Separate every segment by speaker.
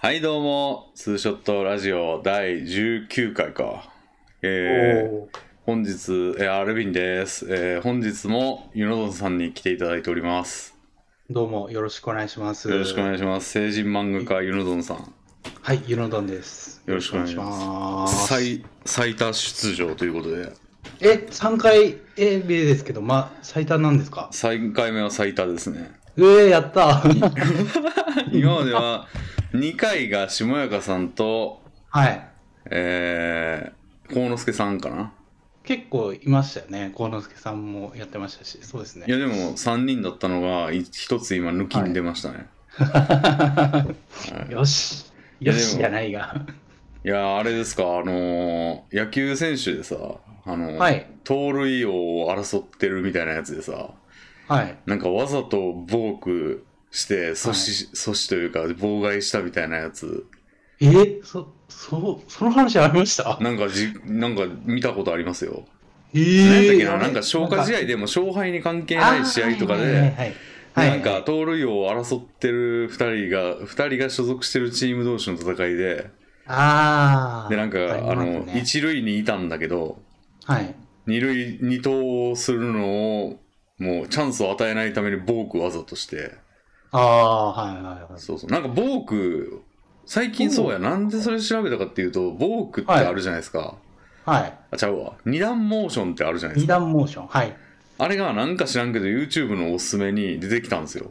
Speaker 1: はいどうもツーショットラジオ第19回かえー、
Speaker 2: おー
Speaker 1: 本日、えー、アルビンです、えー、本日もユノドンさんに来ていただいております
Speaker 2: どうもよろしくお願いします。
Speaker 1: よろしくお願いします成人漫画家ユノドンさん
Speaker 2: はい、ゆのどんです。
Speaker 1: よろしくお願いし
Speaker 2: ま
Speaker 1: 最最多出場ということで
Speaker 2: え、三回え目ですけど、ま最短なんですか。
Speaker 1: 3回目は最多ですね
Speaker 2: うえー、やった。
Speaker 1: 今までは2回が下やかさんと
Speaker 2: はい。
Speaker 1: えー、幸之助さんかな
Speaker 2: 結構いましたよね。幸之助さんもやってましたし、そうですね
Speaker 1: い。やでも3人だったのが1つ今抜きに出ましたね、はい
Speaker 2: よし。
Speaker 1: いや
Speaker 2: よ
Speaker 1: でも
Speaker 2: しじゃないが。
Speaker 1: いやーあれですかあのー野球選手でさあのー
Speaker 2: はい。
Speaker 1: 盗塁王を争ってるみたいなやつでさ
Speaker 2: はい。
Speaker 1: なんかわざとボークして阻止,、阻止というか妨害したみたいなやつ
Speaker 2: えー、そ、そう、その話ありました。
Speaker 1: なんかじなんか見たことありますよ、
Speaker 2: え
Speaker 1: 何やったっけ
Speaker 2: ー、
Speaker 1: ななんか消化試合でも勝敗に関係ない試合とかで、
Speaker 2: あーはいはいはいは
Speaker 1: ないんか盗塁王を争ってる2人が2人が所属してるチーム同士の戦いで
Speaker 2: ああ。
Speaker 1: でなんか
Speaker 2: あり
Speaker 1: あ
Speaker 2: ますね
Speaker 1: の一塁にいたんだけど
Speaker 2: はい。
Speaker 1: 二塁二盗するのをもうチャンスを与えないためにボークわざとして
Speaker 2: ああ、はいはいはい。
Speaker 1: そうそうなんかボーク最近そうやなんでそれ調べたかっていうとボークってあるじゃないですか、
Speaker 2: はい。
Speaker 1: あちゃうわ二段モーションってあるじゃないです
Speaker 2: 二
Speaker 1: か
Speaker 2: 段モーション。はい。
Speaker 1: あれがなんか知らんけど YouTube のおすすめに出てきたんですよ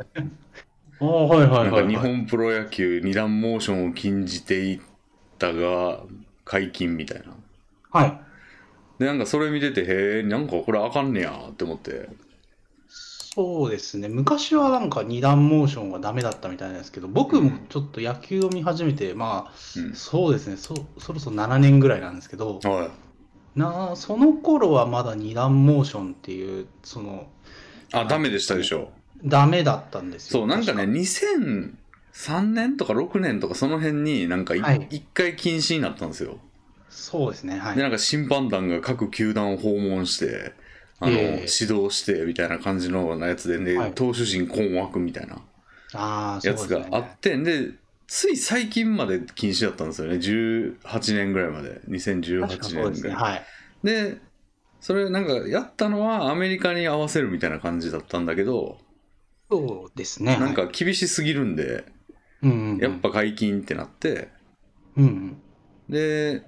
Speaker 2: おーはいはい
Speaker 1: なん
Speaker 2: はい、
Speaker 1: か
Speaker 2: はい。
Speaker 1: 日本プロ野球二段モーションを禁じていったが解禁みたいな
Speaker 2: はい。
Speaker 1: でなんかそれ見ててへえなんかこれあかんねやって思って
Speaker 2: そうですね。昔はなんか二段モーションがダメだったみたいなんですけど、僕もちょっと野球を見始めて、まあ、
Speaker 1: うん
Speaker 2: そうですね。そ、そろそろ7年ぐらいなんですけど、
Speaker 1: はい
Speaker 2: なあ、その頃はまだ二段モーションっていう、その、
Speaker 1: あダメでしたでしょ
Speaker 2: ダメだったんですよ。
Speaker 1: そうなんかね
Speaker 2: 確
Speaker 1: 2003年とか6年とかその辺になんかい一、
Speaker 2: はい
Speaker 1: 回禁止になったんですよ、
Speaker 2: そうですね。はい
Speaker 1: で。なんか審判団が各球団を訪問してあの、
Speaker 2: ええ
Speaker 1: 指導してみたいな感じのやつで、ね
Speaker 2: はい
Speaker 1: 投手陣困惑みたいな
Speaker 2: ああ、そう
Speaker 1: や
Speaker 2: で
Speaker 1: つ
Speaker 2: すね
Speaker 1: が。あってで,、つい最近まで禁止だったんですよね18年ぐらいまで2018
Speaker 2: 確かそうで
Speaker 1: 年
Speaker 2: す
Speaker 1: ぐ
Speaker 2: ね。
Speaker 1: らい
Speaker 2: はい。
Speaker 1: で,、それなんかやったのはアメリカに合わせるみたいな感じだったんだけど
Speaker 2: そうですね。
Speaker 1: なんか
Speaker 2: は
Speaker 1: 厳しすぎるんで
Speaker 2: い、うん、うん。
Speaker 1: やっ。ぱ解禁ってなって、
Speaker 2: うん、うん。
Speaker 1: で、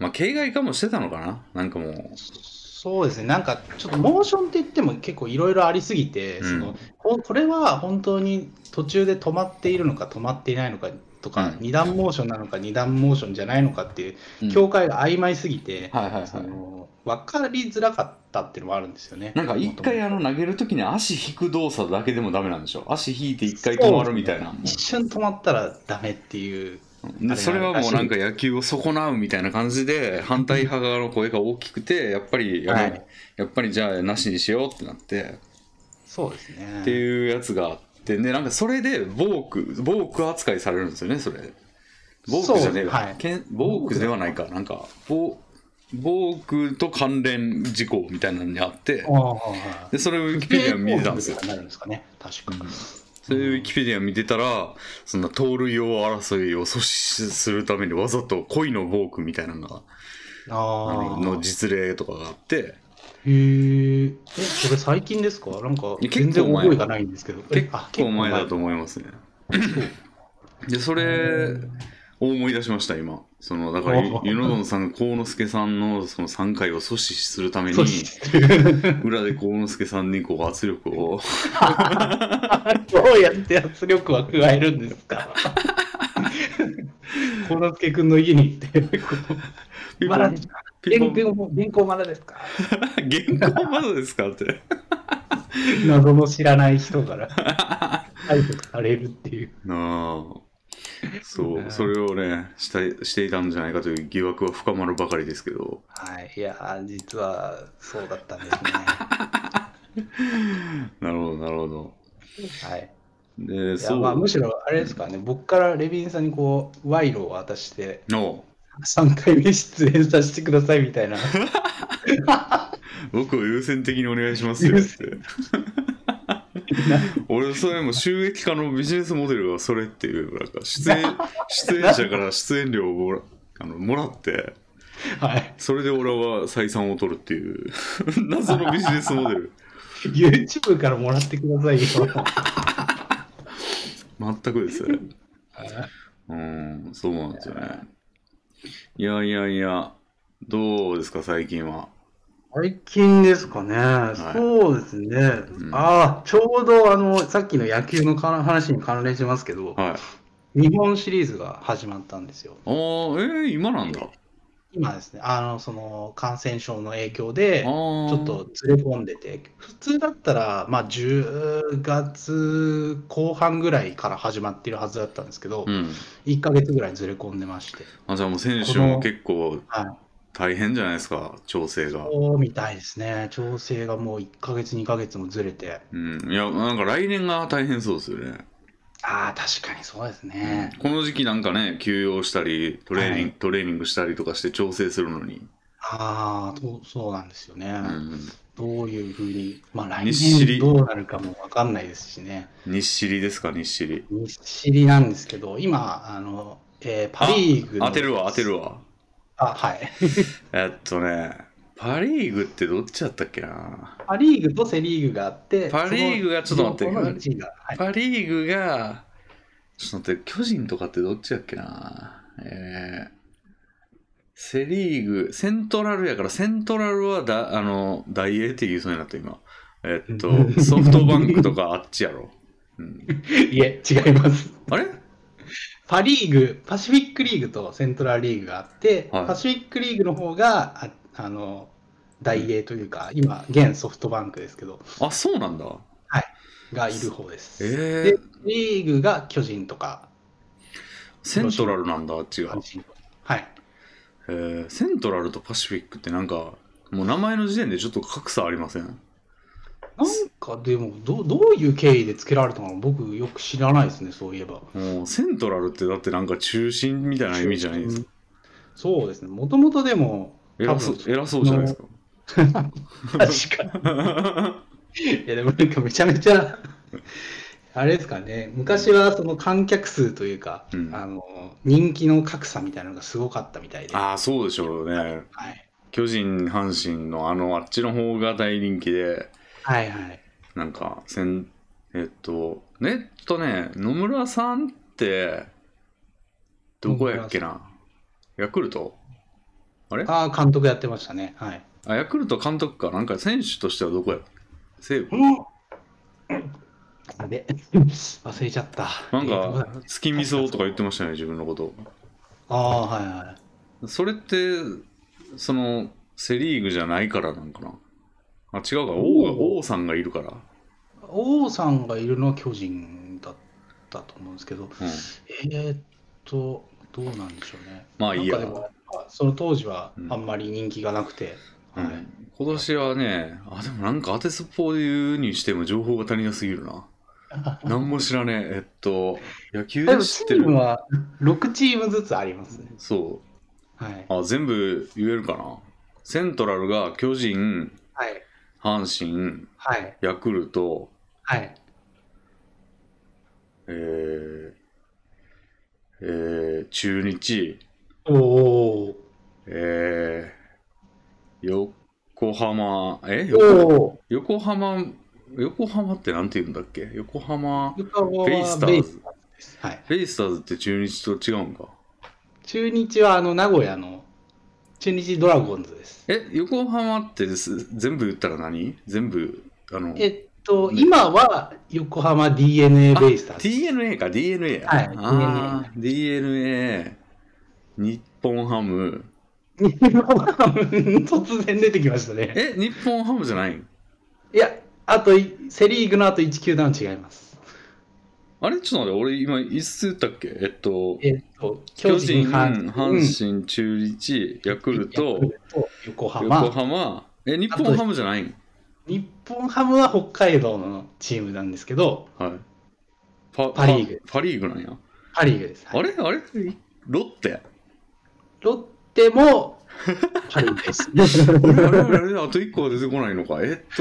Speaker 1: まあ、形骸化もしてたのかななんかもう。
Speaker 2: そうですね、なんかちょっとモーションって言っても結構いろいろありすぎて、
Speaker 1: うん
Speaker 2: そのここれは本当に途中で止まっているのか止まっていないのかとか、
Speaker 1: うん
Speaker 2: 二段モーションなのか二段モーションじゃないのかっていう境界が曖昧すぎて、
Speaker 1: はいはい
Speaker 2: その分かりづらかったっていうのもあるんですよね。
Speaker 1: なんか一回あの投げるときに足引く動作だけでもダメなんでしょ足引いて一回止まるみたいな。もう
Speaker 2: 一瞬止まったらダメっていう、
Speaker 1: でそれはもうなんか野球を損なうみたいな感じで反対派側の声が大きくてやっぱりや,、
Speaker 2: はい、
Speaker 1: やっぱりじゃあなしにしようってなって
Speaker 2: そうですね。
Speaker 1: っていうやつがあってでなんかそれでボークボーク扱いされるんですよねそれボークじゃねえか、
Speaker 2: そうはい
Speaker 1: けんボークではないかなんかボボークと関連事項みたいなのにあって
Speaker 2: ああはい
Speaker 1: でそれをウィキペディア見てたんですよ
Speaker 2: なるんですかね、確か。
Speaker 1: それをウィキペディア見てたらそんな盗塁王争いを阻止するためにわざと恋のボークみたいなのがあ
Speaker 2: あ
Speaker 1: の
Speaker 2: あ
Speaker 1: の実例とかがあって
Speaker 2: へーえ、それ最近ですかなんか、
Speaker 1: いや
Speaker 2: 全
Speaker 1: 結
Speaker 2: 然
Speaker 1: 構前
Speaker 2: 覚えがないんですけど。
Speaker 1: 結
Speaker 2: あ
Speaker 1: 構前だと。思いますねでそれを思い出しました今そのだからゆ
Speaker 2: あ
Speaker 1: ゆのどんさんが幸之助さんのその3回を阻止するために
Speaker 2: そう
Speaker 1: 裏で幸之助さんにこう圧力を
Speaker 2: どうやって圧力は加えるんです か幸之助君の家に行って、こうまだですか
Speaker 1: ピポ
Speaker 2: 原
Speaker 1: ンピ
Speaker 2: 稿も原稿まだですか
Speaker 1: ン原稿まだですかって
Speaker 2: 謎の知らない人 から解読されるっていう。
Speaker 1: なあそう、
Speaker 2: ね
Speaker 1: それをねしたしていたんじゃないかという疑惑は深まるばかりですけど
Speaker 2: はい、いやー、実はそうだったんです
Speaker 1: なるほどなるほど
Speaker 2: ね。はい
Speaker 1: で
Speaker 2: いや
Speaker 1: そう
Speaker 2: まあ、むしろあれですからね、僕からレビンさんにこう賄賂を渡して、
Speaker 1: の
Speaker 2: 3回目出演させてくださいみた いな。
Speaker 1: 僕を優先的にお願いしますよって 俺それも収益化のビジネスモデルがそれっていうなんか出演 出演者から出演料をもらあのもらって
Speaker 2: はい。
Speaker 1: それで俺は採算を取るっていう 謎のビジネスモデル
Speaker 2: YouTube からもらってくださいよ。
Speaker 1: 全くですねうんそうなんですよねいやいやいやどうですか最近は
Speaker 2: 最近ですかね、
Speaker 1: い
Speaker 2: そうですね、
Speaker 1: ん
Speaker 2: ああ、ちょうどあのさっきの野球のか話に関連しますけど、
Speaker 1: はい
Speaker 2: 日本シリーズが始まったんですよ。
Speaker 1: ああえー、今なんだあ
Speaker 2: 今ですね、あのその感染症の影響で、
Speaker 1: ち
Speaker 2: ちょっとずれ込んでて、普通だったら、まあ、10月後半ぐらいから始まってるはずだったんですけど、
Speaker 1: うん
Speaker 2: 1ヶ月ぐらいずれ込んでまして、
Speaker 1: あじゃあもう選手も結構
Speaker 2: は
Speaker 1: 大変じゃないですか調整
Speaker 2: い、
Speaker 1: が
Speaker 2: そうみたいですね、調整がもう1ヶ月、2ヶ月もずれて、
Speaker 1: うんいやなんか来年が大変そうですよね
Speaker 2: ああ、確かにそうですね。
Speaker 1: この時期なんかね休養したりトレーニング、
Speaker 2: はい
Speaker 1: トレーニングしたりとかして調整するのに、
Speaker 2: ああ、そうそうなんですよね。
Speaker 1: うん、
Speaker 2: どういうふうに、まあ、来
Speaker 1: 日知り
Speaker 2: 年どうなるかもわかんないですしね。
Speaker 1: 日尻ですか日尻
Speaker 2: 日知りなんですけど、今、あの、えーパ・リーグの
Speaker 1: あ当てるわ当てるわ
Speaker 2: あ、はい。
Speaker 1: えっとねパ・リーグってどっちだったっけな
Speaker 2: パ・リーグとセ・リーグがあって、
Speaker 1: パリーグが
Speaker 2: そ
Speaker 1: ちょっと待って
Speaker 2: 両方の1位が、はい、
Speaker 1: パ・リーグがちょっと待って巨人とかってどっちだっけなえー、セ・リーグセントラルやからセントラルはだあの大英って言いそうになった今えっ とソフトバンクとかあっちやろ、うん、
Speaker 2: いえ、違います。
Speaker 1: あれ
Speaker 2: パ・リーグ、パシフィックリーグとセントラルリーグがあって、
Speaker 1: はい
Speaker 2: パシフィックリーグの方が、ああの、大英というか、今、現ソフトバンクですけど、
Speaker 1: あそうなんだ
Speaker 2: がいる方です。
Speaker 1: え
Speaker 2: で
Speaker 1: ー、、
Speaker 2: リーグが巨人とか、
Speaker 1: セントラルなんだあっちが
Speaker 2: 阪、神とかはい。
Speaker 1: えー、セントラルとパシフィックってなんかもう名前の時点でちょっと格差ありません
Speaker 2: なんかでもど、どういう経緯でつけられたのか僕よく知らないですね、そういえば。
Speaker 1: もうセントラルってだってなんか中心みたいな意味じゃないですか
Speaker 2: そうですね、もともとでも、多
Speaker 1: 偉そう
Speaker 2: 分
Speaker 1: 偉そうじゃないですか
Speaker 2: 確かに。いや、でもなんかめちゃめちゃ、あれですかね、昔はその観客数というか、
Speaker 1: うん
Speaker 2: あの人気の格差みたいなのがすごかったみたいで。
Speaker 1: ああそうでしょうね
Speaker 2: はい、
Speaker 1: 巨人阪神のあのあっちの方が大人気で
Speaker 2: はいはい。
Speaker 1: なんかせんえっとねえっとね野村さんってどこやっけなヤクルト
Speaker 2: ああ、監督やってましたね。はい。
Speaker 1: あヤクルト監督かなんか選手としてはどこや西武
Speaker 2: この、あれ、忘れちゃった。
Speaker 1: なん
Speaker 2: えーどうだ
Speaker 1: か月見そうとか言ってましたね自分のこと
Speaker 2: ああ、はいはい。
Speaker 1: それってそのセ・リーグじゃないからなんかなあ違うか王が王さんがいるから、
Speaker 2: 王さんがいるのは巨人だったと思うんですけど、
Speaker 1: うん、
Speaker 2: えーっと、どうなんでしょうね。
Speaker 1: まあいいや
Speaker 2: なんかでも、その当時は
Speaker 1: うん
Speaker 2: あんまり人気がなくて、
Speaker 1: うん
Speaker 2: はい
Speaker 1: 今年はね、あ、でもなんか当てすっぽうで言うにしても情報が足りなすぎる な。何も知らねえ。えっと、野球
Speaker 2: で
Speaker 1: で
Speaker 2: も
Speaker 1: 知
Speaker 2: チ
Speaker 1: って
Speaker 2: ー
Speaker 1: る
Speaker 2: ム。は6チームずつありますね。
Speaker 1: そ
Speaker 2: はい。
Speaker 1: う。あ、全部言えるかな。セントラルが巨人、
Speaker 2: はい。
Speaker 1: 阪神、
Speaker 2: はい。
Speaker 1: ヤクルト、
Speaker 2: はい。
Speaker 1: えー、えー、中日、
Speaker 2: おお
Speaker 1: えー、横浜、え
Speaker 2: ー。おー。
Speaker 1: 横浜、横浜ってなんて言うんだっけ横浜、
Speaker 2: 横浜は
Speaker 1: ベイスターズ。
Speaker 2: です。はい。
Speaker 1: ベイスターズって中日と違うんか
Speaker 2: 中日はあの名古屋の中日ドラゴンズです。
Speaker 1: え横浜ってです全部言ったら何全部あの
Speaker 2: えっと、今は横浜 d n a ベイスターズ。
Speaker 1: DNA か DNA や、
Speaker 2: はい
Speaker 1: あー DNA 日本ハム
Speaker 2: 日本ハム突然出てきましたね。
Speaker 1: え日本ハムじゃないん
Speaker 2: いや、あとい、セ・リーグのあと1球団違います。
Speaker 1: あれちょっと待って俺今いつ言ったっけえっと
Speaker 2: えっと、
Speaker 1: 巨人阪
Speaker 2: 阪
Speaker 1: 神中日ヤクルト
Speaker 2: ヤクルト横
Speaker 1: 横
Speaker 2: 浜
Speaker 1: 浜え日本ハムじゃないん
Speaker 2: 日本ハムは北海道のチームなんですけど、
Speaker 1: はいパ
Speaker 2: パリーグ
Speaker 1: パパリーグなんや
Speaker 2: パ・リーグです。はい
Speaker 1: あれあれロッテ
Speaker 2: ロッテもはい、 です。
Speaker 1: あれあれあれあと1個は出てこないのか。えっ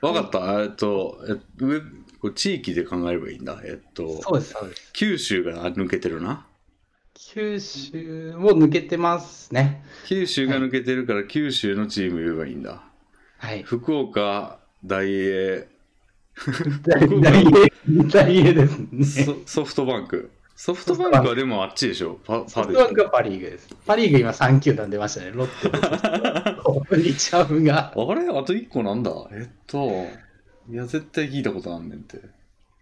Speaker 1: と、わかった。えっと、え上、これ地域で考えればいいんだ。えっと、
Speaker 2: そうです、そうです。
Speaker 1: 九州が抜けてるな。
Speaker 2: 九州も抜けてますね。
Speaker 1: 九州が抜けてるから、九州のチーム言えばいいんだ。
Speaker 2: はい。
Speaker 1: 福岡、大英、
Speaker 2: 大
Speaker 1: 岡
Speaker 2: 英、大英ですね。
Speaker 1: ソソフトバンク。ソフトバンクはでもあっちでしょ。パパ
Speaker 2: ソフ
Speaker 1: で
Speaker 2: トバンクはパ・リーグです。パ・リーグ今3球団出ましたね。ロッテとリチャーブ が。
Speaker 1: あれあと1個なんだえっと、いや、絶対聞いたことあんねんて。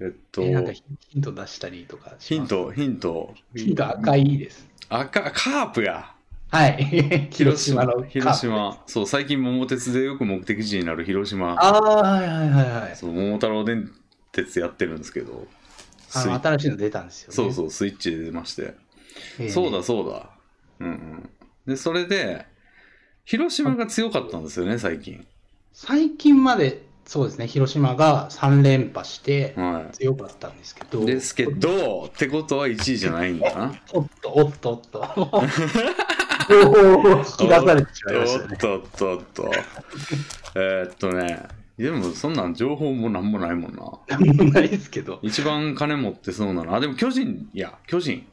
Speaker 1: えっと、
Speaker 2: えなんかヒント出したりとかし
Speaker 1: ヒ
Speaker 2: ま
Speaker 1: ン
Speaker 2: す。
Speaker 1: ト、ヒント。
Speaker 2: ヒント赤いです。
Speaker 1: 赤、カープや。
Speaker 2: はい。 広島のカープ
Speaker 1: 広島。そう、最近桃鉄でよく目的地になる広島。
Speaker 2: ああ、はいはいはいはい。
Speaker 1: そう、桃太郎電鉄やってるんですけど。
Speaker 2: あ
Speaker 1: スイ
Speaker 2: の新しいの出たんですよ、ね。
Speaker 1: そうそう、スイッチで出まして。
Speaker 2: ええ
Speaker 1: そうだ、。そうだ。うんうん。で、それで、広島が強かったんですよね、最近。
Speaker 2: 最近まで、そうですね、広島が3連覇して、
Speaker 1: は
Speaker 2: 強かったんですけど。
Speaker 1: い。ですけど、ってことは1位じゃないんだな。
Speaker 2: おっと、おっと、おっ と。情報を引き出されてしまいまし
Speaker 1: お
Speaker 2: た
Speaker 1: っ
Speaker 2: ね。
Speaker 1: とっとっと。えーっとね、でもそんなん情報もなんもないもんな。
Speaker 2: なんもないですけど。
Speaker 1: 一番金持ってそうなの。あ、でも巨人、いや、巨人。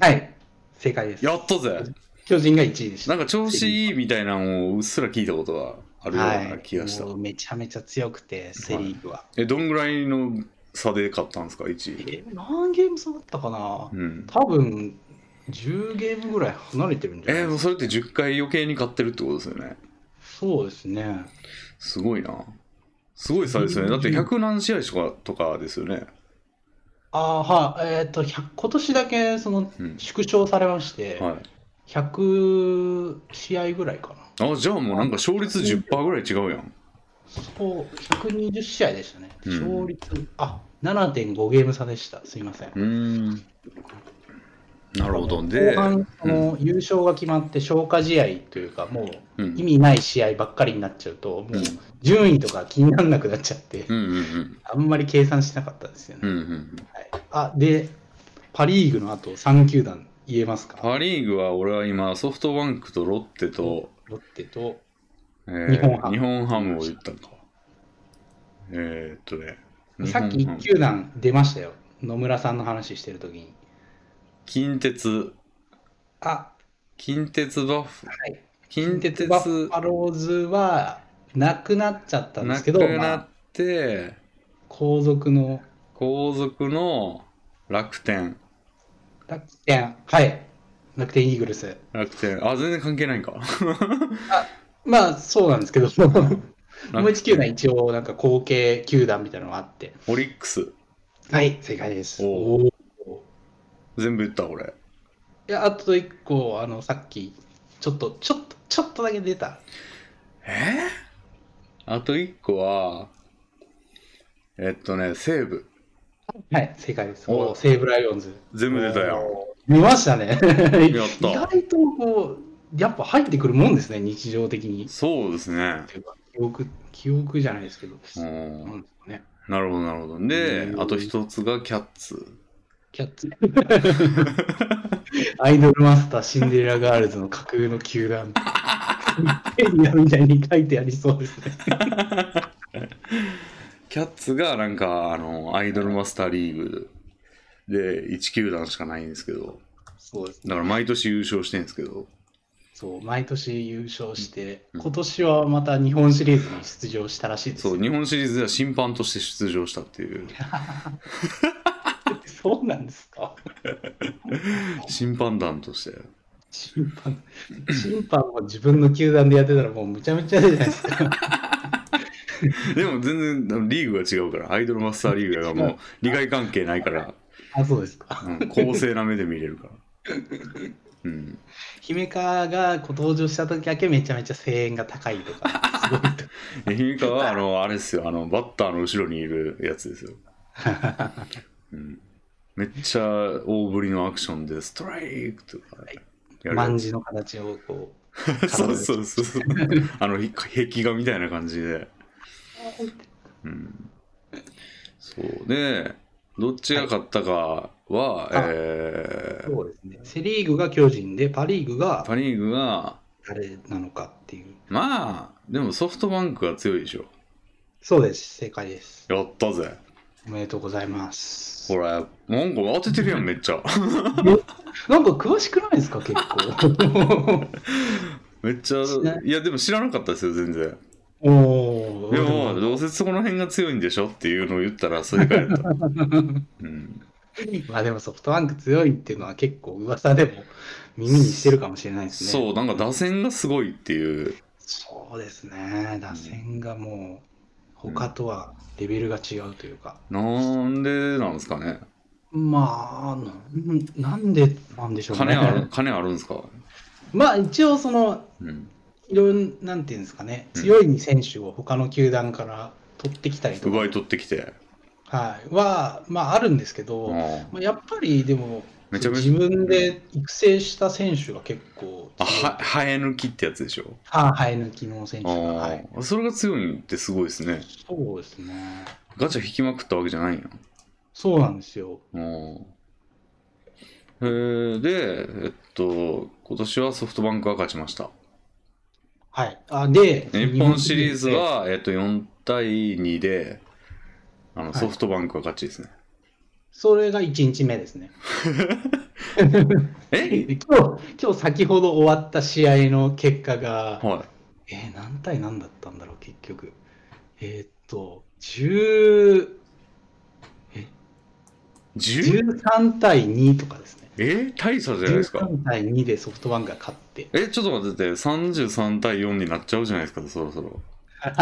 Speaker 2: はい、正解です。
Speaker 1: やったぜ。
Speaker 2: 巨人が1位でした。
Speaker 1: なんか調子いいみたいなのをうっすら聞いたことがあるような気がした。
Speaker 2: もうめちゃめちゃ強くて、セ・リーグは。
Speaker 1: え、どんぐらいの差で勝ったんですか、1位。
Speaker 2: えー何ゲーム差だったかな、
Speaker 1: うん。
Speaker 2: 多分10ゲームぐらい離れてるんじゃない
Speaker 1: えー、も
Speaker 2: で
Speaker 1: う
Speaker 2: すか、
Speaker 1: それって10回余計に勝ってるってことですよね。
Speaker 2: そうですね。
Speaker 1: すごいな。すごい差ですよね。だって100何試合とかとかですよね。
Speaker 2: あーはい、えっ、と、100今年だけその
Speaker 1: うん。
Speaker 2: 縮小されまして、
Speaker 1: はい。
Speaker 2: 100試合ぐらいかな。
Speaker 1: あ、じゃあもうなんか勝率10%ぐらい違うやん。
Speaker 2: そう、120試合でしたね。
Speaker 1: うん
Speaker 2: 勝率、あ7.5ゲーム差でした。すいません。
Speaker 1: うーんなるほど。
Speaker 2: 後
Speaker 1: で、
Speaker 2: 半、その優勝が決まって消化試合というか、もう
Speaker 1: うん、
Speaker 2: 意味ない試合ばっかりになっちゃうと、もう順位とか気にならなくなっちゃって、
Speaker 1: うんうんうん
Speaker 2: あんまり計算しなかったですよね。
Speaker 1: うんうん。
Speaker 2: はいあで、パ・リーグのあと3球団言えますか
Speaker 1: パ・リーグは俺は今、ソフトバンクとロッテと、
Speaker 2: ロッテと、
Speaker 1: えー
Speaker 2: 日本ハム
Speaker 1: 日本ハムを言ったのか。えー、っとね、日
Speaker 2: さ
Speaker 1: 本
Speaker 2: っき1
Speaker 1: ハム
Speaker 2: 球団出ましたよ、野村さんの話してるときに。
Speaker 1: 近鉄、
Speaker 2: あ
Speaker 1: 近鉄バフ、
Speaker 2: はい
Speaker 1: 近
Speaker 2: 近
Speaker 1: 鉄
Speaker 2: 鉄バファローズはなくなっちゃったんで
Speaker 1: な
Speaker 2: すけ
Speaker 1: く
Speaker 2: ど、
Speaker 1: な
Speaker 2: ま
Speaker 1: っ
Speaker 2: あ、
Speaker 1: て、
Speaker 2: 後続の
Speaker 1: 後続の楽天、
Speaker 2: 楽天、はい、楽天イーグルス。
Speaker 1: 楽天、あ、全然関係ないん か。
Speaker 2: まあそうなんで すけど、もう
Speaker 1: 楽
Speaker 2: 1球
Speaker 1: 天
Speaker 2: 団一応、なんか後継球団みたいなのがあって。
Speaker 1: オリックス、
Speaker 2: はい、正解です。
Speaker 1: お
Speaker 2: おー
Speaker 1: 全部言った、俺。
Speaker 2: いや、あと一個、あの、さっき、ちょっと、ちょっと、ちょっとだけ出た。
Speaker 1: えーあと1個は、えっとね、西武。
Speaker 2: はい、正解です。
Speaker 1: お
Speaker 2: お西武ライオンズ。
Speaker 1: 全部出たやん。
Speaker 2: おー見ましたね。意
Speaker 1: やった。
Speaker 2: 外とこう、やっぱ入ってくるもんですね、日常的に。
Speaker 1: そうですね。
Speaker 2: 記憶、記憶じゃないですけど。
Speaker 1: う
Speaker 2: なんんですかね。
Speaker 1: なるほど、なるほど。で
Speaker 2: う、ん
Speaker 1: あと1つがキャッツ。
Speaker 2: キャッ ツ。アイドルマスター、シンデレラガールズの架空の球団。ペリアみたいに書いてありそうですね。
Speaker 1: キャッツがなんか、あの、アイドルマスターリーグで1球団しかないんですけど、
Speaker 2: そうですね。
Speaker 1: だから毎年優勝してるんですけど、
Speaker 2: そう毎年優勝して、
Speaker 1: うん
Speaker 2: 今年はまた日本シリーズに出場したらしいです
Speaker 1: そ
Speaker 2: よ
Speaker 1: う、日本シリーズでは審判として出場したっていう、
Speaker 2: そうなんですか
Speaker 1: 審判団として。
Speaker 2: 審判審判を自分の球団でやってたらもうむちゃむちゃじゃないです か
Speaker 1: でも全然あのリーグが違うから、アイドルマスターリーグ がもう利害関係ないから、
Speaker 2: あそうですか
Speaker 1: うん、公正な目で見れるから。うん、
Speaker 2: 姫川がこう登場した時だけめちゃめちゃ声援が高いとかすごいと
Speaker 1: で姫川はあのあれですよあのバッターの後ろにいるやつですよ、うん、めっちゃ大振りのアクションでストライクとかやるや
Speaker 2: 万
Speaker 1: つ
Speaker 2: 字の形をこ
Speaker 1: そうそうそうそうあのひ壁画みたいな感じで、うん、そうでどっちが勝ったかは、
Speaker 2: あ
Speaker 1: え
Speaker 2: う
Speaker 1: ー
Speaker 2: そうですねセ・リーグが巨人でパ・リーグが
Speaker 1: パ・リーグが
Speaker 2: 誰なのかっていう。
Speaker 1: まあ、でもソフトバンクは強いでしょ。
Speaker 2: そうです、正解です。
Speaker 1: やったぜ。
Speaker 2: おめでとうございます
Speaker 1: ほ。ら、なんか当ててるやん、めっちゃ。
Speaker 2: なんか詳しくないですか、結 構。
Speaker 1: めっちゃ
Speaker 2: 知ら、
Speaker 1: いや、でも知らなかったですよ、全然。
Speaker 2: おお。
Speaker 1: でも、どうせそこの辺が強いんでしょっていうのを言ったら、それからやっ た。うん。
Speaker 2: まあでもソフトバンク強いっていうのは結構噂でも耳にしてるかもしれないですね。
Speaker 1: そう、なんか打線がすごいっていう。
Speaker 2: そうですね。打線がもう他とはレベルが違うというか。
Speaker 1: なんでなんですかね。
Speaker 2: まあなん、なんでなんでしょう
Speaker 1: 金
Speaker 2: ね。
Speaker 1: ある、金あるんですか。
Speaker 2: まあ一応その、
Speaker 1: うん。
Speaker 2: いろんなんていうんですかね、
Speaker 1: うん
Speaker 2: 強い選手を他の球団から取ってきたりとか、
Speaker 1: 奪い取ってきて。
Speaker 2: はい、は、まああるんですけど、
Speaker 1: あ
Speaker 2: まあ、やっぱりでも、
Speaker 1: めちゃめちゃ
Speaker 2: 自分で育成した選手が結構
Speaker 1: あ、
Speaker 2: 強い
Speaker 1: は、生え抜きってやつでしょ。
Speaker 2: あ生え抜きの選手
Speaker 1: あ
Speaker 2: が、はい、
Speaker 1: あ、それが強いんってすごいですね。
Speaker 2: そうですね。
Speaker 1: ガチャ引きまくったわけじゃないんや。
Speaker 2: そうなんですよ。
Speaker 1: うんえーで、えっと、今年はソフトバンクが勝ちました。
Speaker 2: はい。あで、
Speaker 1: 日本シリーズは、えっと、4対2で、あの
Speaker 2: はい
Speaker 1: ソフトバンクが勝ちですね。
Speaker 2: それが1日目ですね。
Speaker 1: え
Speaker 2: で今日、今日先ほど終わった試合の結果が、
Speaker 1: は
Speaker 2: えー何対何だったんだろう、結局。えーっと、10
Speaker 1: い。10?
Speaker 2: 13対2とかですね。
Speaker 1: え大差じゃないですか。
Speaker 2: 13対2でソフトバンクが勝って。
Speaker 1: え、ちょっと待ってて、33対4になっちゃうじゃないですか、そろそ ろ。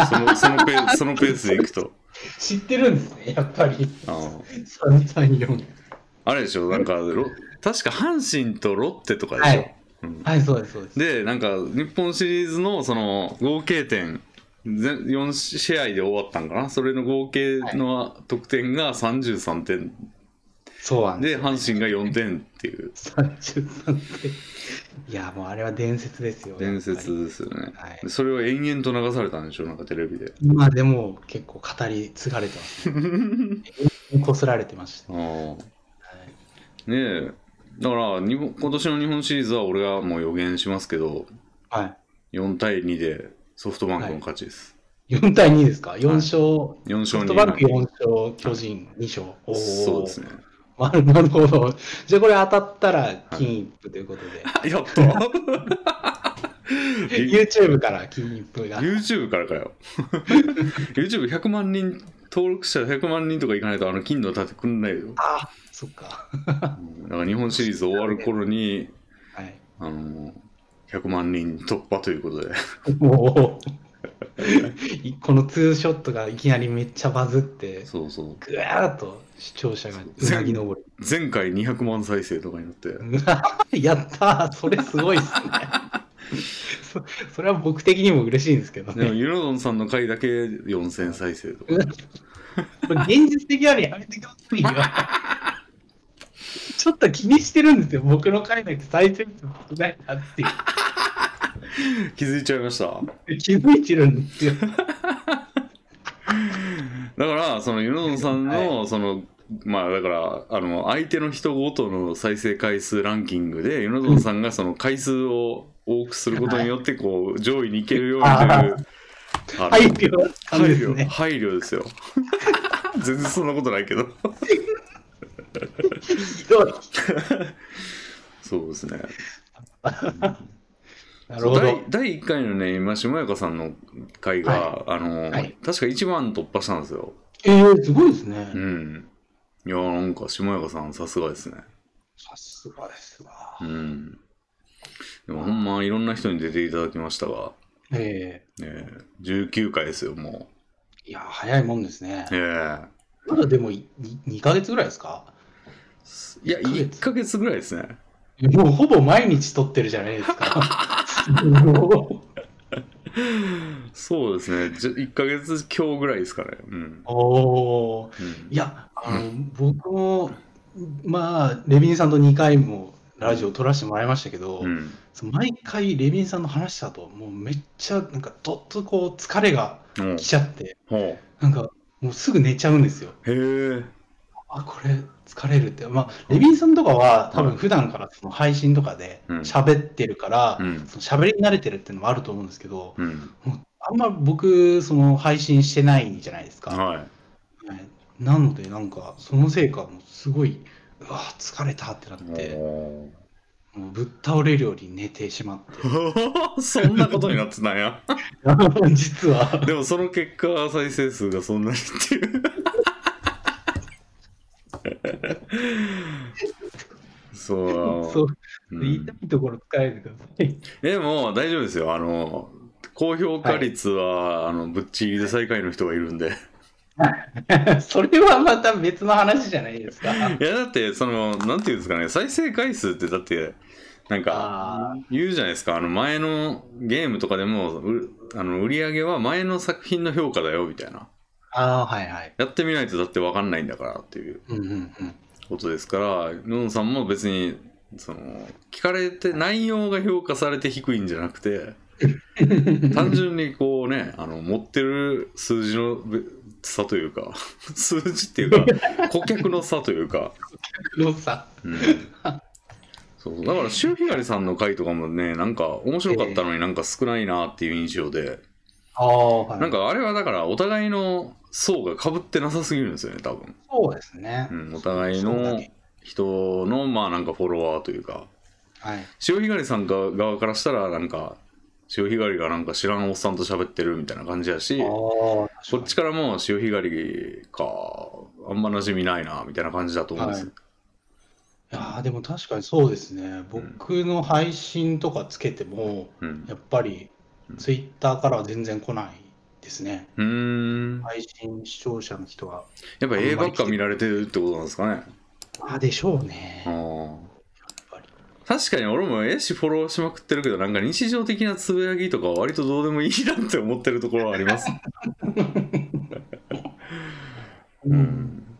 Speaker 1: そのそのペーそのペースでいくと。
Speaker 2: 知ってるんですね、やっぱり。
Speaker 1: あの
Speaker 2: 3対4。
Speaker 1: あれでしょ、なんか、ロ確か阪神とロッテとかでしょ。
Speaker 2: はい
Speaker 1: うん
Speaker 2: はい、そうです、そうです。
Speaker 1: でなんか日本シリーズのその合計点全4試合で終わったんかなそれの合計の得点が33点、
Speaker 2: そうなんです
Speaker 1: で阪神が4点っていう
Speaker 2: 33点。いや、もうあれは伝説ですよ。
Speaker 1: 伝説
Speaker 2: やっ
Speaker 1: ですよね
Speaker 2: ぱり。はい
Speaker 1: それを延々と流されたんでしょなんかテレビで
Speaker 2: 今でも結構語り継がれてま す、ね。こすられてました。
Speaker 1: ああ
Speaker 2: はい
Speaker 1: ねえだから日本今年の日本シリーズは俺はもう予言しますけど
Speaker 2: は
Speaker 1: 4対2でソフトバンクの勝ちです、
Speaker 2: い。4対2ですか ?4 勝、
Speaker 1: 4
Speaker 2: ソ
Speaker 1: 勝
Speaker 2: フ
Speaker 1: 2
Speaker 2: トバンク4勝、巨人2勝。おー
Speaker 1: そうですね
Speaker 2: なるほど。じゃあこれ当たったら金一封ということで、
Speaker 1: やった
Speaker 2: YouTube から金一封が。
Speaker 1: YouTube からかよ YouTube100 万人登録者100万人とかいかないとあの金の盾くんないよ
Speaker 2: あそっか。
Speaker 1: だから日本シリーズ終わる頃に
Speaker 2: はい。
Speaker 1: あの100万人突破ということで
Speaker 2: もう、このツーシ ョットがいきなりめっちゃバズって、
Speaker 1: そうそう
Speaker 2: ぐわーっと視聴者がうなぎ登
Speaker 1: 前回200万再生とかになって
Speaker 2: り。やったーそれすごいっすね。そそれは僕的にも嬉しいんですけど
Speaker 1: でも
Speaker 2: ね。
Speaker 1: ユノドンさんの回だけ4000再生とか
Speaker 2: これ現実的なのやめてくださいよ。ちょっと気にしてるんですよ。僕の回だけ再生数少ないなっていう。
Speaker 1: 気づいちゃいました
Speaker 2: 気づいてるんですよ。
Speaker 1: だからそのユノドンさんのその、まあだからあの相手の人ごとの再生回数ランキングでユノドンさんがその回数を多くすることによってこう上位に行けるようにというあの
Speaker 2: 配慮はあ
Speaker 1: 配
Speaker 2: るんです
Speaker 1: 慮
Speaker 2: ね。
Speaker 1: 配慮ですよ 全然そんなことないけど
Speaker 2: ひどい。
Speaker 1: そうですね
Speaker 2: なるほ
Speaker 1: 第
Speaker 2: ど。
Speaker 1: 第1回のね今下やかさんの回が、あの
Speaker 2: はい
Speaker 1: 確か1番突破したんですよ
Speaker 2: えー、すごいですね。
Speaker 1: うんいやなんか下やかさんさすがですね
Speaker 2: さすがですわ。
Speaker 1: うん。でもほんまいろんな人に出ていただきましたが、
Speaker 2: え
Speaker 1: ええ19回ですよ、も
Speaker 2: えいや、早いもんですね
Speaker 1: う。。ええ
Speaker 2: まだでもいに2ヶ月ぐらいですか
Speaker 1: いや、
Speaker 2: 一ヶ月
Speaker 1: 1ヶ月ぐらいですね。
Speaker 2: もうほぼ毎日撮ってるじゃないですか。 お
Speaker 1: そうですね、じゃ1ヶ月強ぐらいですかね。うん。う
Speaker 2: おー。
Speaker 1: ん
Speaker 2: いや、あの、僕も、まあ、レビンさんと2回もラジオ撮らせてもらいましたけど、
Speaker 1: うん、
Speaker 2: その毎回レビンさんの話した後、もうめっちゃ、なんか、どっとこう、疲れが
Speaker 1: ほう
Speaker 2: 来ちゃって、
Speaker 1: ほ
Speaker 2: なんか、もうすぐ寝ちゃうんですよ。
Speaker 1: うへえ。
Speaker 2: あ、これ疲れるって。まあ、レビンさんとかは多分普段からその配信とかで
Speaker 1: うん
Speaker 2: 喋ってるから、
Speaker 1: うん
Speaker 2: その喋り慣れてるっていうのもあると思うんですけど、
Speaker 1: うん
Speaker 2: あんま僕、その配信してないじゃないですか。
Speaker 1: はい
Speaker 2: はいなので、なんか、そのせいか、もうすごい、うわ、疲れたってなって、
Speaker 1: お
Speaker 2: もうぶっ倒れるより寝てしまって。
Speaker 1: ー そんなことになってたん や
Speaker 2: 実は、
Speaker 1: でもその結果再生数がそんなにっていう そう
Speaker 2: そう、
Speaker 1: うん
Speaker 2: 言いたいところ使えてください。
Speaker 1: でも大丈夫ですよあの高評価率は、あのぶっちぎりで最下位の人がいるんで
Speaker 2: それはまた別の話じゃないですか。
Speaker 1: いやだってそのなんていうんですかね再生回数ってだってなんか
Speaker 2: あー
Speaker 1: 言うじゃないですかあの前のゲームとかでもうあの売り上げは前の作品の評価だよみたいな
Speaker 2: あー、はいはい。
Speaker 1: やってみないとだって分かんないんだからっていう
Speaker 2: うんうんうん。
Speaker 1: ことですからのんさんも別にその聞かれて内容が評価されて低いんじゃなくて単純にこうねあの持ってる数字のべ差というか 数字っていうか顧客の差というか、
Speaker 2: のさ、
Speaker 1: うん、そうそうだから周ひがりさんの回とかもねなんか面白かったのになんか少ないなっていう印象で、
Speaker 2: ああ、はい、
Speaker 1: なんかあれはだからお互いの層が被ってなさすぎるんですよね多分、
Speaker 2: そうですね。
Speaker 1: うん、お互い
Speaker 2: そうだ
Speaker 1: の
Speaker 2: ね
Speaker 1: 人のまあなんかフォロワーというか
Speaker 2: はい。
Speaker 1: 潮干狩りさんが側からしたらなんか潮干狩りがなんか知らんおっさんと喋ってるみたいな感じやし
Speaker 2: ああ、
Speaker 1: こっちからも潮干狩りかあんま馴染みないなみたいな感じだと思うんですよ、
Speaker 2: いやーでも確かにそうですね。僕の配信とかつけても、
Speaker 1: うん
Speaker 2: やっぱり
Speaker 1: うん
Speaker 2: ツイッターからは全然来ないですね。
Speaker 1: うーん
Speaker 2: 配信視聴者の人は。
Speaker 1: やっぱ映ばっか見られてるってことなんですかね
Speaker 2: ああ、でしょうね。
Speaker 1: あ
Speaker 2: やっ
Speaker 1: ー
Speaker 2: ぱり。
Speaker 1: 確かに俺も絵師フォローしまくってるけどなんか日常的なつぶやきとかは割とどうでもいいなって思ってるところはあります、う
Speaker 2: うん
Speaker 1: ん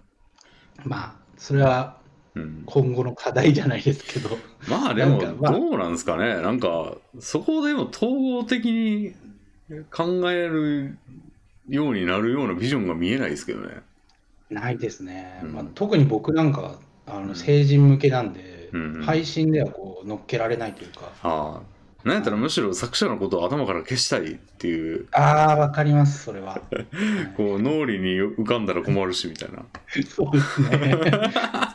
Speaker 2: まあ、それは
Speaker 1: うん、
Speaker 2: 今後の課題じゃないです けど。
Speaker 1: まあでも
Speaker 2: なんかまあ
Speaker 1: どうなんですかねなんかそこでも統合的に考えるようになるようなビジョンが見えないですけどね
Speaker 2: ないですね。
Speaker 1: うん
Speaker 2: まあ、特に僕なんかはあ
Speaker 1: うん
Speaker 2: の成人向けなんで、
Speaker 1: うんうん
Speaker 2: 配信ではこう乗っけられないというか。
Speaker 1: ああなんやったらむしろ作者のことを頭から消したいっていう
Speaker 2: ああ、わかります、それは。
Speaker 1: こう脳裏に浮かんだら困るしみたいな
Speaker 2: そうですね。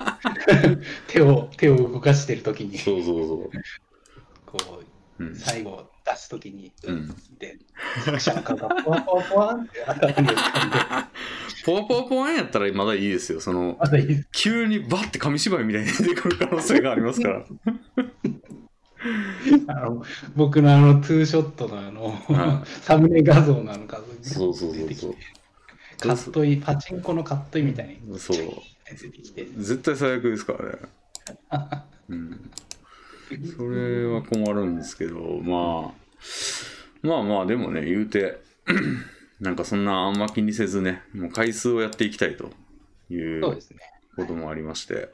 Speaker 2: 手を手を動かしてる時に、
Speaker 1: そうそうそう、
Speaker 2: こ
Speaker 1: う、
Speaker 2: うん最後出す時に、
Speaker 1: うん
Speaker 2: で、作者の顔がポワポワポワンって頭に浮かんで、
Speaker 1: ポワポワポワンやったらまだいいですよその
Speaker 2: まだいいです。
Speaker 1: 急にバッて紙芝居みたいに出てくる可能性がありますから
Speaker 2: あの僕のあのツーショットのあの、
Speaker 1: は
Speaker 2: サムネ画像なのか、
Speaker 1: そうそうそうそう
Speaker 2: カットイン、パチンコのカットインみたいに
Speaker 1: そう
Speaker 2: 出てきて。
Speaker 1: 絶対最悪ですからね うんそれは困るんですけど、まあ、まあまあ、でもね、言うて、 なんかそんなあんま気にせずね、もう回数をやっていきたいとい
Speaker 2: そうで
Speaker 1: う
Speaker 2: すね。
Speaker 1: こともありまして、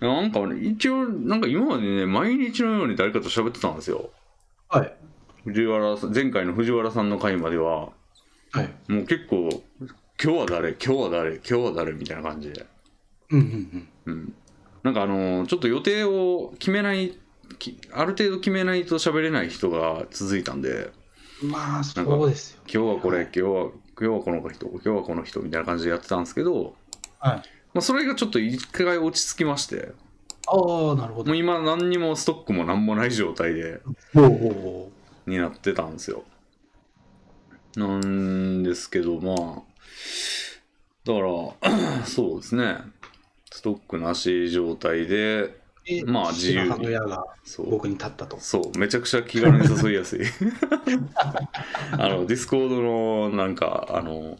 Speaker 1: なんかね、一応、なんか今までね、毎日のように誰かと喋ってたんですよ。
Speaker 2: はい。
Speaker 1: 藤原さん前回の藤原さんの回までは、
Speaker 2: はい。
Speaker 1: もう結構、今日は誰、今日は誰、今日は誰みたいな感じで。
Speaker 2: うんうんうん。
Speaker 1: うん、なんかあのーちょっと予定を決めないきある程度決めないと喋れない人が続いたんで
Speaker 2: まあ、そうですよ。
Speaker 1: 今日はこれ
Speaker 2: はい
Speaker 1: 今日は今日はこの人今日はこの人みたいな感じでやってたんですけど、
Speaker 2: はい。
Speaker 1: まあ、それがちょっと一回落ち着きまして
Speaker 2: ああ、なるほど。
Speaker 1: もう今何にもストックも何もない状態で
Speaker 2: ほうほうほ
Speaker 1: になってたんですよなんですけどまあだから そうですねストックなし状態で
Speaker 2: うで
Speaker 1: まあ自由に
Speaker 2: 父の母親が
Speaker 1: そう
Speaker 2: 僕に立ったと。
Speaker 1: そう、めちゃくちゃ気軽に誘いやすい。 あの、ディスコードの、なんか、あの、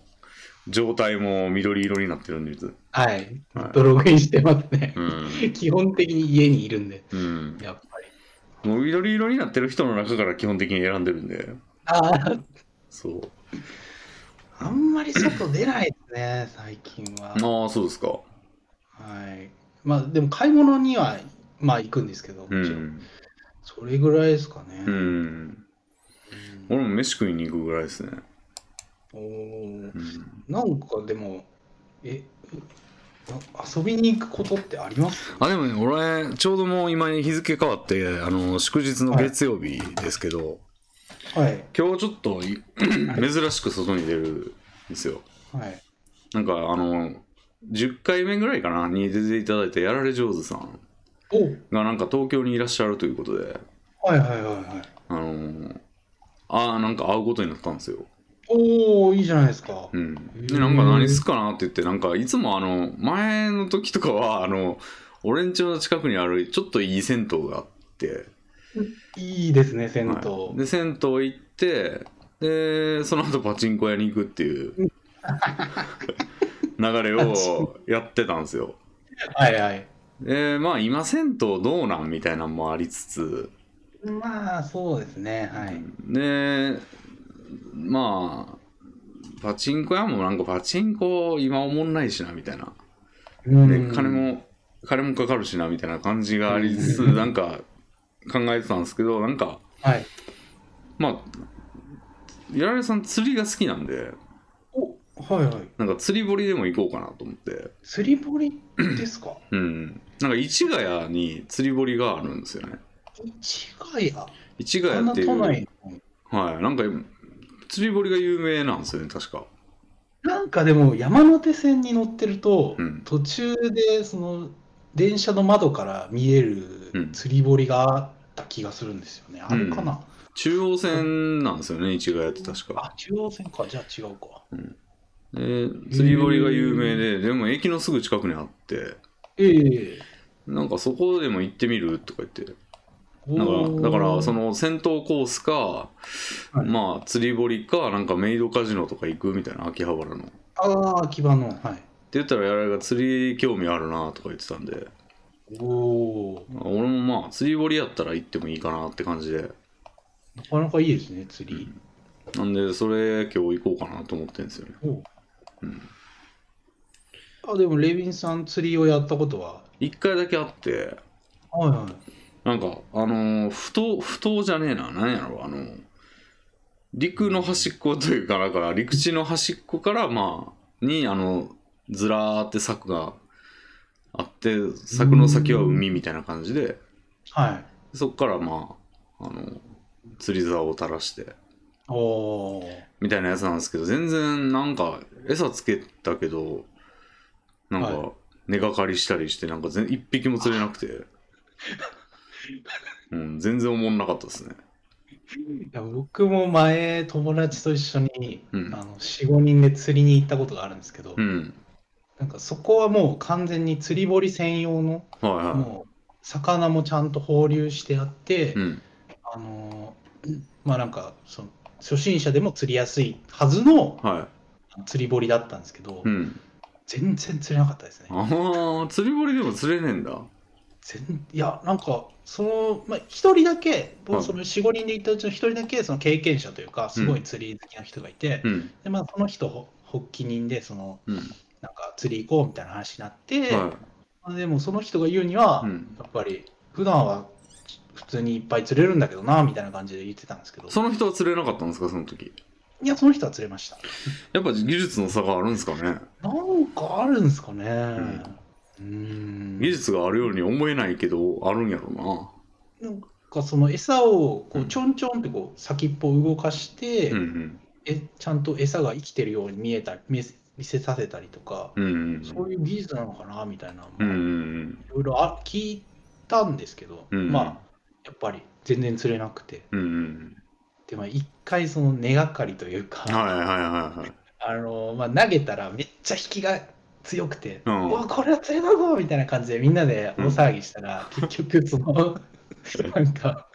Speaker 1: 状態も緑色になってるんです。
Speaker 2: はい。ず
Speaker 1: はい
Speaker 2: っとログインしてますね
Speaker 1: う。ん。
Speaker 2: 基本的に家にいるんで、
Speaker 1: うん。
Speaker 2: やっぱり。
Speaker 1: もう緑色になってる人の中から基本的に選んでるんで、
Speaker 2: ああ、
Speaker 1: そう。
Speaker 2: あんまり外出ないですね、最近は。
Speaker 1: ああ、そうですか。
Speaker 2: はい。まあ、でも買い物には、まあ行くんですけど、もち
Speaker 1: う
Speaker 2: ろん
Speaker 1: ん。
Speaker 2: それぐらいですかね。
Speaker 1: うん。
Speaker 2: うん
Speaker 1: 俺も飯食いに行くぐらいですね。
Speaker 2: おー
Speaker 1: うん。
Speaker 2: なんかでも、え、あ遊びに行くことってあります
Speaker 1: あでもね俺ちょうどもう今日付変わってあの祝日の月曜日ですけど、
Speaker 2: はい。
Speaker 1: 今日ちょっとい珍しく外に出るんですよ
Speaker 2: はい。
Speaker 1: なんかあの10回目ぐらいかなに出ていただいたやられ上手さん
Speaker 2: お
Speaker 1: がなんか東京にいらっしゃるということで
Speaker 2: はいはいはいはい。
Speaker 1: あのーあーなんか会うことになったんですよ、
Speaker 2: おおいいじゃないですか。
Speaker 1: うん、
Speaker 2: へ
Speaker 1: で
Speaker 2: ー
Speaker 1: なんか何すっかなって言ってなんかいつもあの前の時とかはあの俺ん家の近くにあるちょっといい銭湯があって
Speaker 2: いいですね、銭湯。
Speaker 1: はいで銭湯行ってでその後パチンコ屋に行くっていう 流れをやってたんですよ
Speaker 2: はいはい。
Speaker 1: でまあ今銭湯どうなんみたいなのもありつつ
Speaker 2: まあ、そうですね、はい。
Speaker 1: でまあパチンコ屋もなんかパチンコ今おもんないしなみたいなで
Speaker 2: うん
Speaker 1: 金。も金もかかるしなみたいな感じがありつつ
Speaker 2: うん
Speaker 1: なんか考えてたんですけどなんか
Speaker 2: はい。
Speaker 1: まあやられさん釣りが好きなんで
Speaker 2: おはいはい。
Speaker 1: なんか釣り堀でも行こうかなと思って
Speaker 2: 釣り堀で すか
Speaker 1: うんなんか市ヶ谷に釣り堀があるんですよね
Speaker 2: 市ヶ谷。こ
Speaker 1: 市ヶ
Speaker 2: ん
Speaker 1: 谷っ
Speaker 2: な
Speaker 1: ていう
Speaker 2: 都内の。
Speaker 1: はいなんか釣り堀が有名なんですよね確か
Speaker 2: なんかでも、山手線に乗ってると、
Speaker 1: うん
Speaker 2: 途中で、その、電車の窓から見え
Speaker 1: う
Speaker 2: る
Speaker 1: ん
Speaker 2: 釣り堀があった気がするんですよね。あるかな、
Speaker 1: 中央線なんですよね市ヶ谷って確か
Speaker 2: あ、中央線か。じゃあ違うか。
Speaker 1: で釣り堀が有名ででも駅のすぐ近くにあって
Speaker 2: ええ
Speaker 1: なんかそこでも行ってみるとか言って
Speaker 2: お
Speaker 1: だから
Speaker 2: ー
Speaker 1: だからその戦闘コースか、
Speaker 2: はい
Speaker 1: まあ釣り堀かなんかメイドカジノとか行くみたいな秋葉原のって
Speaker 2: ああ、秋葉の。はい。
Speaker 1: 言ったらやられが釣り興味あるなとか言ってたんで
Speaker 2: おお。
Speaker 1: 俺もまあ釣り堀やったら行ってもいいかなって感じで
Speaker 2: なかなかいいですね、釣り。
Speaker 1: なんでそれ今日行こうかなと思ってるんですよね
Speaker 2: おう
Speaker 1: うん
Speaker 2: あ、でも、レビンさん、釣りをやったことは。
Speaker 1: 一回だけあって
Speaker 2: はいはい。
Speaker 1: なんかあのー不当不当じゃねえな何やろあのー陸の端っこというかだから陸地の端っこからまあにあのずらーって柵があって柵の先は海みたいな感じで
Speaker 2: はい。
Speaker 1: そこからまああの釣り竿を垂らして
Speaker 2: おお。
Speaker 1: みたいなやつなんですけど全然なんか餌つけたけどなん
Speaker 2: は
Speaker 1: か根がかりしたりしてなんか全一匹も釣れなく て、うん、全然おもんなかったですね
Speaker 2: いや僕も前、友達と一緒に、
Speaker 1: うん
Speaker 2: あの4、5人で釣りに行ったことがあるんですけど、
Speaker 1: うん
Speaker 2: なんかそこはもう完全に釣り堀専用の、
Speaker 1: はいは
Speaker 2: もう魚もちゃんと放流してあって、
Speaker 1: いうん
Speaker 2: あのーまあなんかその、初心者でも釣りやすいはずの
Speaker 1: は
Speaker 2: 釣り堀だったんですけど、
Speaker 1: いうん
Speaker 2: 全然釣れなかったですね。
Speaker 1: ああ釣り堀でも釣れねえんだ
Speaker 2: 全いやなんかその、まあ、一人だけ
Speaker 1: は
Speaker 2: 僕
Speaker 1: い
Speaker 2: その45人で行ったうちの一人だけその経験者というかすごい釣り好きな人がいて、
Speaker 1: うん
Speaker 2: でまあ、その人ほ発起人でその
Speaker 1: うん
Speaker 2: なんか釣り行こうみたいな話になって、
Speaker 1: は
Speaker 2: まあでもその人が言うには、
Speaker 1: いうん
Speaker 2: やっぱり普段は普通にいっぱい釣れるんだけどなみたいな感じで言ってたんですけど
Speaker 1: その人は釣れなかったんですかその時
Speaker 2: いやその人は釣れました
Speaker 1: やっぱ技術の差があるんですかね
Speaker 2: なんかあるんですかねうーん
Speaker 1: 技術があるように思えないけどあるんやろう
Speaker 2: なんかその餌をこ
Speaker 1: う
Speaker 2: うんちょんちょんってこう先っぽを動かして、
Speaker 1: なうん
Speaker 2: えちゃんと餌が生きてるように見えた見せ見せさせたりとか、
Speaker 1: うんうん
Speaker 2: そういう技術なのかなみたいな、
Speaker 1: うんうんう
Speaker 2: い
Speaker 1: ん
Speaker 2: ろいろあ聞いたんですけど、
Speaker 1: うん
Speaker 2: まあやっぱり全然釣れなくて
Speaker 1: うんうん
Speaker 2: でまあ一回その根がかりというか、
Speaker 1: はいはいはいはい
Speaker 2: あのまあ、投げたらめっちゃ引きが強くて、
Speaker 1: う
Speaker 2: うんわこれは釣れたぞみたいな感じでみんなで大騒ぎしたら、結局そのなんか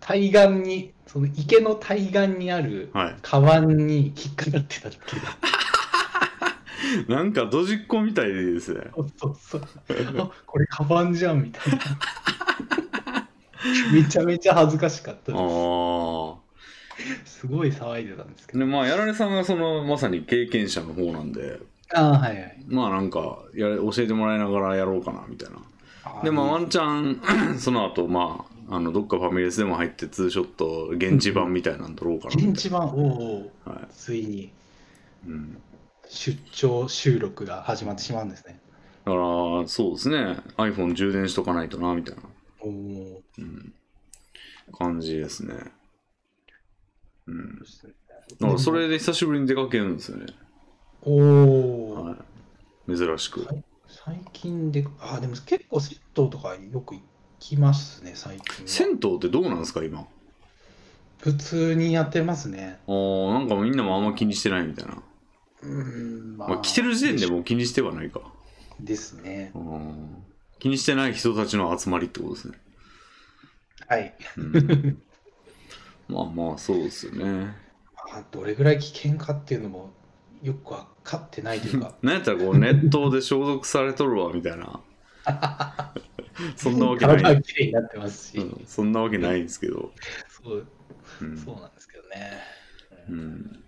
Speaker 2: 対岸にその池の対岸にある
Speaker 1: はい
Speaker 2: カバンに引っかかってたっていう
Speaker 1: なんかドジっ子みたいでですね。
Speaker 2: そうそうそう。あこれカバンじゃんみたいな。めちゃめちゃ恥ずかしかった
Speaker 1: ああ
Speaker 2: で。す。すごい騒いでたんですけど。
Speaker 1: で、まあ、やられさんがその、まさに経験者の方なんで、
Speaker 2: あーはいはい。
Speaker 1: まあなんかやれ、教えてもらいながらやろうかな、みたいな。で、まあ、ワンチャン、 その後、まあ、あの、どっかファミレスでも入って、ツーショット、現地版みたいなん撮ろうかな。
Speaker 2: 現地版、おお、
Speaker 1: は
Speaker 2: ついに
Speaker 1: い。うん。
Speaker 2: 出張収録が始まってしまうんですね。
Speaker 1: だから、そうですね。iPhone 充電しとかないとな、みたいな、
Speaker 2: おお。
Speaker 1: うん、感じですね。うん。だか
Speaker 2: お
Speaker 1: ら、それで久しぶりに出かけるんですよね。
Speaker 2: おー
Speaker 1: はい。珍しく。
Speaker 2: 最近で、あー、でも結構銭湯とかよく行きますね、最近は。
Speaker 1: 銭湯ってどうなんですか、今。
Speaker 2: 普通にやってますね。
Speaker 1: あーなんかみんなもあんま気にしてないみたいな。
Speaker 2: うーん、ま
Speaker 1: まあ、来てる時点でもう気にしてはないか。
Speaker 2: ですね
Speaker 1: う。ん気にしてない人たちの集まりってことですね。
Speaker 2: はい。
Speaker 1: うん まあまあ、そうですよね。、
Speaker 2: まあどれぐらい危険かっていうのもよく分かってないというか
Speaker 1: なんやったらこう、熱湯で消毒されとるわ、みたい な。 そんなわけ
Speaker 2: 体
Speaker 1: な。
Speaker 2: はい綺麗になってますし、
Speaker 1: うんそんなわけないんですけど。
Speaker 2: そう
Speaker 1: うん
Speaker 2: そうなんですけどね。
Speaker 1: うん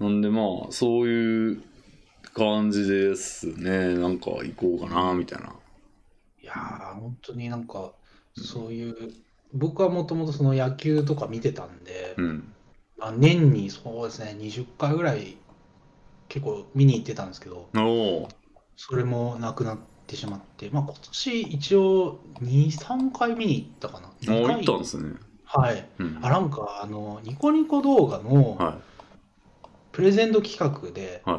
Speaker 1: なんでまあ、そういう感じですね。なんか行こうかな、みたいな。
Speaker 2: いやー、本当になんか、そういう、僕はもともとその野球とか見てたんで、
Speaker 1: うん。
Speaker 2: まあ、年にそうですね、20回ぐらい結構見に行ってたんですけど、
Speaker 1: おお
Speaker 2: それもなくなってしまって、まあ今年一応2、3回見に行ったかな。
Speaker 1: ー、もう
Speaker 2: 二
Speaker 1: 行
Speaker 2: 回
Speaker 1: ったんですね。
Speaker 2: はい。
Speaker 1: うん。
Speaker 2: あなんかあのニコニコ動画の
Speaker 1: は
Speaker 2: プレゼント企画で、
Speaker 1: い。は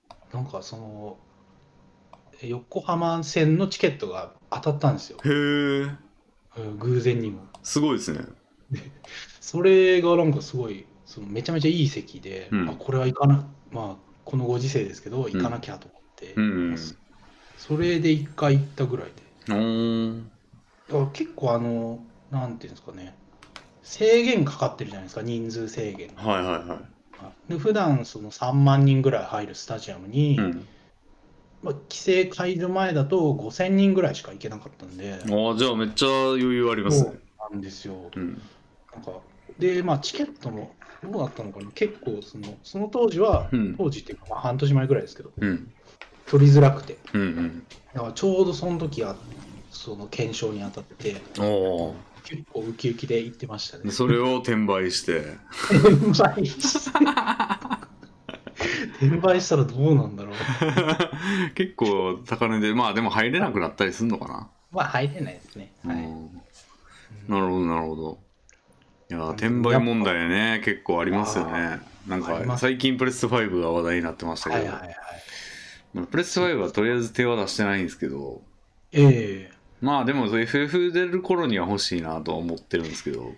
Speaker 1: い。
Speaker 2: なんかそのえ横浜線のチケットが当たったんですよ、
Speaker 1: へえ、
Speaker 2: うん偶然にも
Speaker 1: すごいですね。
Speaker 2: それがなんかすごいそのめちゃめちゃいい席で、
Speaker 1: うん
Speaker 2: あこれは行かなまあこのご時世ですけど行かなきゃと思って、
Speaker 1: うん。
Speaker 2: それで1回行ったぐらいで
Speaker 1: おー
Speaker 2: だから結構あのなんていうんですかね制限かかってるじゃないですか人数制限が
Speaker 1: はいはいは
Speaker 2: で普段その3万人ぐらい入るスタジアムに、
Speaker 1: い。うん。
Speaker 2: まあ、規制解除前だと5000人ぐらいしか行けなかったんで、
Speaker 1: ああ、じゃあめっちゃ余裕あります
Speaker 2: そう
Speaker 1: ね。
Speaker 2: なんですよ。
Speaker 1: うん。
Speaker 2: なんかで、まあ、チケットもどうだったのかな、結構その、その当時は
Speaker 1: う、ん。
Speaker 2: 当時っていうか、まあ、半年前ぐらいですけど、
Speaker 1: うん。
Speaker 2: 取りづらくて、
Speaker 1: うん。
Speaker 2: だからちょうどその時は、その検証に当たって、
Speaker 1: うん。お
Speaker 2: 結構ウキウキで行ってました
Speaker 1: お。
Speaker 2: ね。
Speaker 1: それを転売 して。
Speaker 2: 転売して転売したらどうなんだろう。
Speaker 1: 結構高値で、まあでも入れなくなったりするのかな。
Speaker 2: まあ、入れないですね。はい。
Speaker 1: うんなるほど、なるほど。いやー、転売問題ね、結構ありますよね。なん
Speaker 2: ありま
Speaker 1: か、
Speaker 2: す
Speaker 1: 最近プレステ5が話題になってました
Speaker 2: はい
Speaker 1: け
Speaker 2: はいはい。
Speaker 1: ど、プレステ5はとりあえず手は出してないんですけど、
Speaker 2: え
Speaker 1: まあでも FF 出る頃には欲しいなとは思ってるんですけど、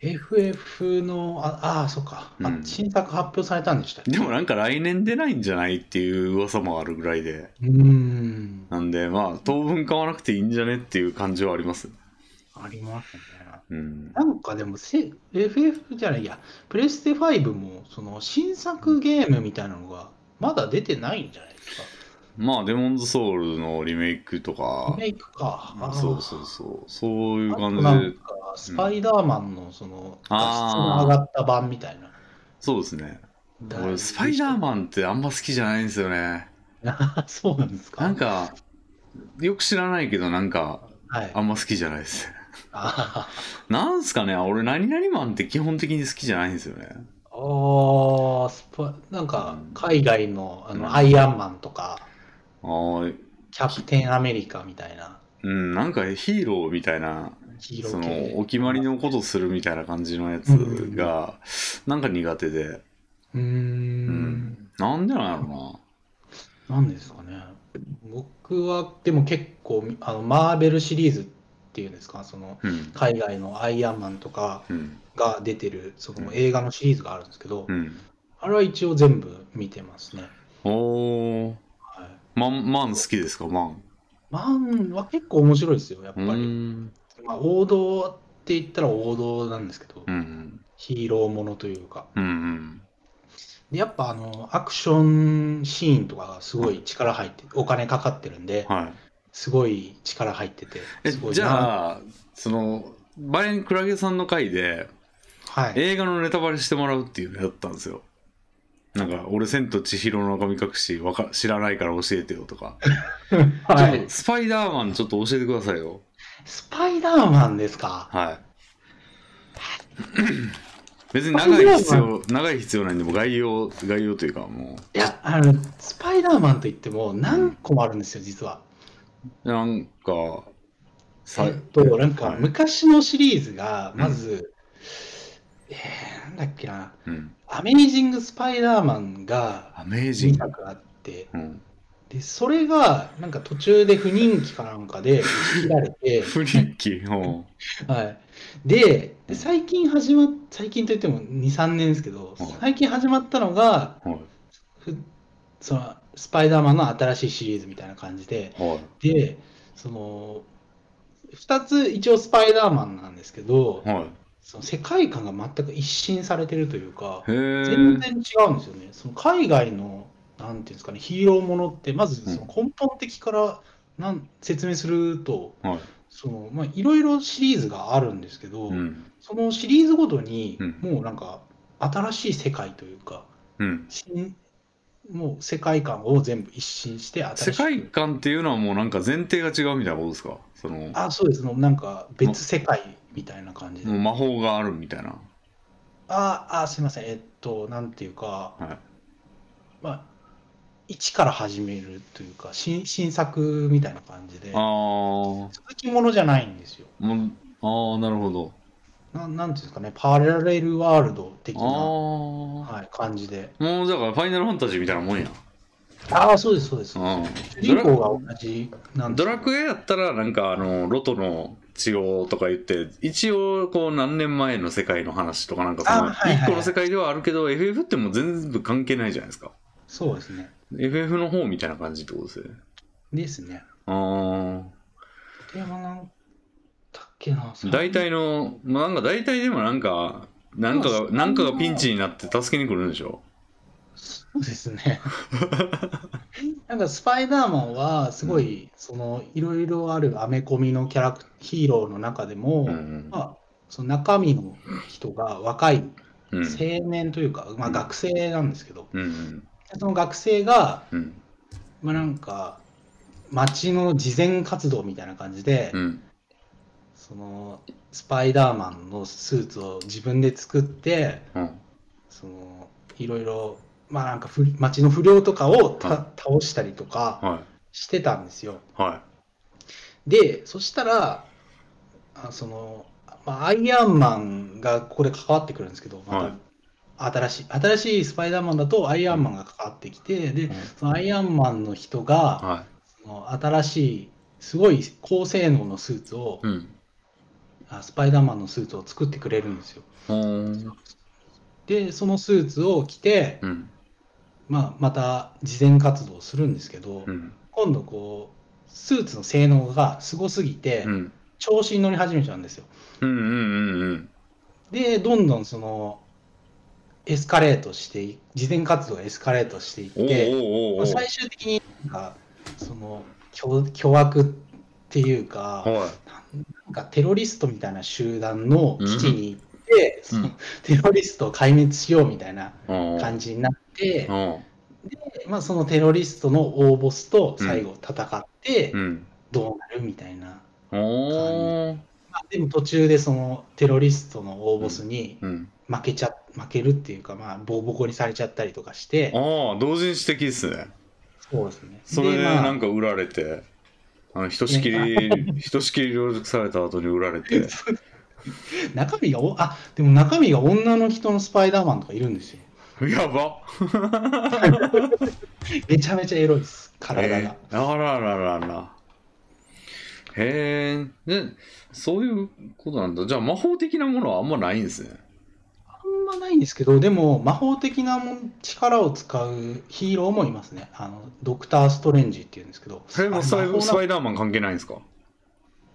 Speaker 2: え FF の、ああー、そっか、あ
Speaker 1: うん
Speaker 2: 新作発表されたんでしたっけ
Speaker 1: でもなんか来年出ないんじゃないっていう噂もあるぐらいで、
Speaker 2: うーん、
Speaker 1: なんでまあ当分買わなくていいんじゃねっていう感じはあります。
Speaker 2: ありますね。
Speaker 1: うん。
Speaker 2: なんかでもせ、FF じゃない、いや、プレステ5も、その新作ゲームみたいなのが、まだ出てないんじゃないですか。
Speaker 1: まあデモンズソウルのリメイクとか
Speaker 2: リ、メイクか。あー
Speaker 1: そうそうそう、そういう
Speaker 2: あと
Speaker 1: 感
Speaker 2: な
Speaker 1: じ
Speaker 2: ん
Speaker 1: で、
Speaker 2: か、スパイダーマンの、その、画質
Speaker 1: あー
Speaker 2: の上がった版みたいな。
Speaker 1: そうですね。俺スパイダーマンってあんま好きじゃないんですよね。
Speaker 2: ン そうなんですか。
Speaker 1: なんか、よく知らないけどなんか
Speaker 2: はい。
Speaker 1: あんま好きじゃないです。
Speaker 2: あ
Speaker 1: なんすかね、俺何々マンって基本的に好きじゃないんですよね。
Speaker 2: あー、スパ、なんか、海外の、あ
Speaker 1: うん
Speaker 2: の、アイアンマンとか、
Speaker 1: ああ、
Speaker 2: キャプテンアメリカみたいな
Speaker 1: うん、なんかヒーローみたいな、
Speaker 2: ヒーロ
Speaker 1: そ
Speaker 2: ー系
Speaker 1: のお決まりのことするみたいな感じのやつが、なんか苦手で、
Speaker 2: う
Speaker 1: う
Speaker 2: ー
Speaker 1: ん
Speaker 2: ん
Speaker 1: なんでなんやろ
Speaker 2: なんですかね僕はでも結構あのマーベルシリーズっていうんですかその
Speaker 1: な。うん。
Speaker 2: 海外のアイアンマンとか
Speaker 1: うん。
Speaker 2: が出てるそ
Speaker 1: うん
Speaker 2: の映画のシリーズがあるんですけど、
Speaker 1: うん。
Speaker 2: あれは一応全部見てますね、
Speaker 1: おー、
Speaker 2: はい、
Speaker 1: マン、マン好きですか、マン。
Speaker 2: マンは結構面白いですよやっぱ
Speaker 1: う
Speaker 2: り、
Speaker 1: ん。
Speaker 2: まあ、王道って言ったら王道なんですけど、
Speaker 1: うん。
Speaker 2: ヒーローものというか
Speaker 1: うん。うん。
Speaker 2: でやっぱあのアクションシーンとかがすごい力入ってお金かかってるんで
Speaker 1: はい。
Speaker 2: すごい力入ってて
Speaker 1: え、
Speaker 2: すごいな
Speaker 1: じゃあ、その、前にクラゲさんの回で、
Speaker 2: はい
Speaker 1: 映画のネタバレしてもらうっていうのやったんですよ。なんか、俺、千と千尋の神隠しわか知らないから教えてよとか。
Speaker 2: は
Speaker 1: ちょっ
Speaker 2: い
Speaker 1: と、スパイダーマンちょっと教えてくださいよ。
Speaker 2: スパイダーマンですか
Speaker 1: はい。 別に長い必要、長い必要ないんで、もう概要、概要というかも
Speaker 2: いやあのスパイダーマンといっても何個もあるんですよ実は
Speaker 1: う、なんか、さ
Speaker 2: えっと、なんか
Speaker 1: はい
Speaker 2: 昔のシリーズが、
Speaker 1: うん
Speaker 2: まず、えーなんだっけな、
Speaker 1: うん、
Speaker 2: アメイジング・スパイダーマンが
Speaker 1: アメージン
Speaker 2: 2
Speaker 1: グ。
Speaker 2: 作あって、
Speaker 1: うん、
Speaker 2: で、それが、なんか途中で不人気かなん かで打ち切られて、
Speaker 1: フリッキー、ほ
Speaker 2: はい、で、で最近始まっ、最近といっても2、3年ですけど
Speaker 1: はい、
Speaker 2: 最近始まったのが、
Speaker 1: う。はい。
Speaker 2: ふそのスパイダーマンの新しいシリーズみたいな感じで、
Speaker 1: はい。
Speaker 2: で、その、2つ一応スパイダーマンなんですけど、
Speaker 1: は
Speaker 2: その世界観が全く一新されてるというか、
Speaker 1: い。へえ。
Speaker 2: 全然違うんですよね。その海外の、なんていうんですかね、ヒーローものって、まずその根本的からなん説明すると、
Speaker 1: はい。
Speaker 2: そのまあいろいろシリーズがあるんですけど、
Speaker 1: うん。
Speaker 2: そのシリーズごとに
Speaker 1: うん、
Speaker 2: もうなんか、新しい世界というか、
Speaker 1: うん。
Speaker 2: 新もう世界観を全部一新して新しく
Speaker 1: 世界観っていうのはもうなんか前提が違うみたいなことですかその、も
Speaker 2: あそうですもうなんか別世界みたいな感じで、
Speaker 1: う魔法があるみたいな。
Speaker 2: ああすいませんえっとなんていうか、
Speaker 1: はい
Speaker 2: まあ一から始めるというか新新作みたいな感じで
Speaker 1: ああ、も
Speaker 2: 続きものじゃないんですよ
Speaker 1: う、ああ、なるほど。
Speaker 2: ななんていうんですかねパラレルワールド的
Speaker 1: あ
Speaker 2: な、
Speaker 1: あ、
Speaker 2: はい、感じで
Speaker 1: もうだからファイナルファンタジーみたいなもんや。
Speaker 2: ああそうですそうです
Speaker 1: う
Speaker 2: 主
Speaker 1: ん。ド
Speaker 2: 人公
Speaker 1: ラ
Speaker 2: が同じなんです
Speaker 1: ドラクエやったらなんかあの、ロトの血をとか言って、一応こう何年前の世界の話とかなんかその、
Speaker 2: あはいはいは
Speaker 1: 一
Speaker 2: い
Speaker 1: 個の世界ではあるけど、FF ってもう全部関係ないじゃないですか。
Speaker 2: そうですね
Speaker 1: FF の方みたいな感じってことですよね。
Speaker 2: ですね
Speaker 1: ああ。
Speaker 2: でもなんだっけな
Speaker 1: 大体の、まあ、なんか大体でもなんか、なんか
Speaker 2: ま
Speaker 1: が、
Speaker 2: あ
Speaker 1: なんかがピンチになって助けに来るんでしょ
Speaker 2: そうですね。 なんかスパイダーマンはすごい、そのいろいろあるアメコミのキャラクヒーローの中でも、
Speaker 1: うん
Speaker 2: まあ、その中身の人が若い
Speaker 1: うん。うん。
Speaker 2: 青年というか、まあ、
Speaker 1: うん
Speaker 2: 学生なんですけど、
Speaker 1: うん。
Speaker 2: その学生が、
Speaker 1: うん。
Speaker 2: まあ、なんか町の慈善活動みたいな感じで、
Speaker 1: うん。
Speaker 2: そのスパイダーマンのスーツを自分で作って
Speaker 1: うん。
Speaker 2: そのいろいろ、まあ、なんかふ町の不良とかをた
Speaker 1: は
Speaker 2: 倒したりとか。
Speaker 1: は
Speaker 2: してたんですよ。
Speaker 1: い。は
Speaker 2: で、そしたら、あその、まあ、アイアンマンがここで関わってくるんですけど、
Speaker 1: は
Speaker 2: ま
Speaker 1: い
Speaker 2: た新しい、新しいスパイダーマンだとアイアンマンが関わってきて、
Speaker 1: い。
Speaker 2: で、そのアイアンマンの人が、
Speaker 1: は
Speaker 2: その新しい、すごい高性能のスーツを
Speaker 1: い。、うん。
Speaker 2: あスパイダーマンのスーツを作ってくれるんですよ。
Speaker 1: ほーん
Speaker 2: で、そのスーツを着て、
Speaker 1: うん。
Speaker 2: まあ、また慈善活動をするんですけど、
Speaker 1: うん。
Speaker 2: 今度こう、スーツの性能がすごすぎて
Speaker 1: う、ん。
Speaker 2: 調子に乗り始めちゃうんですよ。
Speaker 1: うん。うん。うん。うん。
Speaker 2: でどんどんそのエスカレートしてい慈善活動がエスカレートしていっ
Speaker 1: おーお
Speaker 2: て
Speaker 1: ーおーおー
Speaker 2: 最終的になんかその巨巨悪っていうか
Speaker 1: は
Speaker 2: なんかテロリストみたいな集団の基地に行って、
Speaker 1: うん。
Speaker 2: その テロリストを壊滅しようみたいない感
Speaker 1: じ。
Speaker 2: じになって、
Speaker 1: うん。
Speaker 2: まあ、そのテロリストの大ボスと最後戦って
Speaker 1: うん。
Speaker 2: どうなるみたいな、
Speaker 1: おー
Speaker 2: まあ、でも途中でそのテロリストの大ボスに、
Speaker 1: うん。
Speaker 2: 負けちゃ負けるっていうか、まあ、ボコボコにされちゃったりとかして、
Speaker 1: ああ、同人誌的ですね。
Speaker 2: そうですね。
Speaker 1: それで
Speaker 2: でまあ
Speaker 1: なんか売られて、あの、ひとしきり、ひとしきり領辱された後に売られ て。
Speaker 2: 中身がお、あでも中身が女の人のスパイダーマンとかいるんですよ。
Speaker 1: やば
Speaker 2: めちゃめちゃエロいです、体が。
Speaker 1: えーあらららら。へえ。で、そういうことなんだ。じゃあ、魔法的なものはあんまないんですね。
Speaker 2: あんまないんですけど、でも魔法的なもん力を使うヒーローもいますね。あのドクター・ストレンジっていうんですけど、
Speaker 1: それもスパ
Speaker 2: あ魔法
Speaker 1: イ
Speaker 2: な
Speaker 1: スパイダーマン関係ないんですか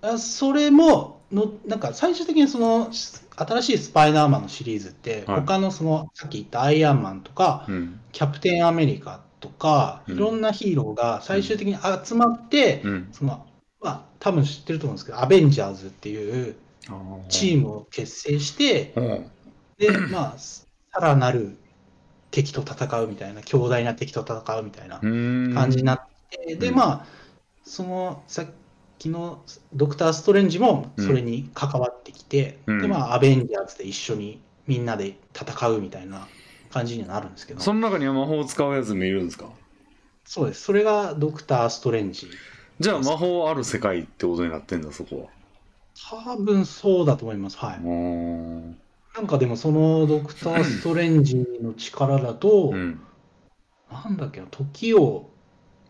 Speaker 2: あそれもの、なんか最終的にそのし新しいスパイダーマンのシリーズって、
Speaker 1: はい
Speaker 2: 他のそのさっき言ったアイアンマンとか、
Speaker 1: うん。
Speaker 2: キャプテンアメリカとか、
Speaker 1: うん
Speaker 2: いろんなヒーローが最終的に集まって、
Speaker 1: うん。
Speaker 2: そのまあ多分知ってると思うんですけど、アベンジャーズっていうチ
Speaker 1: ム。
Speaker 2: ームを結成して、
Speaker 1: うん
Speaker 2: で、まあ、さらなる敵と戦うみたいな、強大な敵と戦うみたいな
Speaker 1: うーん。
Speaker 2: 感じになって、で、
Speaker 1: うん
Speaker 2: まあ、そのさっきのドクター・ストレンジもそれに関わってきて、
Speaker 1: うん
Speaker 2: で、まあ、アベンジャーズで一緒にみんなで戦うみたいな感じにはなるんですけど。
Speaker 1: その中には魔法を使うやつもいるんですか
Speaker 2: そうです。それがドクター・ストレンジ。
Speaker 1: じゃあ魔法ある世界ってことになってんだそこ
Speaker 2: 多分そうだと思います。は
Speaker 1: は。
Speaker 2: い。
Speaker 1: うん。
Speaker 2: なんかでもそのドクター・ストレンジの力だと、
Speaker 1: うん。
Speaker 2: なんだっけな、時を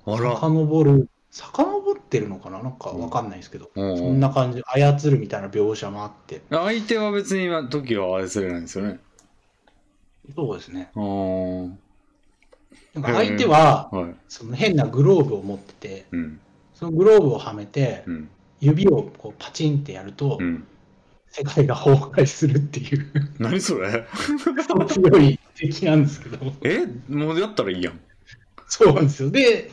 Speaker 1: あら。
Speaker 2: 遡る、遡ってるのかななんかわかんないですけど、
Speaker 1: うん
Speaker 2: そんな感じ、操るみたいな描写もあって、
Speaker 1: 相手は別に今時は操れないんですよね。
Speaker 2: そうですね。
Speaker 1: ああ。
Speaker 2: なんか相手は、
Speaker 1: はい。
Speaker 2: その変なグローブを持ってて、
Speaker 1: うん。
Speaker 2: そのグローブをはめて
Speaker 1: う、ん。
Speaker 2: 指をこうパチンってやると
Speaker 1: う、ん。
Speaker 2: 世界が崩壊するっていう、
Speaker 1: 何それ
Speaker 2: 強い敵なんですけど。
Speaker 1: えもうやったらいいやん。
Speaker 2: そうなんですよ。で、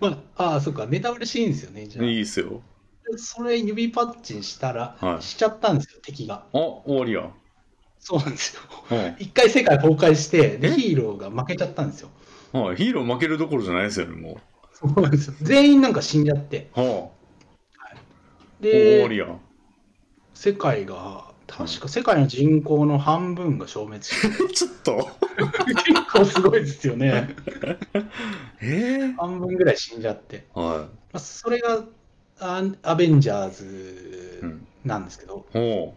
Speaker 2: まあ、ああ、そっか、ネタバレシーンですよね、じゃあ。
Speaker 1: いいっすよ。
Speaker 2: それ指パッチンしたら、
Speaker 1: はい
Speaker 2: しちゃったんですよ、敵が。
Speaker 1: あ、終わりや。
Speaker 2: そうなんですよ。
Speaker 1: はい
Speaker 2: 一回世界崩壊して、で
Speaker 1: え
Speaker 2: ヒーローが負けちゃったんですよ。
Speaker 1: はい。ヒーロー負けるどころじゃないですよね、も
Speaker 2: そうなんですよ。全員なんか死んじゃって。
Speaker 1: う。はあ。終わり
Speaker 2: で、
Speaker 1: や。
Speaker 2: 世界が、確か世界の人口の半分が消滅し て、
Speaker 1: ちょっと。
Speaker 2: 結構すごいです よね。
Speaker 1: え
Speaker 2: 半分ぐらい死んじゃって。
Speaker 1: ー、は
Speaker 2: まあ、それがアンアベンジャー
Speaker 1: い。う
Speaker 2: ズ
Speaker 1: ん。
Speaker 2: なんですけど、
Speaker 1: ほ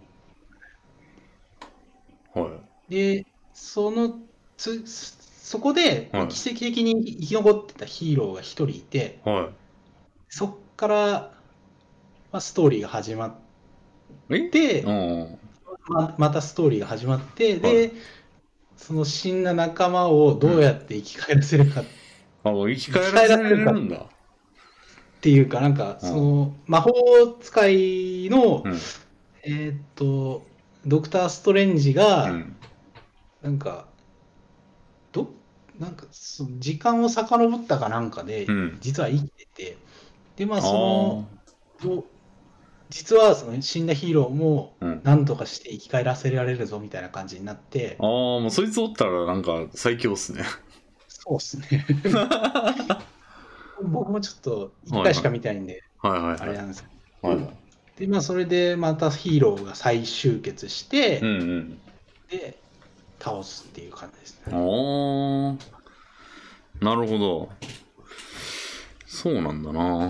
Speaker 1: う。はい。
Speaker 2: で、そのつ、そこで
Speaker 1: はい
Speaker 2: 奇跡的に生き残ってたヒーローが一人いて、
Speaker 1: は
Speaker 2: そっから、まあ、ストーリーが始まっ
Speaker 1: い。え
Speaker 2: て、
Speaker 1: うん。
Speaker 2: ままたストーリーが始まって、
Speaker 1: は
Speaker 2: で、その死んだ仲間をどうやって生き返らせるかっ
Speaker 1: あ、もう生き返らせられるんだ。
Speaker 2: ていうか、なんか、
Speaker 1: うん
Speaker 2: その魔法使いの、
Speaker 1: うん。
Speaker 2: えーっと、ドクター・ストレンジが、
Speaker 1: うん。
Speaker 2: なんか、どなんかその時間を遡ったかなんかで、
Speaker 1: うん。
Speaker 2: 実は生きてて、で、ま
Speaker 1: あ
Speaker 2: あ、その、ど実はその死んだヒーローも、
Speaker 1: ーうん。
Speaker 2: なんとかして生き返らせられるぞみたいな感じになって
Speaker 1: あ、あ、もうそいつおったらなんか最強っすね。
Speaker 2: そうですね。僕もちょっと1回しか見たいんで、
Speaker 1: はい
Speaker 2: あ
Speaker 1: はいは
Speaker 2: れ
Speaker 1: い
Speaker 2: な。んですけど。
Speaker 1: はいはい
Speaker 2: で、まあ、それでまたヒーローが再集結して、
Speaker 1: うん
Speaker 2: で、倒すっていう感じです
Speaker 1: うん。
Speaker 2: ね。
Speaker 1: ああ。なるほど。そうなんだな。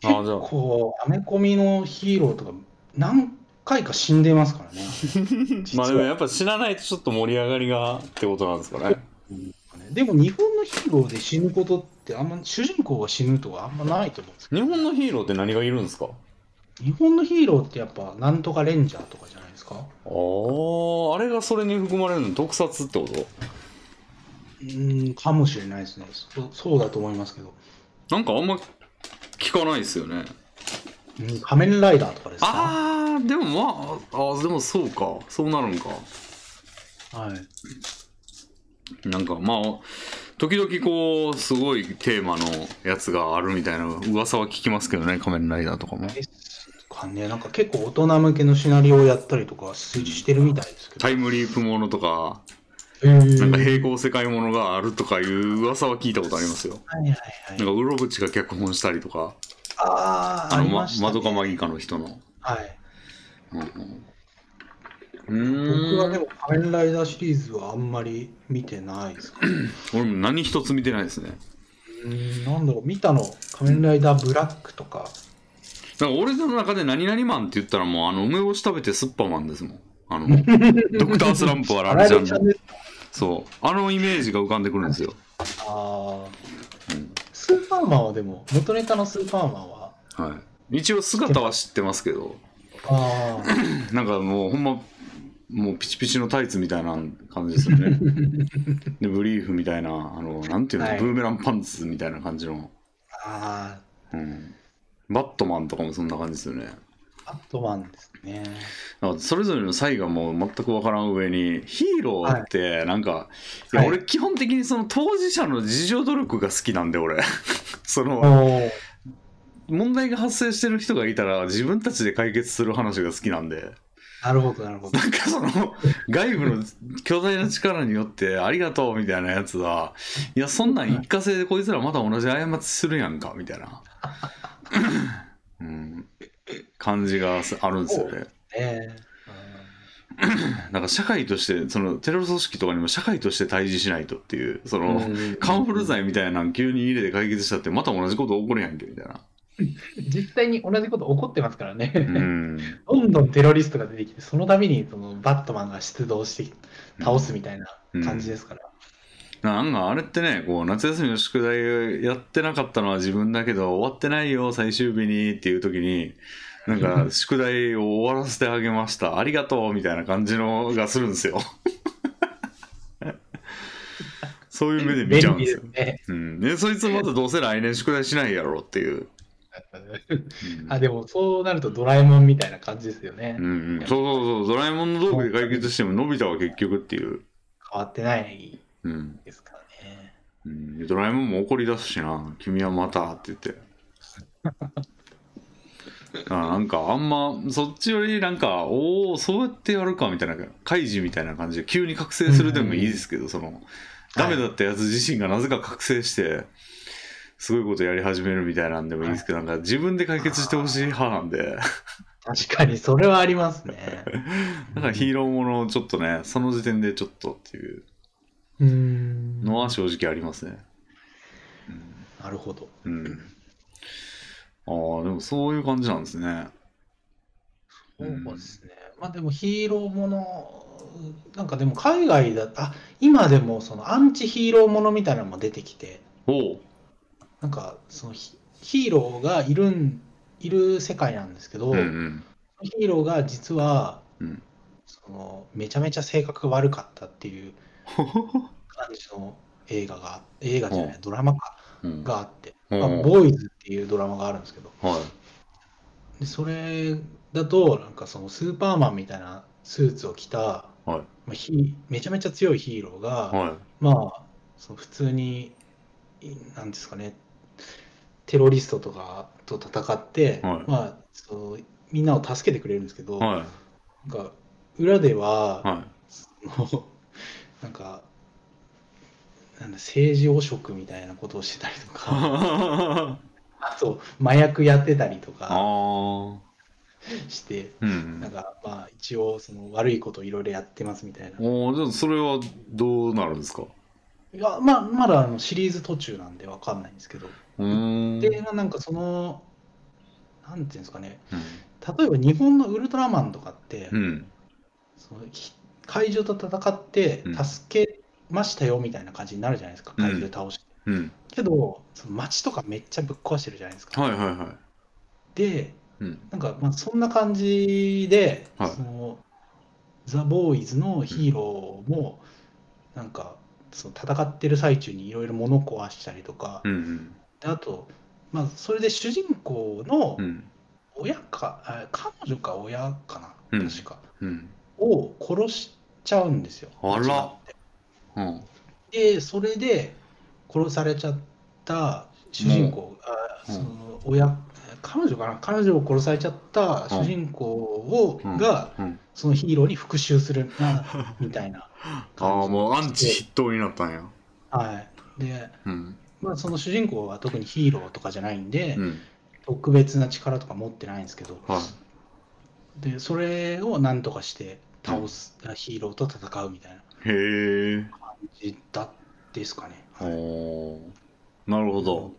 Speaker 1: じゃあ
Speaker 2: 結構、アメコミのヒーローとか、何回か死んでます からね。実
Speaker 1: まあ
Speaker 2: は
Speaker 1: でもやっぱ知らないとちょっと盛り上がりがってことなんですかね。
Speaker 2: でも、日本のヒーローで死ぬことって、あんま主人公が死ぬとかあんまないと思うんですけ
Speaker 1: 日
Speaker 2: ど、
Speaker 1: 本のヒーローって何がいるんですか
Speaker 2: 日本のヒーローってやっぱ、なんとかレンジャーとかじゃないですか。
Speaker 1: ああ、あれがそれに含まれるの特撮ってこと
Speaker 2: うん、かもしれないですね。そそうだと思いますけど。
Speaker 1: なんかあんま聞かないですよね。
Speaker 2: うん仮面ライダーとかですか
Speaker 1: ああ、でもまあ、ああ、でもそうか。そうなるんか。
Speaker 2: はい。
Speaker 1: なんかまあ、時々こう、すごいテーマのやつがあるみたいな噂は聞きますけどね、仮面ライダーとかも。
Speaker 2: ですかね。なんか結構大人向けのシナリオをやったりとかしてるみたいですけど。
Speaker 1: タイムリープものとか、
Speaker 2: へー
Speaker 1: なんか平行世界ものがあるとかいう噂は聞いたことありますよ。
Speaker 2: はいはいは
Speaker 1: なん
Speaker 2: い。
Speaker 1: か、ウロブチが脚本したりとか、
Speaker 2: あ
Speaker 1: あ
Speaker 2: あ、あ
Speaker 1: の、
Speaker 2: り
Speaker 1: ま
Speaker 2: ま、した、
Speaker 1: マド
Speaker 2: ね。
Speaker 1: カマギカの人の。
Speaker 2: はい。
Speaker 1: うんうんうーん。
Speaker 2: 僕はでも仮面ライダーシリーズはあんまり見てないですか、ね。
Speaker 1: 俺も何一つ見てないですね。
Speaker 2: うん、なんだろう、見たの、仮面ライダーブラックとか。
Speaker 1: なんか俺の中で何々マンって言ったらもうあの梅干し食べてスッパーマンですもん。あ のドクタースランプはラルジャン
Speaker 2: あ
Speaker 1: の。そう。あのイメージが浮かんでくるんですよ。
Speaker 2: あ
Speaker 1: うん
Speaker 2: ー、スーパーマンはでも、元ネタのスーパーマンは、
Speaker 1: はい、一応姿は知ってますけど、
Speaker 2: ああ、
Speaker 1: なんかもうほんま、もうピチピチのタイツみたいな感じですよ ね。で、ブリーフみたいな、あの、なんていうの、
Speaker 2: はい
Speaker 1: ブーメランパンツみたいな感じの。
Speaker 2: あ
Speaker 1: うん。バットマンとかもそんな感じですよね。
Speaker 2: ー、バットマンですね。
Speaker 1: なんかそれぞれの差異がもう全く分からん上にヒーローってなんか、い、
Speaker 2: は
Speaker 1: や
Speaker 2: い
Speaker 1: 俺基本的にその当事者の自助努力が好きなんで俺 そ
Speaker 2: お
Speaker 1: の
Speaker 2: ー
Speaker 1: 問題が発生してる人がいたら自分たちで解決する話が好きなんで
Speaker 2: なるほど、なるほど。
Speaker 1: なんかその外部の巨大な力によってありがとうみたいなやつはいやそんなん一過性でこいつらまた同じ過ちするやんかみたい な、うん、感じがあるんですよね。
Speaker 2: え
Speaker 1: なんか社会としてそのテロ組織とかにも社会として対峙しないとっていうそ
Speaker 2: え
Speaker 1: の、カンフル剤みたいなの急に入れて解決したってまた同じこと起こるやんけみたいな
Speaker 2: 実際に同じこと起こってますからね。
Speaker 1: うん。
Speaker 2: どんどんテロリストが出てきて、そのためにそのバットマンが出動して倒すみたいな感じですから。
Speaker 1: なんかあれってね、こう夏休みの宿題やってなかったのは自分だけど、終わってないよ、最終日にっていう時に、なん か宿題を終わらせてあげました、ありがとうみたいな感じのがするんです よ。そういう目で見ちゃうん
Speaker 2: 便利
Speaker 1: です
Speaker 2: で
Speaker 1: よ
Speaker 2: す。
Speaker 1: う
Speaker 2: ね。
Speaker 1: ん、でそいつまたどうせ来年宿題しないやろっていう。うん
Speaker 2: あでもそうなるとドラえもんみたいな感じですよね。
Speaker 1: うんうん、そうそうそう、ドラえもんの道具で解決しても、のび太は結局っていう。
Speaker 2: 変わってない
Speaker 1: うん。
Speaker 2: ですからね。
Speaker 1: うん、ドラえもんも怒り出すしな、君はまたって言って。あなんかあんまそっちよりなんかおおそうやってやるかみたいな開示みたいな感じで急に覚醒するでもいいですけど、そのダメだったやつ自身がなぜか覚醒してすごいことやり始めるみたいなんでもいいですけど、なんか自分で解決してほしい派なんで
Speaker 2: 確かにそれはありますね。
Speaker 1: だからヒーローものをちょっとねその時点でちょっとっていう
Speaker 2: うーん。
Speaker 1: のは正直ありますね。
Speaker 2: なるほど。
Speaker 1: うん。うん、ああ、でもそういう感じなんですね。うん
Speaker 2: そうですね。まあでもヒーローもの、なんかでも海外だと、あ今でもそのアンチヒーローものみたいなのも出てきて、
Speaker 1: おう。
Speaker 2: なんかそのヒヒーローがいるんいる世界なんですけど、
Speaker 1: うんうん。
Speaker 2: ヒーローが実は、
Speaker 1: うん
Speaker 2: そのめちゃめちゃ性格が悪かったっていう感じの映画が映画じゃない、
Speaker 1: う
Speaker 2: ドラマか
Speaker 1: うん
Speaker 2: があって、
Speaker 1: うん
Speaker 2: まあボーイズっていうドラマがあるんですけど
Speaker 1: はい。
Speaker 2: でそれだとなんかそのスーパーマンみたいなスーツを着た、まあ、ヒめちゃめちゃ強いヒーローが、
Speaker 1: は
Speaker 2: まあその普通にいなんですかねテロリストとかと戦って、
Speaker 1: はい
Speaker 2: まあそうみんなを助けてくれるんですけど、
Speaker 1: い。は
Speaker 2: なんか裏で
Speaker 1: い。
Speaker 2: は、
Speaker 1: は
Speaker 2: もうなんかなんだ政治汚職みたいなことをしてたりとか
Speaker 1: い。
Speaker 2: あと麻薬やってたりと
Speaker 1: ああ
Speaker 2: か。して
Speaker 1: うん
Speaker 2: なん。かまあ一応その悪いことをいろいろやってますみたいな。
Speaker 1: おお、じゃあそれはどうなるんですか
Speaker 2: いやまあ、まだあのシリーズ途中なんでわかんないんですけど、
Speaker 1: うーん。
Speaker 2: でなんかそのなんていうんですかね
Speaker 1: うん
Speaker 2: 例えば日本のウルトラマンとかって、
Speaker 1: うん。
Speaker 2: そのひ怪獣と戦って
Speaker 1: うん
Speaker 2: 助けましたよみたいな感じになるじゃないですか、
Speaker 1: うん
Speaker 2: 怪獣倒して。
Speaker 1: うん。
Speaker 2: けどその街とかめっちゃぶっ壊してるじゃないですか。
Speaker 1: はいはいは
Speaker 2: で
Speaker 1: い。うん。
Speaker 2: なんかまあそんな感じで、
Speaker 1: はい
Speaker 2: そのザ・ボーイズのヒーローも、なんかその戦ってる最中にいろいろ物壊したりとか、
Speaker 1: うんうん。
Speaker 2: であと、まあ、それで主人公の
Speaker 1: うん。
Speaker 2: 親か、あ彼女か親か
Speaker 1: う
Speaker 2: な、
Speaker 1: ん
Speaker 2: 確か、
Speaker 1: うん。
Speaker 2: を殺しちゃうんですよ。
Speaker 1: あら
Speaker 2: 間違って
Speaker 1: うん。
Speaker 2: でそれで殺されちゃった主人公あ
Speaker 1: うん
Speaker 2: その親彼女かな彼女を殺されちゃった主人公を、
Speaker 1: うん
Speaker 2: が
Speaker 1: うん
Speaker 2: そのヒーローに復讐するな みたいな
Speaker 1: ああ、もうアンチ
Speaker 2: で
Speaker 1: 筆頭になったんや。
Speaker 2: はいで、
Speaker 1: うん。
Speaker 2: まあ、その主人公は特にヒーローとかじゃないんで、
Speaker 1: うん。
Speaker 2: 特別な力とか持ってないんですけど
Speaker 1: はい。
Speaker 2: でそれをなんとかして倒す、ヒーローと戦うみたいな
Speaker 1: へえ。
Speaker 2: 感じだったですかね。
Speaker 1: お
Speaker 2: はい
Speaker 1: おー。なるほど。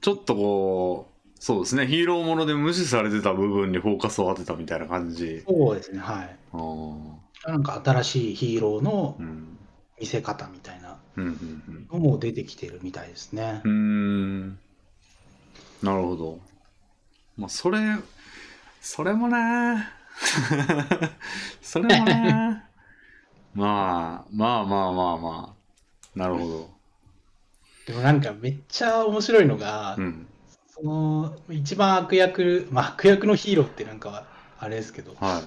Speaker 1: ちょっとこう、そうですね、ヒーローもので無視されてた部分にフォーカスを当てたみたいな感じ。
Speaker 2: そうですねはい
Speaker 1: あー
Speaker 2: なんか新しいヒーローの
Speaker 1: うん。
Speaker 2: 見せ方みたいな
Speaker 1: うんうん
Speaker 2: のも出てきてるみたいですね
Speaker 1: う。ん。うーん。なるほど。まあ、それ、それもなー それもなーまあ、まあまあまあまあ。なるほど。
Speaker 2: でもなんかめっちゃ面白いのが、
Speaker 1: うん。
Speaker 2: その一番悪役、 まあ、悪役のヒーローってなんかあれですけど、
Speaker 1: は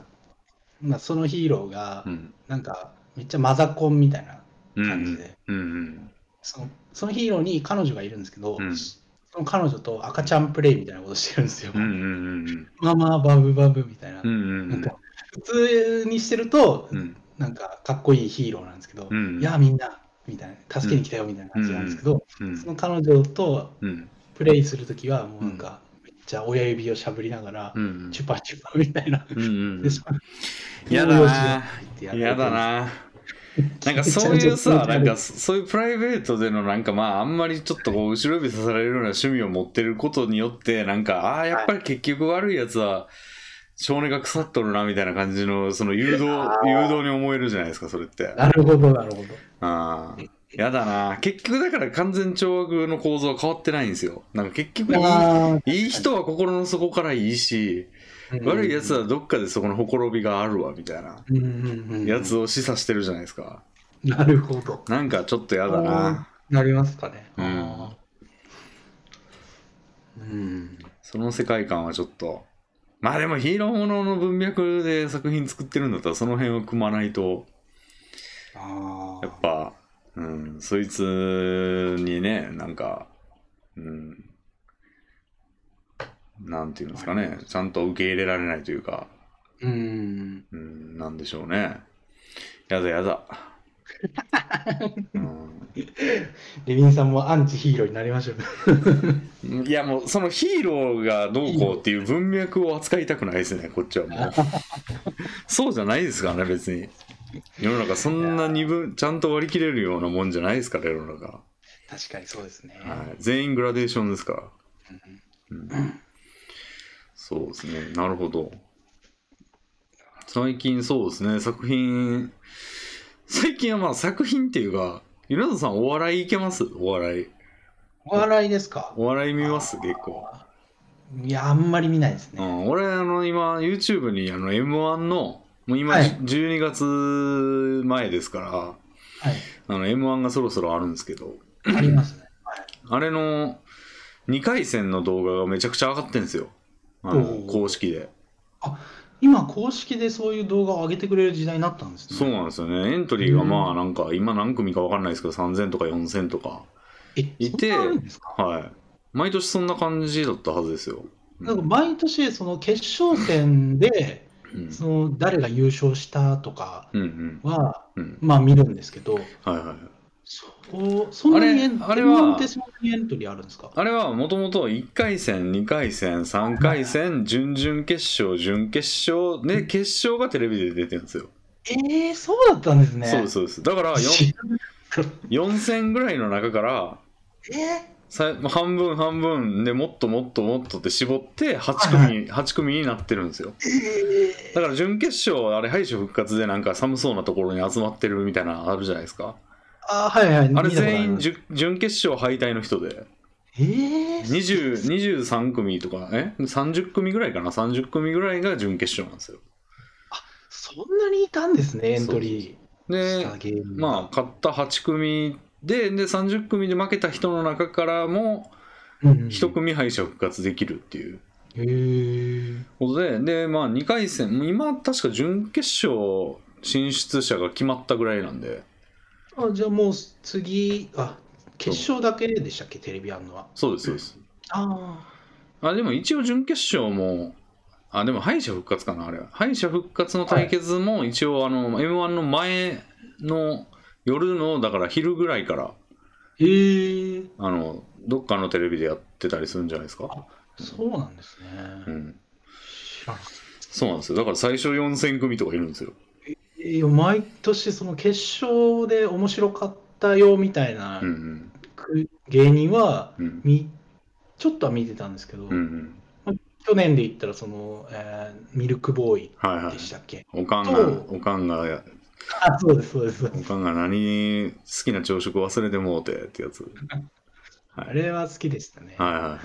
Speaker 2: まあ、そのヒーローが
Speaker 1: い。うん。
Speaker 2: なんかめっちゃマザコンみたいな
Speaker 1: うんう
Speaker 2: 感じ
Speaker 1: ん
Speaker 2: で、。
Speaker 1: うん
Speaker 2: そのそのヒーローに彼女がいるんですけど、
Speaker 1: うん
Speaker 2: その彼女と赤ちゃんプレイみたいなことしてるんですよ。
Speaker 1: うん。うんうんうん
Speaker 2: ママバブバブみたいな。
Speaker 1: うん。うんうんう
Speaker 2: なん
Speaker 1: ん
Speaker 2: か普通にしてると
Speaker 1: う、ん。
Speaker 2: なんかかっこいいヒーローなんですけど、
Speaker 1: うん
Speaker 2: いやみんなみたいな助けに来たよみたいな感じなんですけど、
Speaker 1: うん
Speaker 2: その彼女と
Speaker 1: うん。
Speaker 2: プレイするときはもうなんか、めっちゃ親指をしゃぶりながら、
Speaker 1: うん
Speaker 2: チュパチュパみたいな、
Speaker 1: うんうん
Speaker 2: でその
Speaker 1: やだな
Speaker 2: ってやる
Speaker 1: やだななんかそういうさ、なんかそそういうプライベートでのなんかまああんまりちょっとこう後ろ指さされるような趣味を持ってることによってなんかああやっぱり結局悪いやつは少年が腐っとるなみたいな感じのその誘導
Speaker 2: あー
Speaker 1: 誘導に思えるじゃないですかそれって。
Speaker 2: なるほど、なるほど。
Speaker 1: ああ。やだな結局だから完全懲悪の構造は変わってないんですよ。なんか結局いい
Speaker 2: あ
Speaker 1: いい人は心の底からいいし、
Speaker 2: ー
Speaker 1: 悪いやつは、どっかでそこのほころびがあるわみたいな
Speaker 2: うんうんうん、
Speaker 1: やつを示唆してるじゃないですか。
Speaker 2: なるほど。
Speaker 1: なんかちょっとやだな。
Speaker 2: なりますかね。
Speaker 1: うん
Speaker 2: うん。
Speaker 1: その世界観はちょっと。まあでもヒーローものの文脈で作品作ってるんだったらその辺を組まないと、
Speaker 2: あ
Speaker 1: やっぱ、うん、そいつにね、なんか、うん、なんていうんですかね、ちゃんと受け入れられないというか、
Speaker 2: ーうん。
Speaker 1: うん、なんでしょうね。やだや だ。うん
Speaker 2: レビンさんもアンチヒーローになりましょう。
Speaker 1: いやもうそのヒーローがどうこうっていう文脈を扱いたくないですねこっちはもうそうじゃないですからね別に世の中そんな二分ちゃんと割り切れるようなもんじゃないですから世の中、は
Speaker 2: 確かにそうですね。
Speaker 1: い、全員グラデーションですから、
Speaker 2: うん
Speaker 1: うん、そうですねなるほど最近そうですね作品最近はまあ作品っていうか稲田さんお笑いいけますお笑い
Speaker 2: お笑いですか
Speaker 1: お笑い見ます結構
Speaker 2: いや、あんまり見ないです
Speaker 1: う
Speaker 2: ね。
Speaker 1: ん、俺あの今 YouTube にあの M1 のもう今、
Speaker 2: はい
Speaker 1: 12月前ですか
Speaker 2: はい。
Speaker 1: らあの M1 がそろそろあるんですけど
Speaker 2: ありますね。
Speaker 1: あれの2回戦の動画がめちゃくちゃ上がってんですよあの
Speaker 2: おー
Speaker 1: 公式で
Speaker 2: 今、公式でそういう動画を上げてくれる時代になったんですね。
Speaker 1: そうなんですよねエントリーがま
Speaker 2: う
Speaker 1: あなんか今何組か分かんないですけど3000とか4000とか
Speaker 2: え、
Speaker 1: いて
Speaker 2: そんなあるんですか
Speaker 1: はい毎年そんな感じだったはずですよ、うん
Speaker 2: なんか毎年、その決勝戦で、
Speaker 1: うん
Speaker 2: その誰が優勝したとか
Speaker 1: うんうん
Speaker 2: は、
Speaker 1: うん
Speaker 2: まあ見るんですけど、
Speaker 1: はいはい
Speaker 2: そうそんなにエン
Speaker 1: あれあれは
Speaker 2: M1 ってそんなにエントリーあるんですか
Speaker 1: あれはもともと1回戦、2回戦、3回戦、準々決勝、準決勝で、決勝がテレビで出てるんですよ。
Speaker 2: えー、そうだったんですね。
Speaker 1: そうです、そうです。だから
Speaker 2: 知
Speaker 1: 4戦ぐらいの中から、
Speaker 2: え
Speaker 1: さ半分半分でもっともっともっとって絞って8
Speaker 2: は
Speaker 1: 組,、8組になってるんですよ
Speaker 2: ー、え
Speaker 1: だから準決勝あれ敗者復活でなんか寒そうなところに集まってるみたいなのあるじゃないですか
Speaker 2: あー、はいは
Speaker 1: あれ
Speaker 2: い。見たこと
Speaker 1: 全員
Speaker 2: ます
Speaker 1: 準準決勝敗退の人で
Speaker 2: えー、
Speaker 1: 20 23組とかえ30組ぐらいかな30組ぐらいが準決勝なんですよ
Speaker 2: そんなにいたんですね、エントリー
Speaker 1: で
Speaker 2: したゲーム。
Speaker 1: まあ勝った8組でで30組で負けた人の中からも
Speaker 2: あ、うん、
Speaker 1: 1組敗者復活できるっていう
Speaker 2: へー
Speaker 1: ことででまあ2回戦もう今確か準決勝進出者が決まったぐらいなんで
Speaker 2: あじゃあもう次、あ決勝だけでしたっけ、テレビあんのは。
Speaker 1: そうですそうです
Speaker 2: ああ。
Speaker 1: あでも一応準決勝もあでも敗者復活かなあれは敗者復活の対決も一応あの m 1の前の夜のだから昼ぐらいから
Speaker 2: へえ、
Speaker 1: あのどっかのテレビでやってたりするんじゃないですか
Speaker 2: そうなんですね。
Speaker 1: うん
Speaker 2: 知らなかった
Speaker 1: そうなんですよ。だから最初4000組とかいるんですよ。
Speaker 2: いや毎年、その決勝で面白かったよみたいな
Speaker 1: うん
Speaker 2: く芸人は、
Speaker 1: うん。うん
Speaker 2: みちょっとは見てたんですけど、
Speaker 1: うんうん。
Speaker 2: 去年で言ったら、その、えーミルクボーイ
Speaker 1: はいはい
Speaker 2: で。したっけ。
Speaker 1: おかん
Speaker 2: そ
Speaker 1: が
Speaker 2: う、
Speaker 1: おかんが、
Speaker 2: あ、そうです、そうです。そうです
Speaker 1: おかんが何、好きな朝食忘れてもうてってやつ。は
Speaker 2: あ
Speaker 1: い
Speaker 2: れは好きでしたね。
Speaker 1: はいはいはい。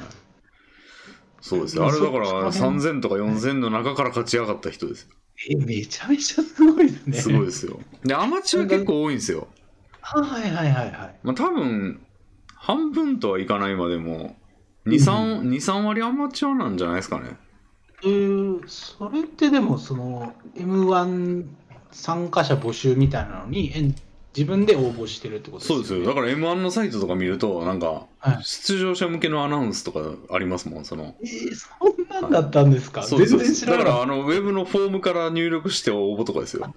Speaker 1: そうですよ。あれだから
Speaker 2: そその辺
Speaker 1: 3000とか4000の中から勝ち上がった人です
Speaker 2: えめちゃめちゃすごいですね。
Speaker 1: よ。すごいですよ。で、アマチュア結構多いんですよ。
Speaker 2: あはいはいはいはい。
Speaker 1: まあ多分、半分とはいかないまでも、2、3、
Speaker 2: う
Speaker 1: 2、3割アマチュアなんじゃないですかね。
Speaker 2: えー、それってでも、その M1 参加者募集みたいなのに、えん自分で応募してるってことです
Speaker 1: そう
Speaker 2: よ、ね、
Speaker 1: ですよ。だから M1 のサイトとか見ると、なんか
Speaker 2: は、い
Speaker 1: 出場者向けのアナウンスとかありますもん、その。
Speaker 2: えーそんなんだったんですか、
Speaker 1: そうです
Speaker 2: 全然知ら
Speaker 1: だ
Speaker 2: な
Speaker 1: か
Speaker 2: かっ
Speaker 1: ら、あの、ウェブのフォームから入力して応募とかですよ。
Speaker 2: た。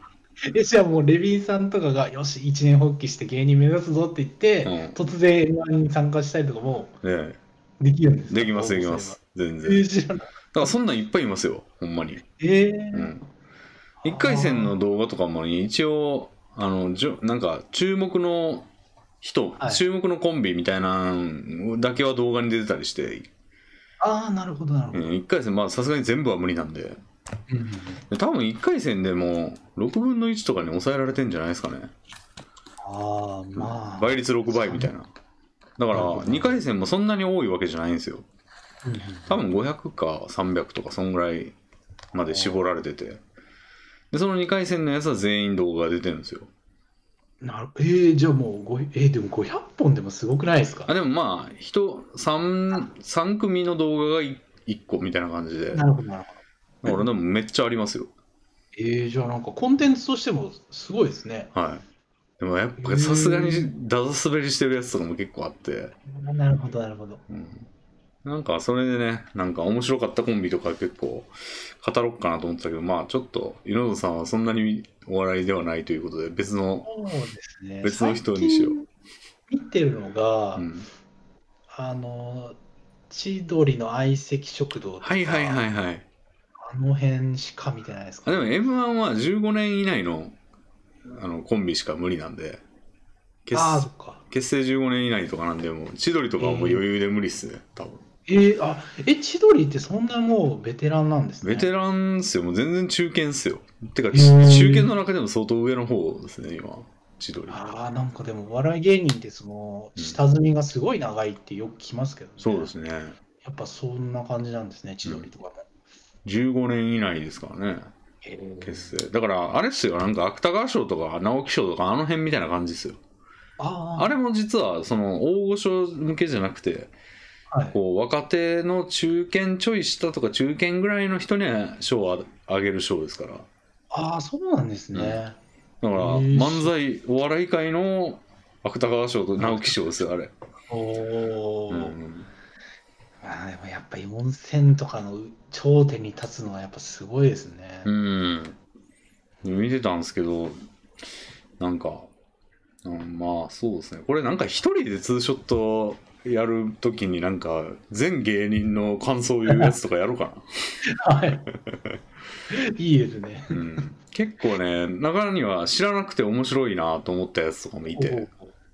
Speaker 2: えじゃあもうレビンさんとかが、よし、一年発起して芸人目指すぞって言って、
Speaker 1: うん
Speaker 2: 突然 M1 に参加したりとかも
Speaker 1: ね
Speaker 2: できるんですか
Speaker 1: できます、できます。。全
Speaker 2: 応募
Speaker 1: 然。
Speaker 2: す
Speaker 1: だ
Speaker 2: ればえー、知らなかっ
Speaker 1: から、そんなんいっぱいいますよ、ほんまに。
Speaker 2: たえ
Speaker 1: うん。1回戦の動画とかも、一応、あのじょなんか注目の人、
Speaker 2: はい
Speaker 1: 注目のコンビみたいなんだけは動画に出てたりして、
Speaker 2: ああ、なるほど、なるほ
Speaker 1: う
Speaker 2: ど。
Speaker 1: ん、1回戦まあさすがに全部は無理なんで
Speaker 2: うんうんうん
Speaker 1: 多分1回戦でも6分の1とかに抑えられてんじゃないですかね
Speaker 2: ああ、まあ。
Speaker 1: 倍率6倍みたいなだか
Speaker 2: なる
Speaker 1: ら
Speaker 2: ほど
Speaker 1: 2回戦もそんなに多いわけじゃないんですよ
Speaker 2: うんうん
Speaker 1: 多分500か300とかそんぐらいまで絞られててでその2回戦のやつは全員動画が出てるんですよ
Speaker 2: なるえー、じゃあもうご、えー、でも500本でもすごくないですか
Speaker 1: あでもまあ人 3, 三組の動画が 1, 個みたいな感じで
Speaker 2: なるほど、なるほど。
Speaker 1: 俺でもめっちゃありますよ
Speaker 2: えー、じゃあなんかコンテンツとしてもすごいですね。
Speaker 1: はいでもやっぱさすがにダダ滑りしてるやつとかも結構あって、
Speaker 2: あーなるほど、なるほど。
Speaker 1: うん、なんかそれでねなんか面白かったコンビとか結構語ろうかなと思ってたけどまあちょっと井上さんはそんなにお笑いではないということで別の
Speaker 2: そうですね。
Speaker 1: 別の人にしよう
Speaker 2: 最近見てるのが、
Speaker 1: うん
Speaker 2: あの、千鳥の相席食堂とか、
Speaker 1: はいはいはいはい
Speaker 2: あの辺しか見てないです
Speaker 1: あ
Speaker 2: か、
Speaker 1: でも m 1は15年以内のあのコンビしか無理なんで結
Speaker 2: ああ、そっか。
Speaker 1: 結成15年以内とかなんでもう千鳥とかはもう余裕で無理っすね多分
Speaker 2: えー、あえ、千鳥ってそんなもうベテランなんですね。
Speaker 1: ベテランっすよもう全然中堅っすよてか、
Speaker 2: へー
Speaker 1: 中堅の中でも相当上の方ですね今千鳥
Speaker 2: ああ、なんかでもお笑い芸人ってその下積みがすごい長いってよく聞きますけどね。
Speaker 1: そうですね
Speaker 2: やっぱそんな感じなんですね、千鳥とかも。
Speaker 1: 15年以内ですからね
Speaker 2: へー
Speaker 1: 結成だからあれっすよなんか芥川賞とか直木賞とかあの辺みたいな感じっすよ
Speaker 2: あー
Speaker 1: あれも実はその大御所向けじゃなくて
Speaker 2: はい、
Speaker 1: こう若手の中堅ちょい下とか中堅ぐらいの人には賞をあげる賞ですからだか
Speaker 2: ああ、そうなんですね。
Speaker 1: ら
Speaker 2: へー
Speaker 1: 漫才お笑い界の芥川賞と直木賞ですよあれ、
Speaker 2: おお、
Speaker 1: うん、
Speaker 2: まあでもやっぱり温泉とかの頂点に立つのはやっぱすごいですね。
Speaker 1: うん見てたんですけどなんか、うん、まあそうですねこれなんか一人でツーショットやるときになんか全芸人の感想言うやつとかやろうか
Speaker 2: はい。いいですね。
Speaker 1: な、うん、結構ね中には知らなくて面白いなと思ったやつとかもいて、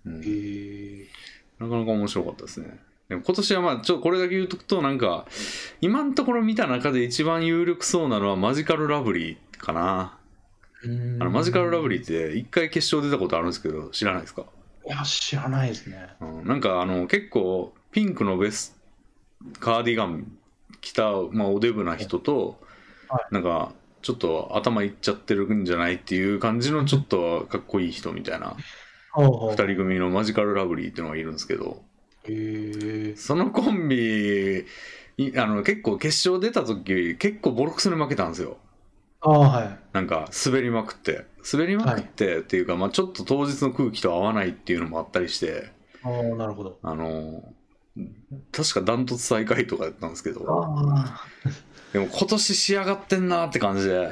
Speaker 2: おー
Speaker 1: うん
Speaker 2: へー
Speaker 1: なかなか面白かったですね。でも今年はまあちょっとこれだけ言うとくとなんか今のところ見た中で一番有力そうなのはマジカルラブリーかな
Speaker 2: うーん
Speaker 1: あのマジカルラブリーって一回決勝出たことあるんですけど知らないですか、
Speaker 2: いや、知らないですね。
Speaker 1: うん、なんかあの結構ピンクのベストカーディガン着た、まあ、おデブな人と、
Speaker 2: は
Speaker 1: なんかちょっと頭いっちゃってるんじゃないっていう感じのちょっとかっこいい人みたいな
Speaker 2: 2
Speaker 1: 2人組のマジカルラブリーっていうのがいるんですけど
Speaker 2: へえ。
Speaker 1: そのコンビいあの結構決勝出た時結構ボロクソに負けたんですよ
Speaker 2: ああ、はい。
Speaker 1: なんか滑りまくって滑りまくってっていうか、まあ、ちょっと当日の空気と合わないっていうのもあったりして
Speaker 2: ああ、なるほど。
Speaker 1: あの確かダントツ最下位とかだったんですけど
Speaker 2: ああ。
Speaker 1: でも今年仕上がってんなって感じで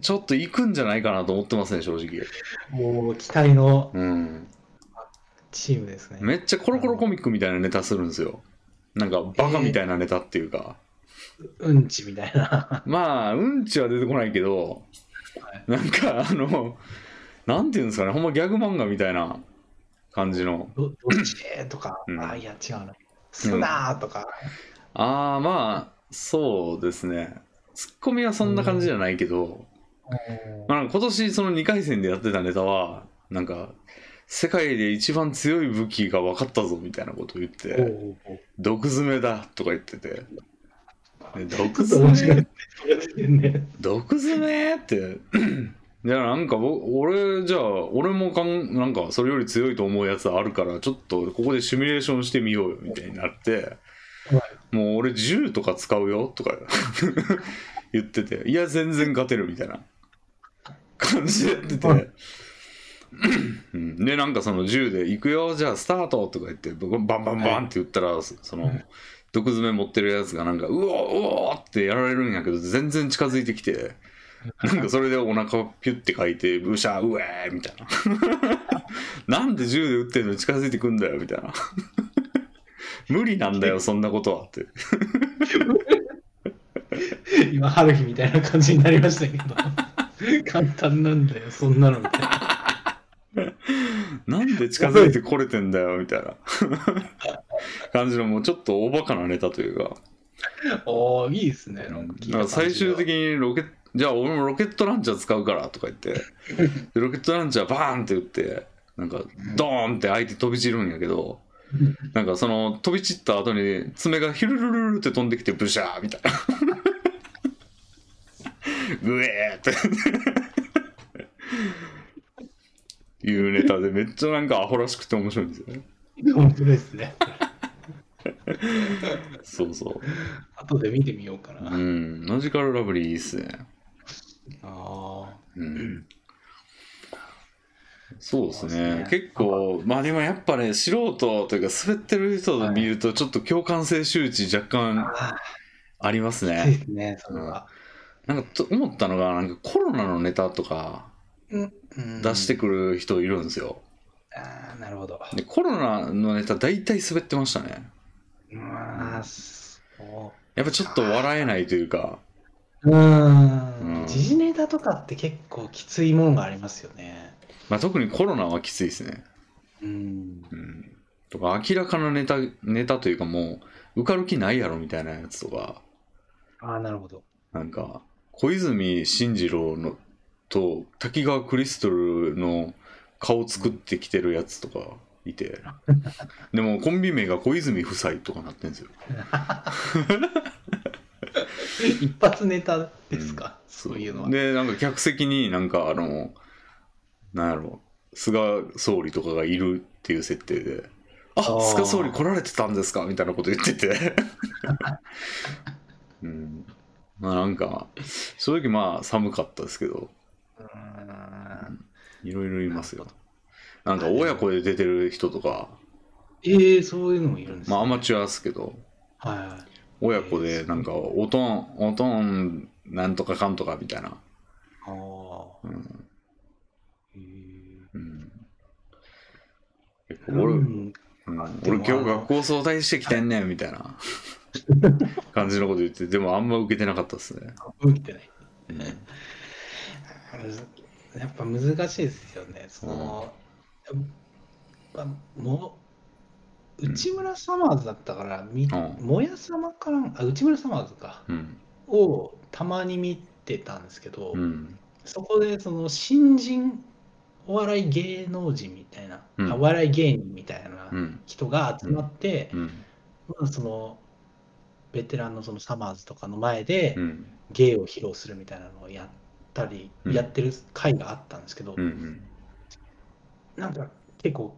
Speaker 1: ちょっと行くんじゃないかなと思ってますね正直
Speaker 2: もう期待の
Speaker 1: うん
Speaker 2: チームですね。
Speaker 1: めっちゃコロコロコミックみたいなネタするんですよなんかバカみたいなネタっていうか、
Speaker 2: うんちみたい な。
Speaker 1: まあうんちは出てこないけど、なんかあのなんていうんですかねほんまギャグ漫画みたいな感じの
Speaker 2: どどっちへとか、
Speaker 1: うん
Speaker 2: ああ、いや、違うな。すなーとか。
Speaker 1: ああまあそうですねツッコミはそんな感じじゃないけど、まあ、なんか今年その2回戦でやってたネタはなんか世界で一番強い武器が分かったぞみたいなことを言っ
Speaker 2: お
Speaker 1: て
Speaker 2: うおう
Speaker 1: 「毒詰めだ」とか言ってて「で
Speaker 2: ちょ
Speaker 1: 毒
Speaker 2: っと
Speaker 1: 詰
Speaker 2: 面
Speaker 1: め
Speaker 2: 白い。ね、
Speaker 1: 毒詰めって。じゃあなんか僕俺じゃあ俺もかんなんかそれより強いと思うやつあるからちょっとここでシミュレーションしてみようよみたいになってもう俺銃とか使うよとか 言ってていや全然勝てるみたいな感じでやってて
Speaker 2: はい
Speaker 1: うんでなんかその銃で「行くよじゃあスタート」とか言って僕バンバンバンって言ったらそその毒詰め持ってるやつがなんか「うおーうおー!」ってやられるんやけど全然近づいてきてなんかそれでお腹ピュッてかいてブシャーうえーみたいな なんで銃で撃ってんのに近づいてくんだよみたいな 無理なんだよそんなことはって
Speaker 2: 今、春日みたいな感じになりましたけど。簡単なんだよ、そんなのみたいな。
Speaker 1: なんで近づいてこれてんだよみたいな 感じのもうちょっと大バカなネタというか
Speaker 2: おー、いいですね。なんか聞い
Speaker 1: なん
Speaker 2: た
Speaker 1: か最終的
Speaker 2: に。
Speaker 1: にロケじゃあ俺もロケットランチャー使うからとか言 ってでロケットランチャーバーンって打ってなんかドーンって相手飛び散るんやけどなんかその飛び散った後に爪がヒュルルルルって飛んできてブシャーみたいな グエーっていうネタでめっちゃなんかアホらしくて面白いんですよね
Speaker 2: 本当ですね。
Speaker 1: そうそう
Speaker 2: 後で見てみようか
Speaker 1: う
Speaker 2: な。あ
Speaker 1: んマジカルラブリーいいっすね
Speaker 2: あ
Speaker 1: うんそうです
Speaker 2: そう
Speaker 1: ね
Speaker 2: ですね
Speaker 1: 結構まあでもやっぱね素人というか滑ってる人を見るとちょっと共感性周知若
Speaker 2: ー。
Speaker 1: 干
Speaker 2: あ
Speaker 1: あります
Speaker 2: あ、い
Speaker 1: ね
Speaker 2: い ですね、それは。
Speaker 1: なんかと思ったのがなんかコロナのネタとか
Speaker 2: うん
Speaker 1: 出してくる人いるんですよ、
Speaker 2: ああ、なるほど。
Speaker 1: でコロナのネタ大体滑ってましたね
Speaker 2: まあ、そう。
Speaker 1: やっぱちょっと笑えないというか
Speaker 2: うー
Speaker 1: うん
Speaker 2: ん。時事ネタとかって結構きついものがありますよね。
Speaker 1: まあ、特にコロナはきついですね
Speaker 2: うん。
Speaker 1: うんとか明らかなネタネタというかもう受かる気ないやろみたいなやつとか
Speaker 2: ああ、なるほど。
Speaker 1: なんか小泉進次郎のと滝川クリストルの顔作ってきてるやつとかいて でもコンビ名が小泉夫妻とかなってんですよ
Speaker 2: 一発ネタですか、そういうのは。
Speaker 1: でなんか客席になんかあのなんやろ菅総理とかがいるっていう設定で「あ
Speaker 2: あー
Speaker 1: 菅総理来られてたんですか」みたいなこと言って てうんまあなんか正直まあ寒かったですけど
Speaker 2: うーん
Speaker 1: いろいろいますよなんか親子で出てる人とか
Speaker 2: ええそういうのもいるんです
Speaker 1: まあアマ
Speaker 2: ち
Speaker 1: チュアですけど
Speaker 2: はいはい。
Speaker 1: 親子でなんか「おとんおとんなんとかかんとか」みたいな
Speaker 2: ああ。
Speaker 1: うん
Speaker 2: へー
Speaker 1: うん結構
Speaker 2: う
Speaker 1: 俺、
Speaker 2: ん、
Speaker 1: うん、俺
Speaker 2: でも
Speaker 1: 今日
Speaker 2: あの
Speaker 1: 学校早退してきてんねんみたいな感じのこと言ってでもあんま受けてなかったですね、
Speaker 2: うんってね。
Speaker 1: うん
Speaker 2: むず やっぱ難しいですよね。その、やっぱもう内村サマーズだったから、み
Speaker 1: うん
Speaker 2: もやさまから、あ、内村サマーズか、
Speaker 1: うん
Speaker 2: をたまに見てたんですけど、
Speaker 1: うん
Speaker 2: そこでその新人お笑い芸能人みたいな、
Speaker 1: うん
Speaker 2: あお笑い芸人みたいな
Speaker 1: うん
Speaker 2: 人が集まって、
Speaker 1: うん
Speaker 2: まあ、そのベテランのそのサマーズとかの前で
Speaker 1: うん
Speaker 2: 芸を披露するみたいなのをやったり、
Speaker 1: うん
Speaker 2: やってる回があったんですけど、
Speaker 1: うん
Speaker 2: なんか結構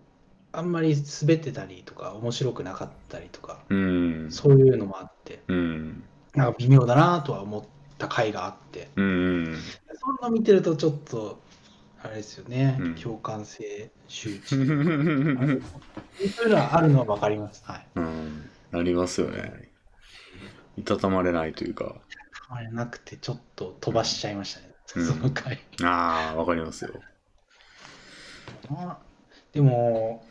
Speaker 2: あんまり滑ってたりとか面白くなかったりとか、
Speaker 1: うん
Speaker 2: そういうのもあって
Speaker 1: うん
Speaker 2: なんか微妙だなとは思った回があって
Speaker 1: うん
Speaker 2: そんな見てるとちょっとあれですよね、
Speaker 1: うん
Speaker 2: 共感性周
Speaker 1: う
Speaker 2: 知そうい
Speaker 1: ん
Speaker 2: うのはあるのは分かりますはい
Speaker 1: うんなりますよねいたたまれないというか
Speaker 2: あれなくてちょっと飛ばしちゃいましたね、
Speaker 1: うん
Speaker 2: その回
Speaker 1: ああわかりますよ
Speaker 2: なでも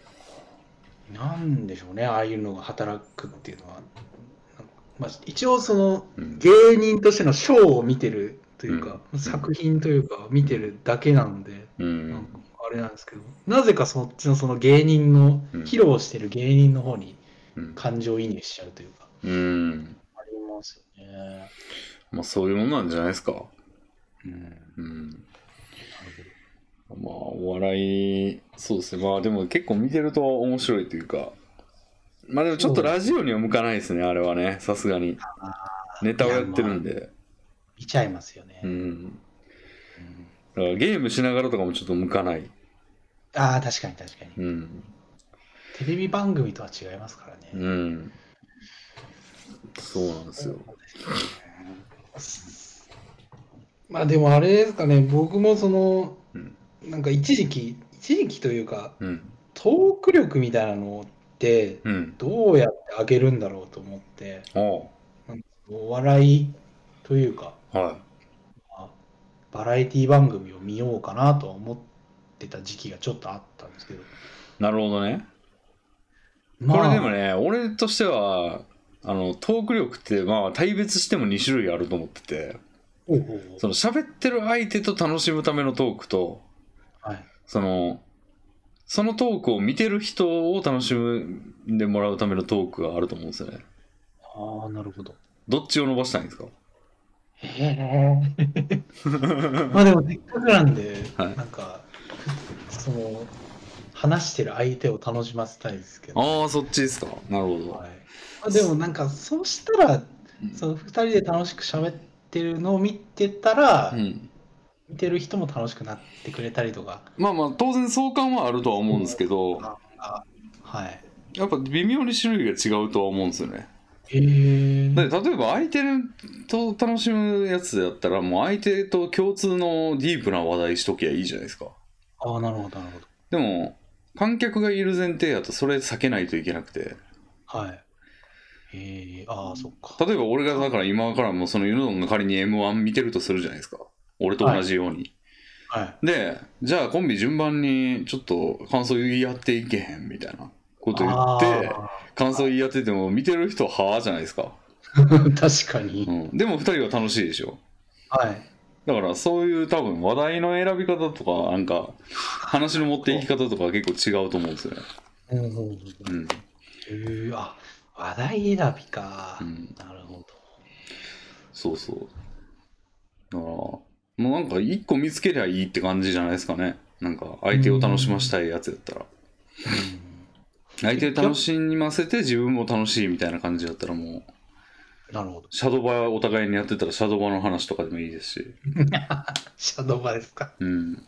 Speaker 2: なんでしょうねああいうのが働くっていうのは、なんかまあ、一応その
Speaker 1: うん
Speaker 2: 芸人としてのショーを見てるというか、
Speaker 1: うん
Speaker 2: 作品というか見てるだけなんで、
Speaker 1: う
Speaker 2: なん
Speaker 1: ん
Speaker 2: かあれなんですけどなぜかそっちのその芸人の、
Speaker 1: うん
Speaker 2: 披露してる芸人の方に
Speaker 1: うん
Speaker 2: 感情移入しちゃうというか
Speaker 1: うん
Speaker 2: ありますよね。
Speaker 1: まあそういうもんなんじゃないですか
Speaker 2: うん、なる
Speaker 1: うん
Speaker 2: ほど
Speaker 1: まあ、お笑い、そうですね。まあ、でも結構見てると面白いというか。まあ、でもちょっとラジオには向かないですね、あれはね、さすがに。ネタをやってるんで。
Speaker 2: 見ちゃいますよね。
Speaker 1: うん。
Speaker 2: う
Speaker 1: だ
Speaker 2: ん
Speaker 1: からゲームしながらとかもちょっと向かない。
Speaker 2: ああ確かに確かに。
Speaker 1: うん。
Speaker 2: テレビ番組とは違いますからね。
Speaker 1: うん。そうなんですよ。
Speaker 2: まあでもあれですかね、僕もその、
Speaker 1: うん
Speaker 2: なんか一時期、一時期というか、
Speaker 1: うん。
Speaker 2: トーク力みたいなのって、
Speaker 1: うん。
Speaker 2: どうやって上げるんだろうと思って、
Speaker 1: あ
Speaker 2: お笑いというか、
Speaker 1: あ。は
Speaker 2: まあバラエティ番組を見ようかなとは思ってた時期がちょっとあったんですけど、
Speaker 1: い。なるほどね。
Speaker 2: まあ
Speaker 1: これでもね、俺としては、あの、トーク力って、まあ、対別しても2種類あると思ってて。
Speaker 2: ほうほうほう
Speaker 1: その喋ってる相手と楽しむためのトークと、
Speaker 2: はい
Speaker 1: その、そのトークを見てる人を楽しんでもらうためのトークがあると思うんですよね。
Speaker 2: ああ、なるほど。
Speaker 1: どっちを伸ばしたいんです か
Speaker 2: へえ。まあでも、せっかくなんで、
Speaker 1: はい
Speaker 2: なんか、その、話してる相手を楽しませたいですけど。
Speaker 1: ああ、そっちですか。なるほど
Speaker 2: はい。まあ、でも、なんか、そうしたら、
Speaker 1: うん
Speaker 2: その2人で楽しく喋ってるのを見てたら、
Speaker 1: うん。
Speaker 2: 見てる人も楽しくなってくれたりとか、
Speaker 1: まあまあ、当然相関はあるとは思うんですけど、
Speaker 2: はい。
Speaker 1: やっぱ微妙に種類が違うとは思うんですよね。
Speaker 2: へえ。
Speaker 1: だって例えば相手と楽しむやつだったら、もう相手と共通のディープな話題しときゃいいじゃないですか。
Speaker 2: ああ、なるほど、なるほど。
Speaker 1: でも、観客がいる前提やとそれ避けないといけなくて。
Speaker 2: はい。ええ、ああ、そっか。
Speaker 1: 例えば俺がだから今からもうそのユノドンが仮に M1 見てるとするじゃないですか。俺と同じように。
Speaker 2: はい。
Speaker 1: で、じゃあコンビ順番にちょっと感想言い合っていけへんみたいなこと言って、
Speaker 2: あ
Speaker 1: 感想言い合ってても見てる人ははあじゃないですか。
Speaker 2: ー 確かに。
Speaker 1: うん。でも二人は楽しいでしょ。
Speaker 2: はい。
Speaker 1: だからそういう多分話題の選び方とか、なんか話の持っていき方とか結構違うと思うんですよね。
Speaker 2: うんうんうん
Speaker 1: うん。
Speaker 2: うん、うーあ話題選びか、
Speaker 1: うん、
Speaker 2: なるほ
Speaker 1: そうそう。だから、もうなんか一個見つけりゃいいって感じじゃないですかね。なんか相手を楽しましたいやつやったら。
Speaker 2: ど、うん
Speaker 1: 相手を楽しませて自分も楽しいみたいな感じだったらもう。
Speaker 2: なるほど
Speaker 1: シャドーバーお互いにやってたらシャドーバーの話とかでもいいですし、
Speaker 2: シャドーバーですか
Speaker 1: うん、だ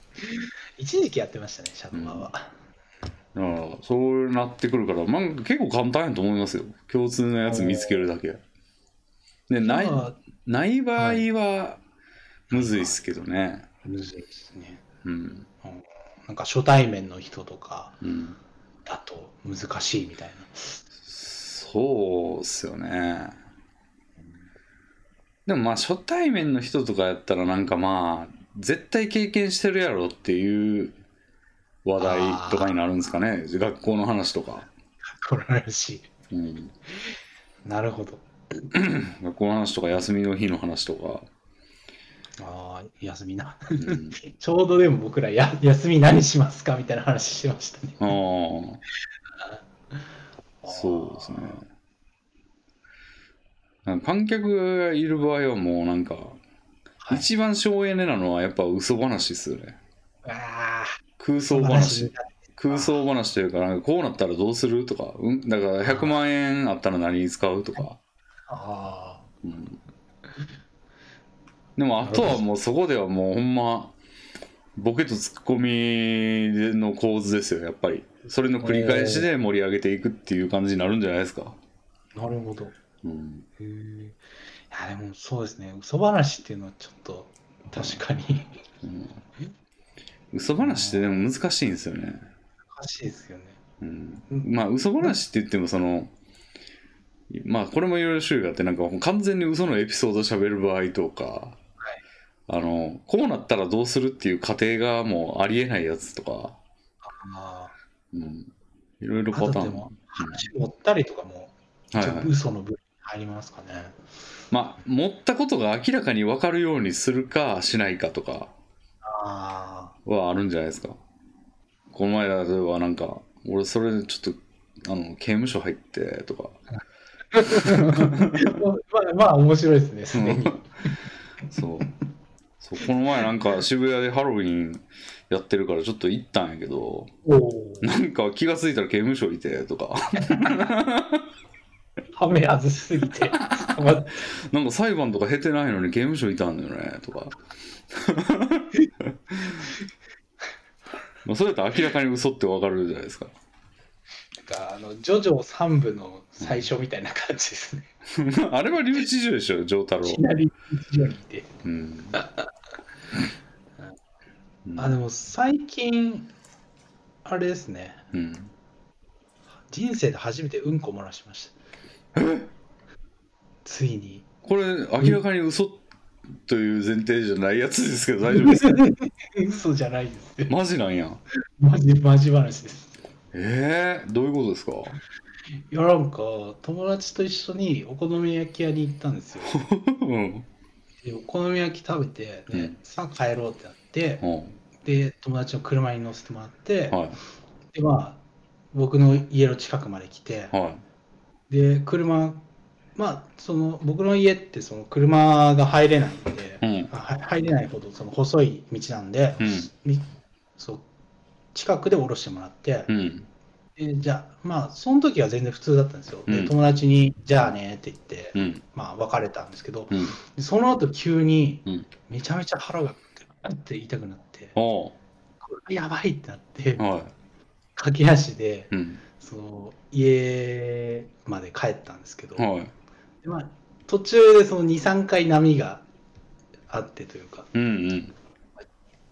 Speaker 2: 一時期やってましたねシャドーバーは、
Speaker 1: からそうなってくるから、まあ、結構簡単やと思いますよ共通のやつ見つけるだけでない
Speaker 2: まあ
Speaker 1: ない場合はむずいっすけどね、
Speaker 2: むずいですね
Speaker 1: うん
Speaker 2: なんか初対面の人とか
Speaker 1: うん、
Speaker 2: だと難しいみたいな
Speaker 1: そうっすよねでもまあ初対面の人とかやったらなんかまあ絶対経験してるやろっていう話題とかになるんですかね学校の話とか、
Speaker 2: これらし
Speaker 1: うん、
Speaker 2: いなるほど
Speaker 1: 学校の話とか休みの日の話とか、
Speaker 2: ああ休みな
Speaker 1: うん、
Speaker 2: ちょうどでも僕らや休み何しますかみたいな話してましたね
Speaker 1: ああそうですねなんか観客がいる場合はもうなんか、
Speaker 2: はい
Speaker 1: 一番省エネなのはやっぱ嘘話ですよね
Speaker 2: ああ
Speaker 1: 空想話空想話というかなんかこうなったらどうするとか、うん、だから100万円あったら何に使うとか、
Speaker 2: あ
Speaker 1: うん、でもあとはもうそこではもうほんまボケとツッコミの構図ですよやっぱりそれの繰り返しで盛り上げていくっていう感じになるんじゃないですか、
Speaker 2: あなるほど
Speaker 1: うん、
Speaker 2: へえいやでもそうですね嘘話っていうのはちょっと確かに
Speaker 1: うん、嘘話ってでも難しいんですよね、
Speaker 2: 難しいですよね
Speaker 1: うん、まあ嘘話って言ってもそのまあこれもいろいろ種類があってなんか完全に嘘のエピソード喋る場合とか、あのこうなったらどうするっていう過程がもうありえないやつとか
Speaker 2: あ
Speaker 1: うんいろいろ
Speaker 2: あ
Speaker 1: パタ
Speaker 2: と
Speaker 1: ー
Speaker 2: で
Speaker 1: ン。
Speaker 2: も話持ったりとかも
Speaker 1: はい
Speaker 2: ちょっ
Speaker 1: は
Speaker 2: と
Speaker 1: い、
Speaker 2: 嘘の部分に入りますかね、
Speaker 1: まあ持ったことが明らかに分かるようにするかしないかとか
Speaker 2: あ
Speaker 1: はあるんじゃないですか。この前例えばなんか俺それでちょっとあの刑務所入ってとか。
Speaker 2: あまあまあ面白いですねすでに、
Speaker 1: そうそうこの前なんか渋谷でハロウィンやってるからちょっと行ったんやけど
Speaker 2: おお
Speaker 1: なんか気が付いたら刑務所いてとか
Speaker 2: はめ外しすぎてまあ
Speaker 1: なんか裁判とか経てないのに刑務所いたんだよねとか まあそれだと明らかに嘘ってわかるじゃないですか
Speaker 2: なんかあのジョジョ3部の最初みたいな感じですね、
Speaker 1: あれは留置所でしょ、丈太郎
Speaker 2: い。きなりジョニーで、
Speaker 1: うん。うん
Speaker 2: あでも最近あれですね
Speaker 1: うん。
Speaker 2: 人生で初めてうんこ漏らしましたついに
Speaker 1: これ、明らかに嘘という前提じゃないやつですけど、大丈夫ですか
Speaker 2: 嘘じゃないですよ
Speaker 1: マジなんや。
Speaker 2: マジマジ話です
Speaker 1: ええどういうことですか
Speaker 2: いや なんか友達と一緒にお好み焼き屋に行ったんですよ
Speaker 1: うん。
Speaker 2: でお好み焼き食べて、ね
Speaker 1: うん
Speaker 2: さあ帰ろうってなって、
Speaker 1: ほ
Speaker 2: で友達の車に乗せてもらって、
Speaker 1: うはい
Speaker 2: でまあ僕の家の近くまで来て、
Speaker 1: は
Speaker 2: で車まあその僕の家ってその車が入れないんで、
Speaker 1: いうん
Speaker 2: あは入れないほどその細い道なんで、
Speaker 1: うん
Speaker 2: みそう近くで降ろしてもらって、
Speaker 1: うん
Speaker 2: でじゃあまあその時は全然普通だったんですよ、
Speaker 1: うん
Speaker 2: で友達に「じゃあね」って言って、
Speaker 1: うん
Speaker 2: まあ別れたんですけど
Speaker 1: うん
Speaker 2: でその後急に
Speaker 1: うん
Speaker 2: めちゃめちゃ腹がガッて痛くなって、
Speaker 1: お
Speaker 2: これやばいってなって、
Speaker 1: うは
Speaker 2: 駆け足で
Speaker 1: いうん
Speaker 2: その家まで帰ったんですけど、
Speaker 1: はい
Speaker 2: でまあ、途中でその23回波があってというか
Speaker 1: うんうん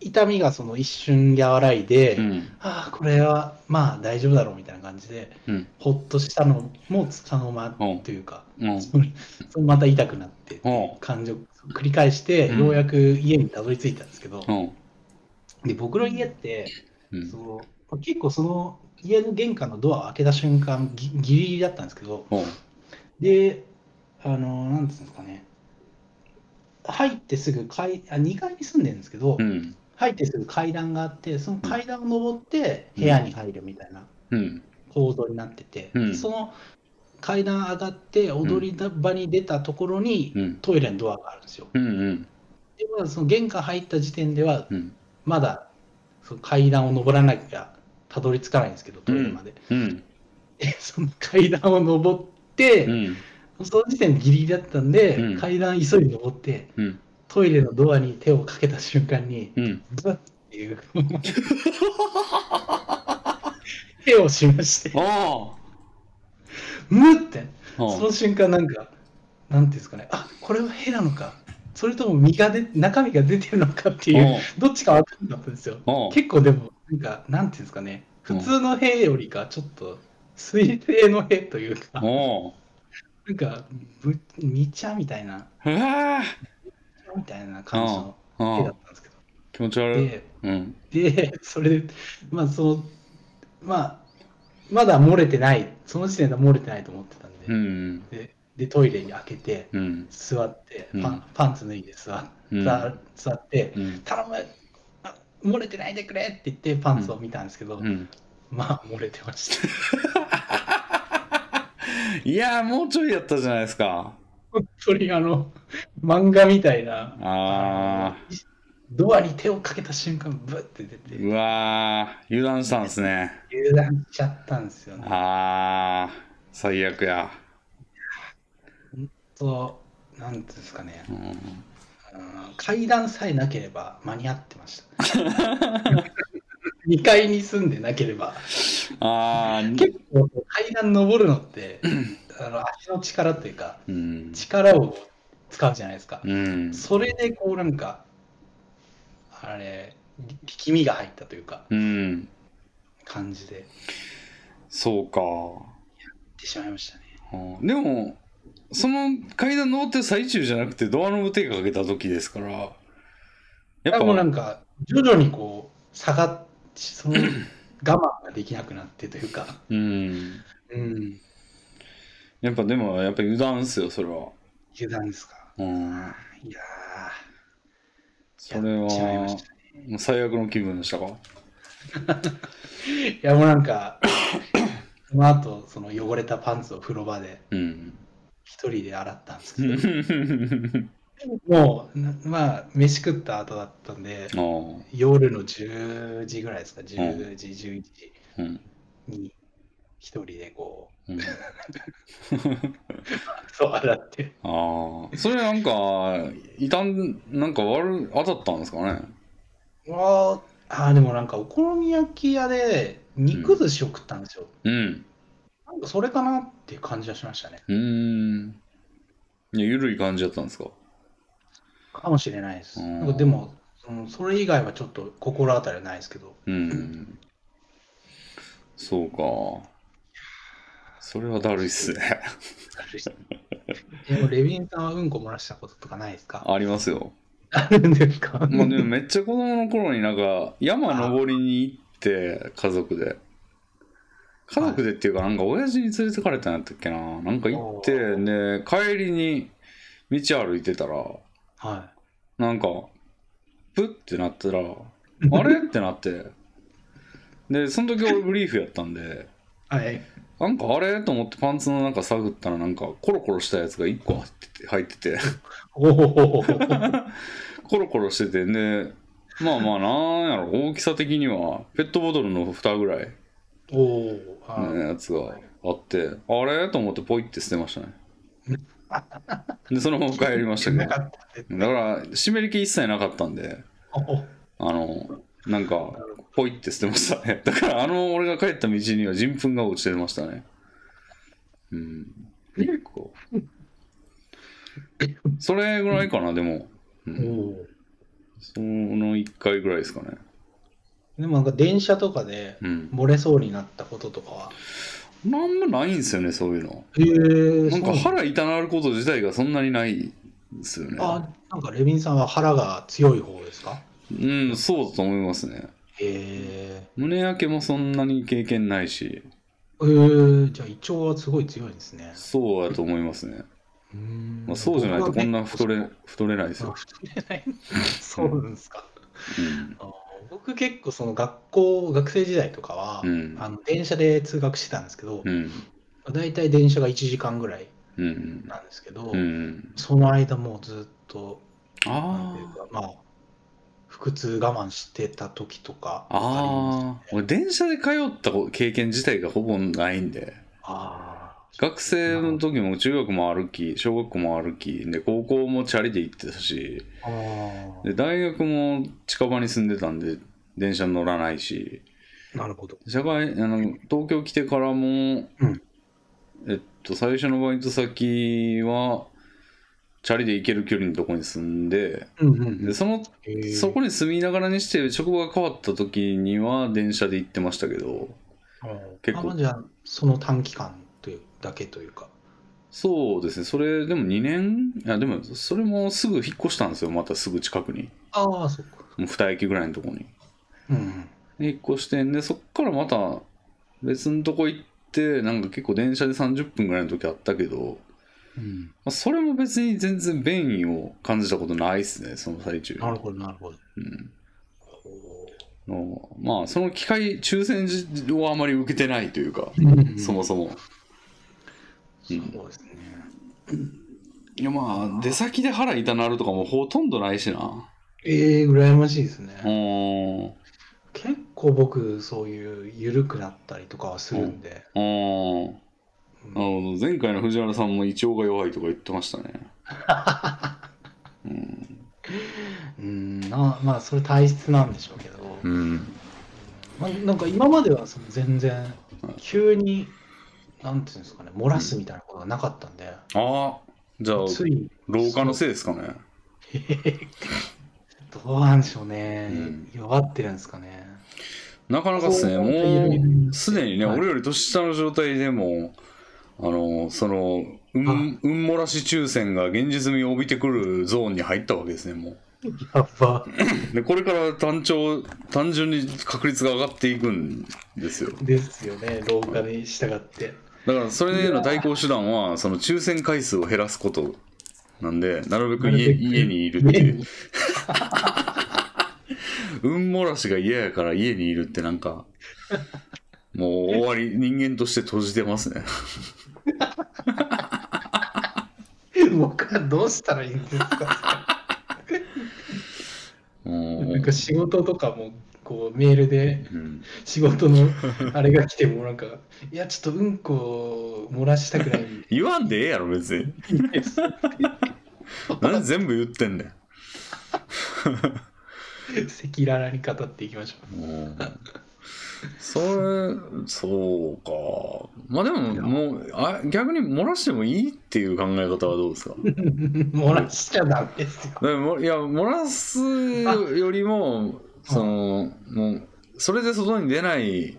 Speaker 2: 痛みがその一瞬和らいで、
Speaker 1: うん
Speaker 2: ああこれはまあ大丈夫だろうみたいな感じで
Speaker 1: うん
Speaker 2: ほっとしたのもつかの間
Speaker 1: うん
Speaker 2: というか、
Speaker 1: うん
Speaker 2: それそれまた痛くなってっていう
Speaker 1: うん
Speaker 2: 感情を繰り返して、
Speaker 1: うん
Speaker 2: ようやく家にたどり着いたんですけど、
Speaker 1: うん
Speaker 2: で僕の家って
Speaker 1: うん
Speaker 2: そのまあ結構その家の玄関のドアを開けた瞬間ぎギリギリだったんですけど
Speaker 1: おう
Speaker 2: であのなんていうんですかね入ってすぐ階あ2階に住んでるんですけど、
Speaker 1: うん
Speaker 2: 入ってすぐ階段があってその階段を上って部屋に入るみたいな
Speaker 1: うん
Speaker 2: 構造になってて、
Speaker 1: うん
Speaker 2: その階段上がって踊り場に出たところに、
Speaker 1: うん
Speaker 2: トイレのドアがあるんですよ。
Speaker 1: うんうん
Speaker 2: でまだその玄関入った時点では
Speaker 1: うん
Speaker 2: まだその階段を上らなきゃたどり着かないんですけどトイレまで。
Speaker 1: うん
Speaker 2: でその階段を上って、
Speaker 1: うん
Speaker 2: その時点でギリギリだったんで、
Speaker 1: うん
Speaker 2: 階段急いで上って
Speaker 1: うん
Speaker 2: トイレのドアに手をかけた瞬間に
Speaker 1: うん
Speaker 2: ブワッって いう手をしまして
Speaker 1: おう
Speaker 2: むって
Speaker 1: お
Speaker 2: そうの瞬間なんかなんていうんですかねあこれはヘなのかそれとも身がで中身が出てるのかっていう
Speaker 1: おう
Speaker 2: どっちか分かんなかったんですよ
Speaker 1: おう
Speaker 2: 結構でもなんかなんていうんですかね普通のヘよりかちょっと水平のヘというか
Speaker 1: おう
Speaker 2: なんかぶみちゃみたいな
Speaker 1: ええ
Speaker 2: みたいな感じの手だ
Speaker 1: あ
Speaker 2: ったんですけど
Speaker 1: 気持ち悪い
Speaker 2: で
Speaker 1: うん
Speaker 2: でそれでまあそのまあまだ漏れてないその時点では漏れてないと思ってたんで、
Speaker 1: うん
Speaker 2: ででトイレに開けて
Speaker 1: うん
Speaker 2: 座ってパン,、
Speaker 1: うん
Speaker 2: パンツ脱いで座
Speaker 1: うん
Speaker 2: 座座って
Speaker 1: うん
Speaker 2: 「頼むあ漏れてないでくれ!」って言ってパンツを見たんですけど、
Speaker 1: うん
Speaker 2: まあ漏れてました
Speaker 1: いやーもうちょいやったじゃないですか
Speaker 2: 本当にあの漫画みたいな
Speaker 1: あ
Speaker 2: のドアに手をかけた瞬間ブッて出て
Speaker 1: うわー油断したんですね
Speaker 2: 油断しちゃったんですよね。
Speaker 1: あー最悪や、
Speaker 2: そうなんていうんですかね、
Speaker 1: うん
Speaker 2: うん階段さえなければ間に合ってました。2階に住んでなければ、
Speaker 1: あー
Speaker 2: 結構階段登るのって、あの足の力というか、
Speaker 1: うん
Speaker 2: 力を使うじゃないですか。
Speaker 1: うん
Speaker 2: それでこうなんか、あれ、力力みが入ったというか、
Speaker 1: うん
Speaker 2: 感じで行
Speaker 1: そうか
Speaker 2: ってしまいましたね。
Speaker 1: うんでもその階段登ってる最中じゃなくてドアノブ手かけた時ですからやっぱ
Speaker 2: もうなんか、徐々にこう、下がっその我慢ができなくなってというか。
Speaker 1: うん
Speaker 2: うん、
Speaker 1: やっぱでもやっぱ油断っすよそれは
Speaker 2: 油断ですか。
Speaker 1: うん
Speaker 2: いや
Speaker 1: それは
Speaker 2: やっちまいました
Speaker 1: もう最悪の気分でしたか
Speaker 2: ー、いやもうなんか、 その後、その汚れたパンツを風呂場で
Speaker 1: うん
Speaker 2: 一人で洗ったんですけど、もう、なまあ、飯食った後だったんで、
Speaker 1: ああ
Speaker 2: 夜の10時ぐらいですか、10時、11時
Speaker 1: うん
Speaker 2: に一人でこ
Speaker 1: うん
Speaker 2: う、 そう洗って、
Speaker 1: ああそれなんか傷んなんか悪い当たったんですかね
Speaker 2: わーあー、でもなんかお好み焼き屋で肉寿司を食ったんですよ。
Speaker 1: うん
Speaker 2: なんかそれかなっていう感じはしましたね。
Speaker 1: うーんいや緩い感じだったんですか
Speaker 2: かもしれないです。
Speaker 1: うん
Speaker 2: なんかでも、うん、それ以外はちょっと心当たりはないです けど、
Speaker 1: うんそうかそれはだるいっすね
Speaker 2: でもレビンさんはうんこ漏らしたこととかないですか
Speaker 1: ありますよ
Speaker 2: あるんですか、
Speaker 1: まあでもめっちゃ子供の頃になんか山登りに行って家族で家族でっていうかなんか親父に連れてかれたんやったっけななんか行って
Speaker 2: お
Speaker 1: で帰りに道歩いてたら
Speaker 2: は
Speaker 1: なんか、プッてなったら、あ
Speaker 2: い。
Speaker 1: れってなって。で、その時俺ブリーフやったんで、
Speaker 2: はい。
Speaker 1: なんかあれと思ってパンツの中探ったら、なんかコロコロしたやつが1個入ってて、入ってて
Speaker 2: おお。は
Speaker 1: コロコロしてて、で、まあまあなんやろ、大きさ的には、ペットボトルの蓋ぐらい
Speaker 2: おお。
Speaker 1: の
Speaker 2: は
Speaker 1: やつがあって、あれと思ってポイって捨てましたね。で、そのまま帰りました
Speaker 2: い。
Speaker 1: け
Speaker 2: な
Speaker 1: ど。だ
Speaker 2: か
Speaker 1: か
Speaker 2: ったです。
Speaker 1: ら、湿り気一切なかったんで、
Speaker 2: おお。
Speaker 1: あの、なんか、ポイって捨てましたね。 だから、あの、俺が帰った道には人糞が落ちてましたね。うん。一個。それぐらいかな、でも。う
Speaker 2: お
Speaker 1: ん、
Speaker 2: お。
Speaker 1: その1回ぐらいですかね。
Speaker 2: でもなんか電車とかで
Speaker 1: うん。
Speaker 2: 漏れそうになったこととかは。
Speaker 1: なんもないんですよね、そういうの。
Speaker 2: へえ
Speaker 1: なんか腹痛なること自体がそんなにないですよね。
Speaker 2: あ、なんかレビンさんは腹が強い方ですか
Speaker 1: うん、そうだと思いますね。
Speaker 2: へえ。
Speaker 1: 胸焼けもそんなに経験ないし、
Speaker 2: えー、じゃあ胃腸はすごい強いんですね。
Speaker 1: そうだと思いますね。
Speaker 2: うーん
Speaker 1: まあ、そうじゃないとこんな太れ
Speaker 2: 僕は
Speaker 1: 太れないです
Speaker 2: 結構
Speaker 1: よ。
Speaker 2: 太れない。そうなんですか。
Speaker 1: うん
Speaker 2: あー僕結構その学校、学生時代とかは、
Speaker 1: うん
Speaker 2: あの電車で通学してたんですけど、
Speaker 1: うん
Speaker 2: 大体電車が1時間ぐらい
Speaker 1: うん
Speaker 2: なんですけど、
Speaker 1: うん
Speaker 2: その間もうずっと、なん
Speaker 1: あ
Speaker 2: ていうか、まあ、腹痛我慢してた時とか
Speaker 1: あ
Speaker 2: あります
Speaker 1: ああ俺電車で通った経験自体がほぼないんで
Speaker 2: あー
Speaker 1: 学生の時も中学も歩き小学校も歩きで高校もチャリで行ってたし
Speaker 2: あー
Speaker 1: で大学も近場に住んでたんで電車乗らないし
Speaker 2: なるほど。
Speaker 1: 社会あの東京来てからも、
Speaker 2: うん
Speaker 1: えっと最初のバイト先はチャリで行ける距離のとこに住んで
Speaker 2: うんうんうん
Speaker 1: でその
Speaker 2: へー
Speaker 1: そこに住みながらにして職場が変わった時には電車で行ってましたけど結構
Speaker 2: あまあじゃあその短期間というだけというか。
Speaker 1: そうですねそれでも2年いやでもそれもすぐ引っ越したんですよまたすぐ近くに
Speaker 2: ああ、そっか。
Speaker 1: もう2駅ぐらいのとこに
Speaker 2: うんうん。
Speaker 1: で引っ越してんでそっからまた別のとこ行ってなんか結構電車で30分ぐらいの時あったけど、
Speaker 2: うん、
Speaker 1: まあ、それも別に全然便意を感じたことないですねその最中
Speaker 2: なるほど、なるほど。
Speaker 1: うん
Speaker 2: こ
Speaker 1: のまあその機会抽選時をあまり受けてないというか、
Speaker 2: ううん
Speaker 1: そもそもうん
Speaker 2: そうですね。
Speaker 1: いやまあ出先で腹痛なるとかもほとんどないしな
Speaker 2: ええ羨ましいですね。
Speaker 1: うーんう
Speaker 2: 結構僕、そういう緩くなったりとかはするんで。
Speaker 1: ーん
Speaker 2: うん
Speaker 1: なるほど前回の藤原さんも胃腸が弱いとか言ってましたねうん
Speaker 2: うん、なまあ、それ体質なんでしょうけど、
Speaker 1: うん
Speaker 2: まあ、なんか今まではその全然
Speaker 1: うん、
Speaker 2: 急に、なんていうんですかね、漏らすみたいなことがなかったんで、
Speaker 1: ああじゃあ
Speaker 2: つい、
Speaker 1: 老化のせいですかね
Speaker 2: どうなんでしょうね、
Speaker 1: うん
Speaker 2: 弱ってるんですかね。
Speaker 1: なかなかですね
Speaker 2: そう緩
Speaker 1: もう
Speaker 2: い
Speaker 1: すでにね、
Speaker 2: はい
Speaker 1: 俺より年下の状態でもあのそのうん
Speaker 2: あ
Speaker 1: 運漏らし抽選が現実味を帯びてくるゾーンに入ったわけですねもう
Speaker 2: やば。
Speaker 1: でこれから単調単純に確率が上がっていくんですよ
Speaker 2: ですよね、老化に従って。
Speaker 1: だからそれへの対抗手段はその抽選回数を減らすことなんでなるべく家
Speaker 2: なるべく
Speaker 1: 家にいるっていう運漏らしが嫌やから家にいるってなんかもう終わり人間として閉じてますね
Speaker 2: 僕はどうしたらいいんですか
Speaker 1: も
Speaker 2: なんか
Speaker 1: う、
Speaker 2: 仕事とかもこうメールで
Speaker 1: うん、
Speaker 2: 仕事 のあれが来てもなんかいやちょっとうんこを漏らしたくない ん
Speaker 1: 言わんでええやろ別に
Speaker 2: です
Speaker 1: なんで全部言ってんねん
Speaker 2: 赤裸々に語っていきましょ
Speaker 1: うんそれそうかまあでももうあ逆に漏らしてもいいっていう考え方はどうですか
Speaker 2: う 漏らしちゃダメですよ
Speaker 1: でもいや漏らすよりもそのもうそれで外に出ない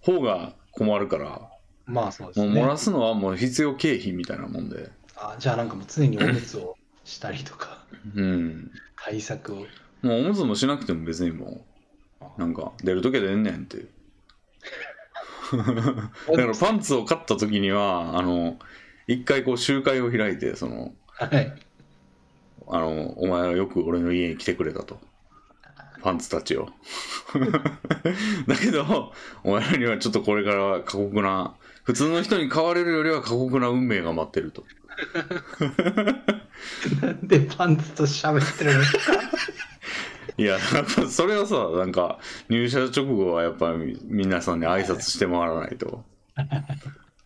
Speaker 1: 方が困るから
Speaker 2: まあそうで
Speaker 1: も
Speaker 2: す
Speaker 1: う
Speaker 2: ね
Speaker 1: 漏らすのはもう必要経費みたいなもんで
Speaker 2: あじゃあなんかもう常におむつをしたりとか
Speaker 1: うん
Speaker 2: 対策を
Speaker 1: もうおむつもしなくても別にもうなんか出るときは出んねんって だからパンツを買った時にはあの一回こう集会を開いてその
Speaker 2: はい
Speaker 1: あの、お前はよく俺の家に来てくれたと。パンツたちを。 だけど、お前らにはちょっとこれからは過酷な、普通の人に買われるよりは過酷な運命が待ってると。
Speaker 2: なんでパンツと喋ってるの
Speaker 1: いや、やっぱそれはさ、なんか、入社直後はやっぱみ皆さんに挨拶してもらわないと。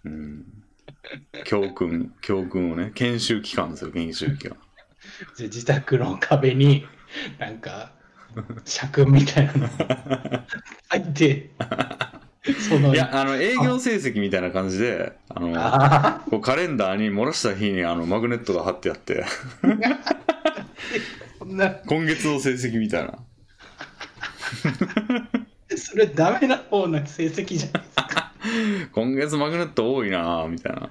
Speaker 1: うん。教訓、教訓をね、研修期間ですよ、研修期間。
Speaker 2: じゃあ自宅の壁になんか尺みたい なの入ってその
Speaker 1: い や、あの、営業成績みたいな感じで、あの、
Speaker 2: あ
Speaker 1: こうカレンダーに漏らした日にあのマグネットが貼ってあって、
Speaker 2: ーそんな
Speaker 1: 今月の成績みたいな。
Speaker 2: それダメな方の成績じゃないですか
Speaker 1: 今月マグネット多いなぁみたいな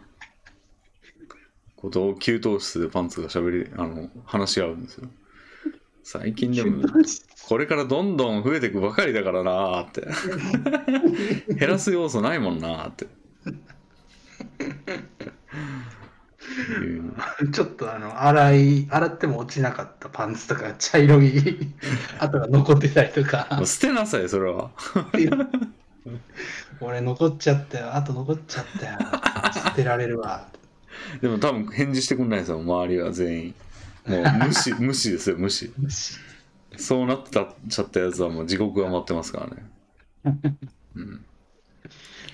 Speaker 1: ことを給湯室でパンツがしゃべりあの話し合うんですよ最近でもこれからどんどん増えていくばかりだからなぁって 減らす要素ないもんなぁっていう
Speaker 2: ちょっとあの洗い洗っても落ちなかったパンツとか茶色 い跡が残ってたりとか
Speaker 1: もう捨てなさいそれは
Speaker 2: 俺残っちゃったよ跡残っちゃったよ捨てられるわ
Speaker 1: でも多分返事してくんないですよ周りは全員もう無視無視ですよ無視そうなってたっちゃったやつはもう地獄が待ってますからねうん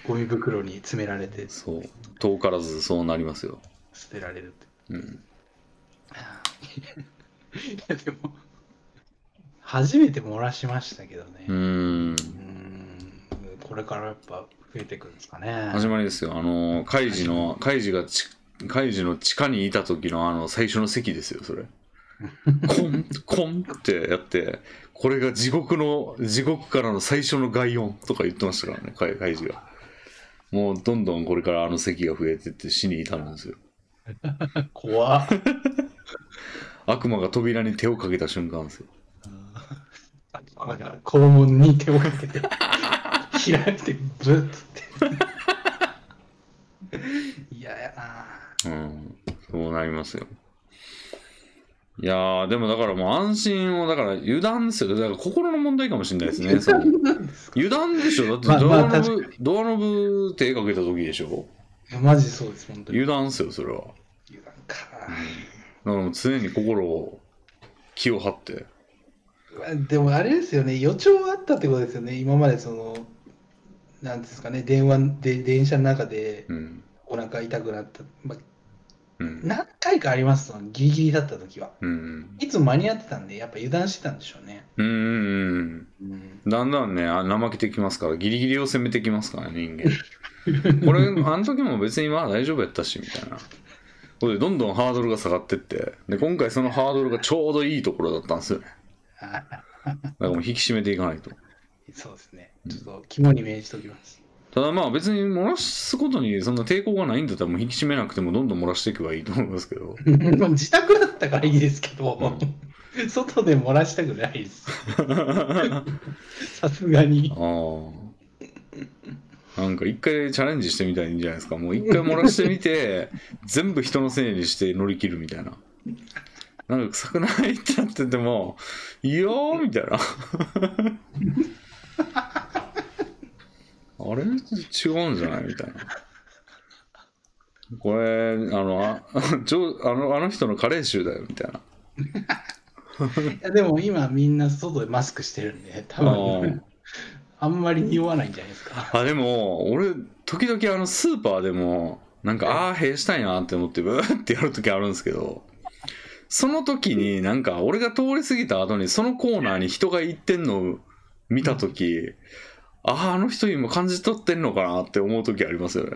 Speaker 2: ゴミ袋に詰められて
Speaker 1: そう遠からずそうなりますよ、
Speaker 2: 捨てられるって
Speaker 1: うん、
Speaker 2: いやでも初めて漏らしましたけどね、
Speaker 1: う
Speaker 2: う
Speaker 1: ーん
Speaker 2: ーん、これからやっぱ増えていくんですかね
Speaker 1: 始まりですよあのカイジのカイジがちカイジの地下にいた時のあの最初の席ですよそれコンコンってやってこれが地獄の地獄からの最初の外音とか言ってましたからねカイカイジがもうどんどんこれからあの席が増えてって死に至るんですよ
Speaker 2: 怖っ
Speaker 1: 悪魔が扉に手をかけた瞬間ですよ
Speaker 2: 肛門に手をか けて開いてブッつって嫌ややな
Speaker 1: うん、そうなりますよ。いやー、でもだからもう安心を、だから油断ですよ。だから心の問題かもしれない ですね。その油断でしょだってド
Speaker 2: まあ
Speaker 1: ア
Speaker 2: まあ
Speaker 1: ノブ、ドアノブ手かけた時でしょ
Speaker 2: いやマジそうです本当に
Speaker 1: 油断ですよ、それは。
Speaker 2: 油断か
Speaker 1: だからもう常に心を気を張って。
Speaker 2: うわでもあれですよね予兆はあったってことですよね今までそのなんですかね電話で電車の中で
Speaker 1: うん。
Speaker 2: お腹痛くなった、まあ、
Speaker 1: うん。
Speaker 2: 何回かありますのギリギリだった時は
Speaker 1: うん。
Speaker 2: いつも間に合ってたんでやっぱ油断してたんでしょうね、
Speaker 1: うんうんうん。
Speaker 2: うん、
Speaker 1: だんだんね、あ怠けてきますから、ギリギリを攻めてきますからね、人間。これ、あの時も別にまあ大丈夫やったし、みたいな。これでどんどんハードルが下がってって、で、今回そのハードルがちょうどいいところだったんですよね。
Speaker 2: あ
Speaker 1: だからもう引き締めていかないと。
Speaker 2: そうですねちょっと肝に銘じておきます
Speaker 1: ただまあ別に漏らすことにそんな抵抗がないんだったらもう引き締めなくてもどんどん漏らしていけばいいと思いますけど。
Speaker 2: まあ自宅だったからいいですけど、外で漏らしたくないです
Speaker 1: あ
Speaker 2: さすがに
Speaker 1: あ。なんか一回チャレンジしてみたらいいんじゃないですか。もう一回漏らしてみて、 全部人のせいにして乗り切るみたいな。なんか臭くないってなってても、いいよーみたいな。 あれ違うんじゃないみたいな。これ、あの、あ ちょあのあの人の加齢臭だよみたいな。
Speaker 2: いやでも今みんな外でマスクしてるんで多分あんまり匂わないんじゃないです か
Speaker 1: あでも俺時々あのスーパーでもなんかああーへえしたいなって思ってブーってやる時あるんですけどその時になんか俺が通り過ぎた後にそのコーナーに人が行ってんのを見た時あああの人今感じ取ってんのかなって思う時ありますよ ね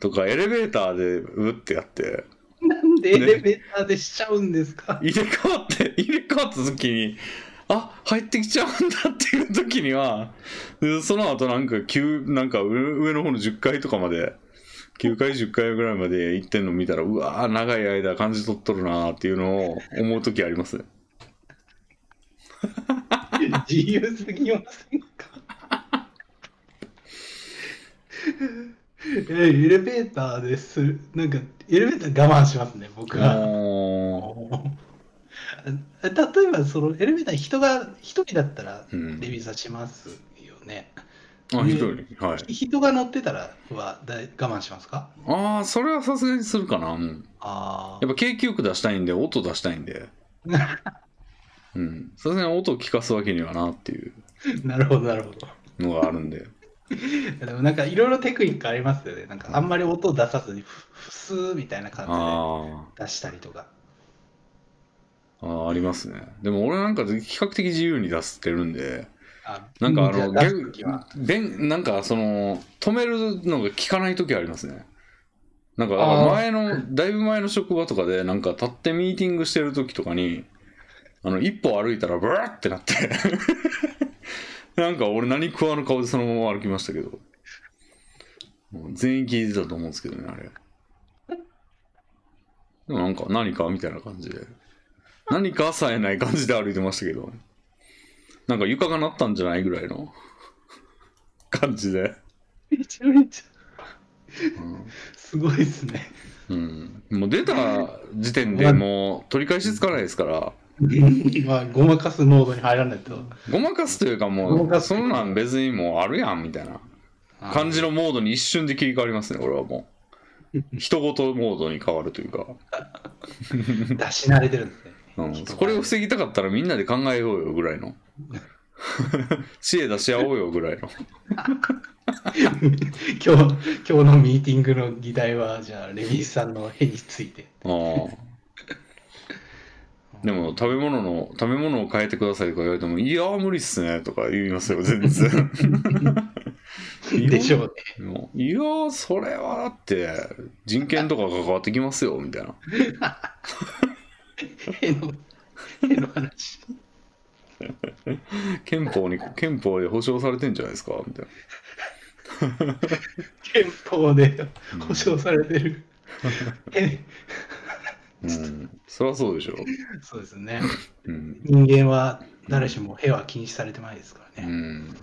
Speaker 1: とかエレベーターでうってやって
Speaker 2: なんでエレベーターでしちゃうんです か、
Speaker 1: 入れ替わって入れ替わった時にあ入ってきちゃうんだっていう時にはでその後なんか急なんか上上の方の10階とかまで9階10階ぐらいまで行ってんの見たらうわー長い間感じ取っとるなーっていうのを思う時ありますね
Speaker 2: 自 由すぎませんかエレベーターでする。なんか、エレベーター我慢しますね、僕は。
Speaker 1: おー
Speaker 2: 例えば、そのエレベーターに人が一人だったら、
Speaker 1: う
Speaker 2: レ
Speaker 1: ん。
Speaker 2: ビューさしますよね。
Speaker 1: あ、一人。はい。
Speaker 2: 人が乗ってたらはだい我慢しますか
Speaker 1: ああ、それはさすがにするかな。うん。
Speaker 2: あ
Speaker 1: やっぱ景気よく出したいんで、音出したいんで。
Speaker 2: あ、
Speaker 1: うん。さすがに音を聞かすわけにはなっていう
Speaker 2: なるほど、なるほど。
Speaker 1: のがあるんで。
Speaker 2: でもなんかいろいろテクニックありますよね。なん
Speaker 1: うん
Speaker 2: かあんまり音を出さずに、ふふすーみたいな感
Speaker 1: あ
Speaker 2: じで出したりとか。
Speaker 1: ーあー、ありますね。でも俺なんか比較的自由に出してるんで、
Speaker 2: あ
Speaker 1: なんかあの、
Speaker 2: 出す
Speaker 1: 逆
Speaker 2: 時は
Speaker 1: 便なんかその、止めるのが効かない時ありますね。なんか
Speaker 2: あー
Speaker 1: 前の、だいぶ前の職場とかで、なんか立ってミーティングしてる時とかに、あの、一歩歩いたらブラーってな って、なんか俺何食わぬ顔でそのまま歩きましたけど、もう全員聞いてたと思うんですけどね、あれ。でもなんか何かみたいな感じで、何かさえない感じで歩いてましたけど、なんか床がなったんじゃないぐらいの感じで。
Speaker 2: めちゃめちゃ
Speaker 1: うん
Speaker 2: すごいですね。
Speaker 1: うん、もう出た時点でもう取り返しつかないですから、
Speaker 2: まあ、ごまかすモードに入らないと。
Speaker 1: ごまかすというか
Speaker 2: ご
Speaker 1: も
Speaker 2: まか
Speaker 1: う、
Speaker 2: す
Speaker 1: そんなん別にもうあるやんみたいな感じのモードに一瞬で切り替わりますね、俺はも う。人ごとモードに変わるというか、
Speaker 2: 出し慣れてるんですね。
Speaker 1: うん、これを防ぎたかったらみんなで考えようよぐら いの。知恵出し合おうよぐらいの。
Speaker 2: 今日、今日のミーティングの議題は、じゃあ、レビーさんの絵について。
Speaker 1: ああでも食べ物の食べ物を変えてくださいとか言われても「いやー無理っすね」とか言いますよ全然
Speaker 2: でしょう
Speaker 1: もういやーそれはだって人権とか関わってきますよみたいな
Speaker 2: ね。絵の、絵の話。
Speaker 1: 憲法に憲法で保障されてんじゃないですかみたいな
Speaker 2: 憲法で
Speaker 1: うん
Speaker 2: 保障されてる。え
Speaker 1: うんそりゃそうでしょ
Speaker 2: そうですね。
Speaker 1: うん、
Speaker 2: 人間は誰しも絵は禁止されてないですから
Speaker 1: う
Speaker 2: ね。
Speaker 1: ん、
Speaker 2: うん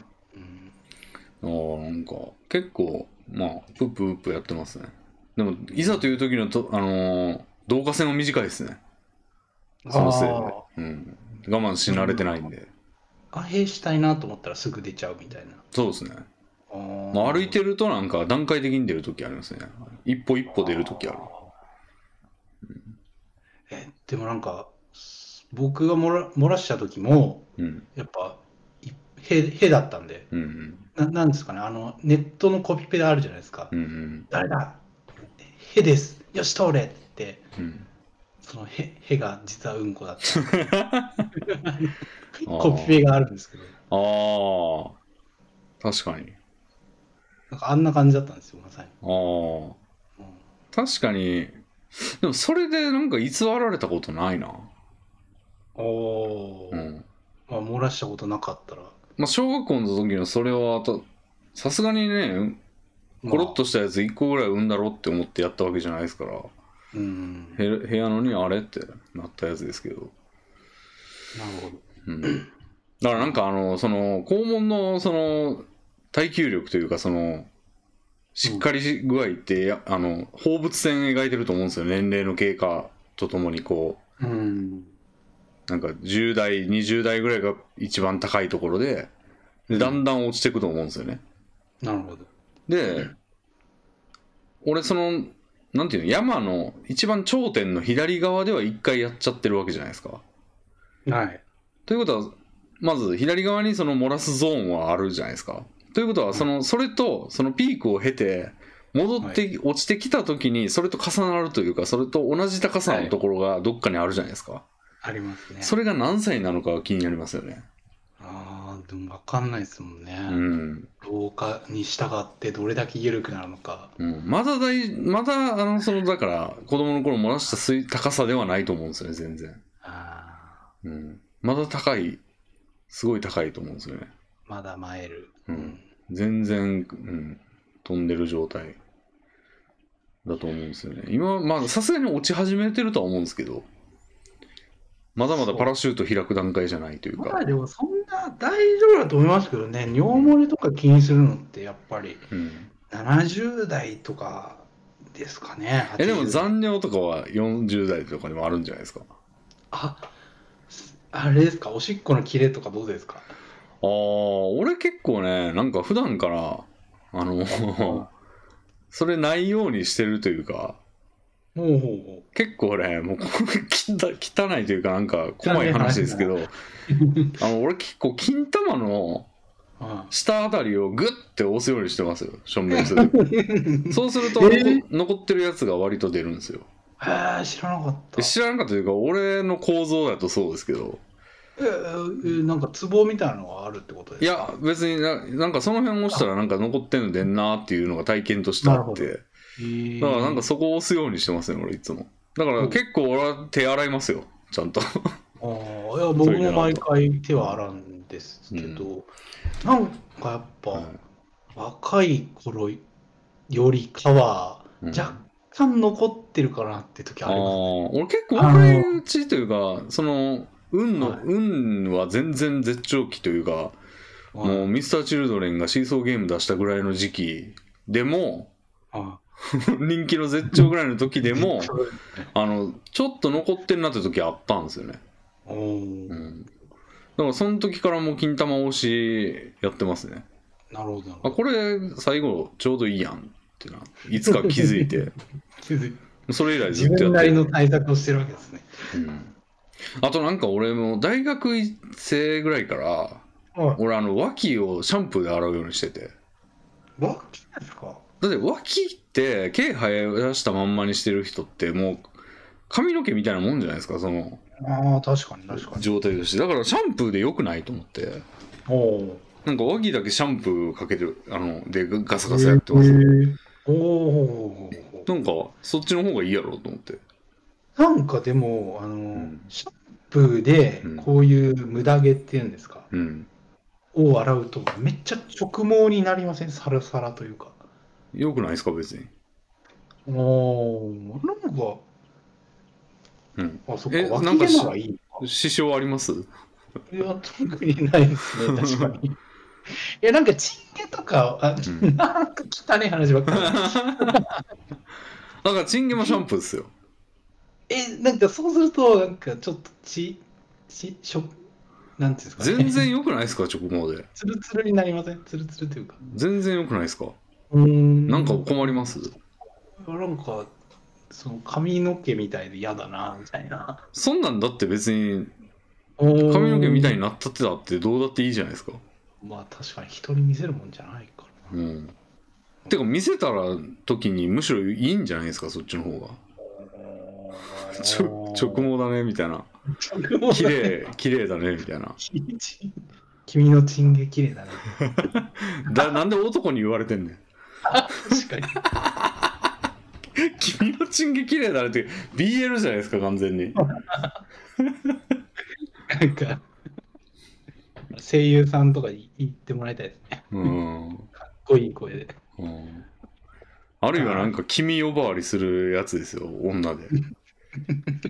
Speaker 1: あーなんか結構まあプッププップやってますねでもいざという時のとあのー導火線も短いですねそのせい
Speaker 2: あ
Speaker 1: で、うん、我慢し慣れてないんで
Speaker 2: あ兵したいなと思ったらすぐ出ちゃうみたいな。
Speaker 1: そうですね、
Speaker 2: あー
Speaker 1: まあ、歩いてるとなんか段階的に出る時ありますね一歩一歩出る時ある
Speaker 2: えでもなんか僕が漏ら漏らした時も
Speaker 1: うん
Speaker 2: やっぱいへへだったんで
Speaker 1: うんうん
Speaker 2: ななんですかねあのネットのコピペであるじゃないですか、
Speaker 1: うんうん
Speaker 2: 誰だへですよし通れって
Speaker 1: うん
Speaker 2: そのへへが実はうんこだった
Speaker 1: ー
Speaker 2: コピペがあるんですけど
Speaker 1: ああ確かに
Speaker 2: なんかあんな感じだったんですよまさに、
Speaker 1: ああ
Speaker 2: うん
Speaker 1: 確かにでもそれでなんか偽られたことないな
Speaker 2: おお、
Speaker 1: うん
Speaker 2: まあ、漏らしたことなかったら
Speaker 1: まあ小学校の時のそれはとさすがにねコロッとしたやつ1個ぐらい産んだろって思ってやったわけじゃないですから
Speaker 2: まあうんな
Speaker 1: へ部屋のにあれってなったやつですけど
Speaker 2: るほど
Speaker 1: うんだからなんかあのその肛門のその耐久力というかそのしっかりし具合ってやあの放物線描いてると思うんですよ年齢の経過とともにこ
Speaker 2: うん
Speaker 1: うなんか10代20代ぐらいが一番高いところででだんだん落ちていくと思うんですよね
Speaker 2: なるほど
Speaker 1: で俺そのなんていうの山の一番頂点の左側では一回やっちゃってるわけじゃないですか
Speaker 2: はい。
Speaker 1: ということは、まず左側にその漏らすゾーンはあるじゃないですか。ということは、その、それと、そのピークを経て、戻って、落ちてきたときに、それと重なるというか、それと同じ高さのところがどっかにあるじゃないですか。
Speaker 2: ありますね。
Speaker 1: それが何歳なのかが気になりますよね。
Speaker 2: ああ、でも分かんないですもんね。
Speaker 1: うん。
Speaker 2: 老化に従ってどれだけ緩くなるのか。
Speaker 1: うん、まだ大、まだ、あの、その、だから、子供の頃漏らした水高さではないと思うんですよね、全然。
Speaker 2: ああ、
Speaker 1: うん。まだ高い、すごい高いと思うんですよね。
Speaker 2: まだ参る。
Speaker 1: うん。全然、うん、飛んでる状態だと思うんですよね。今、まあ、さすがに落ち始めてるとは思うんですけど、まだまだパラシュート開く段階じゃないという
Speaker 2: まあ
Speaker 1: か、
Speaker 2: でもそんな大丈夫だと思いますけどね、尿漏れとか気にするのってやっぱり
Speaker 1: うん、
Speaker 2: 70代とかですかね。
Speaker 1: えでも
Speaker 2: 80
Speaker 1: 残尿とかは40代とかでもあるんじゃないですか
Speaker 2: あ、あれですか、おしっこのキレとかどうですか
Speaker 1: ああ俺結構ねなんか普段からあのそれないようにしてるというか
Speaker 2: ほうほうほ
Speaker 1: 結構ねもう これきた汚いというかなんか怖い話ですけどあの俺結構金玉の
Speaker 2: う。あ
Speaker 1: 下あたりをグッて押すようにしてますよ正面 する時そうすると、
Speaker 2: えー
Speaker 1: 残ってるやつが割と出るんですよ
Speaker 2: あー、知らなかった。
Speaker 1: 知らんかったというか俺の構造だとそうですけど
Speaker 2: えー、なんか壺みたいなのがあるってことで
Speaker 1: い
Speaker 2: すか
Speaker 1: や別にななんかその辺押したらなんか残ってんの出んなっていうのが体験としてあっ
Speaker 2: な
Speaker 1: て
Speaker 2: えー
Speaker 1: だからなんかそこを押すようにしてますね俺いつもだから結構俺は手洗いますよちゃんと
Speaker 2: あーいや僕も毎回手は洗うんですけど、なんかやっぱ、
Speaker 1: はい
Speaker 2: 若い頃よりかは
Speaker 1: うん
Speaker 2: 若干残ってるかなって時
Speaker 1: あ
Speaker 2: あります、
Speaker 1: ー俺結構若いうちというかその運の、
Speaker 2: はい
Speaker 1: 運は全然絶頂期というか、
Speaker 2: うん
Speaker 1: もうミスターチルドレンがシーソーゲーム出したぐらいの時期でも
Speaker 2: うん
Speaker 1: 人気の絶頂ぐらいの時で も
Speaker 2: そう
Speaker 1: あのちょっと残ってんなって時あったんですよね、
Speaker 2: おー
Speaker 1: うん、だからその時からもう金玉押しやってますね
Speaker 2: なるほどなるほ
Speaker 1: あ
Speaker 2: ど
Speaker 1: これ最後ちょうどいいやんってないつか気づい て
Speaker 2: 気づい
Speaker 1: それ以来ず
Speaker 2: 自
Speaker 1: っとや
Speaker 2: 分
Speaker 1: っ
Speaker 2: な
Speaker 1: て
Speaker 2: り
Speaker 1: る
Speaker 2: の対策をしてるわけですね
Speaker 1: うんあとなんか俺も大学1生ぐらいから
Speaker 2: はい
Speaker 1: 俺あの脇をシャンプーで洗うようにしてて
Speaker 2: バッキーですか
Speaker 1: だって脇って毛生やしたまんまにしてる人ってもう髪の毛みたいなもんじゃないですかその
Speaker 2: ああ確かに確かに
Speaker 1: 状態としてだからシャンプーでよくないと思って
Speaker 2: おお
Speaker 1: なんか脇だけシャンプーかけてるあのでガサ
Speaker 2: お
Speaker 1: ガサやってます、
Speaker 2: おおー
Speaker 1: なんかそっちの方がいいやろと思って
Speaker 2: なんかでもあの、
Speaker 1: ん
Speaker 2: シャンプーで
Speaker 1: うん
Speaker 2: こういう無駄毛っていうんですか、
Speaker 1: うん
Speaker 2: を洗うとめっちゃ直毛になりませんサラサラというか
Speaker 1: よくないですか別に
Speaker 2: おーなんか
Speaker 1: うん
Speaker 2: あそっか
Speaker 1: えなんか
Speaker 2: 脇毛
Speaker 1: し
Speaker 2: ならいいのか
Speaker 1: 支障あります
Speaker 2: いや特にないですね確 かにいやなんかチン毛とかあ、
Speaker 1: う
Speaker 2: なんか汚い話ばっか
Speaker 1: だからチンゲもシャンプーですよ
Speaker 2: りえなんかそうするとなんかちょっと血血しょなんていうんですか、ね、
Speaker 1: 全然よくないですか直毛で
Speaker 2: ツルツルになりませんツルツルというか
Speaker 1: 全然よくないですか
Speaker 2: うーん
Speaker 1: なんか困ります
Speaker 2: なんかその髪の毛みたいで嫌だなみたいな
Speaker 1: そんなんだって別に髪
Speaker 2: 髪
Speaker 1: の毛みたいになったってだってどうだっていいじゃないですか
Speaker 2: まあ確かに人に見せるもんじゃないから
Speaker 1: う
Speaker 2: な。
Speaker 1: んてか見せたら時にむしろいいんじゃないですかそっちの方がちょ直毛だねみたいな
Speaker 2: 直
Speaker 1: 綺麗綺麗だねみたいな
Speaker 2: 君のチンゲ綺麗だね。
Speaker 1: だなんで男に言われてんねん
Speaker 2: 確かに。
Speaker 1: 君のチンゲ綺麗だねって BL じゃないですか完全に
Speaker 2: なんか、声優さんとかに言ってもらいたいですね。
Speaker 1: うん
Speaker 2: かっこいい声で。
Speaker 1: うんあるいはなんか君呼ばわりするやつですよ女で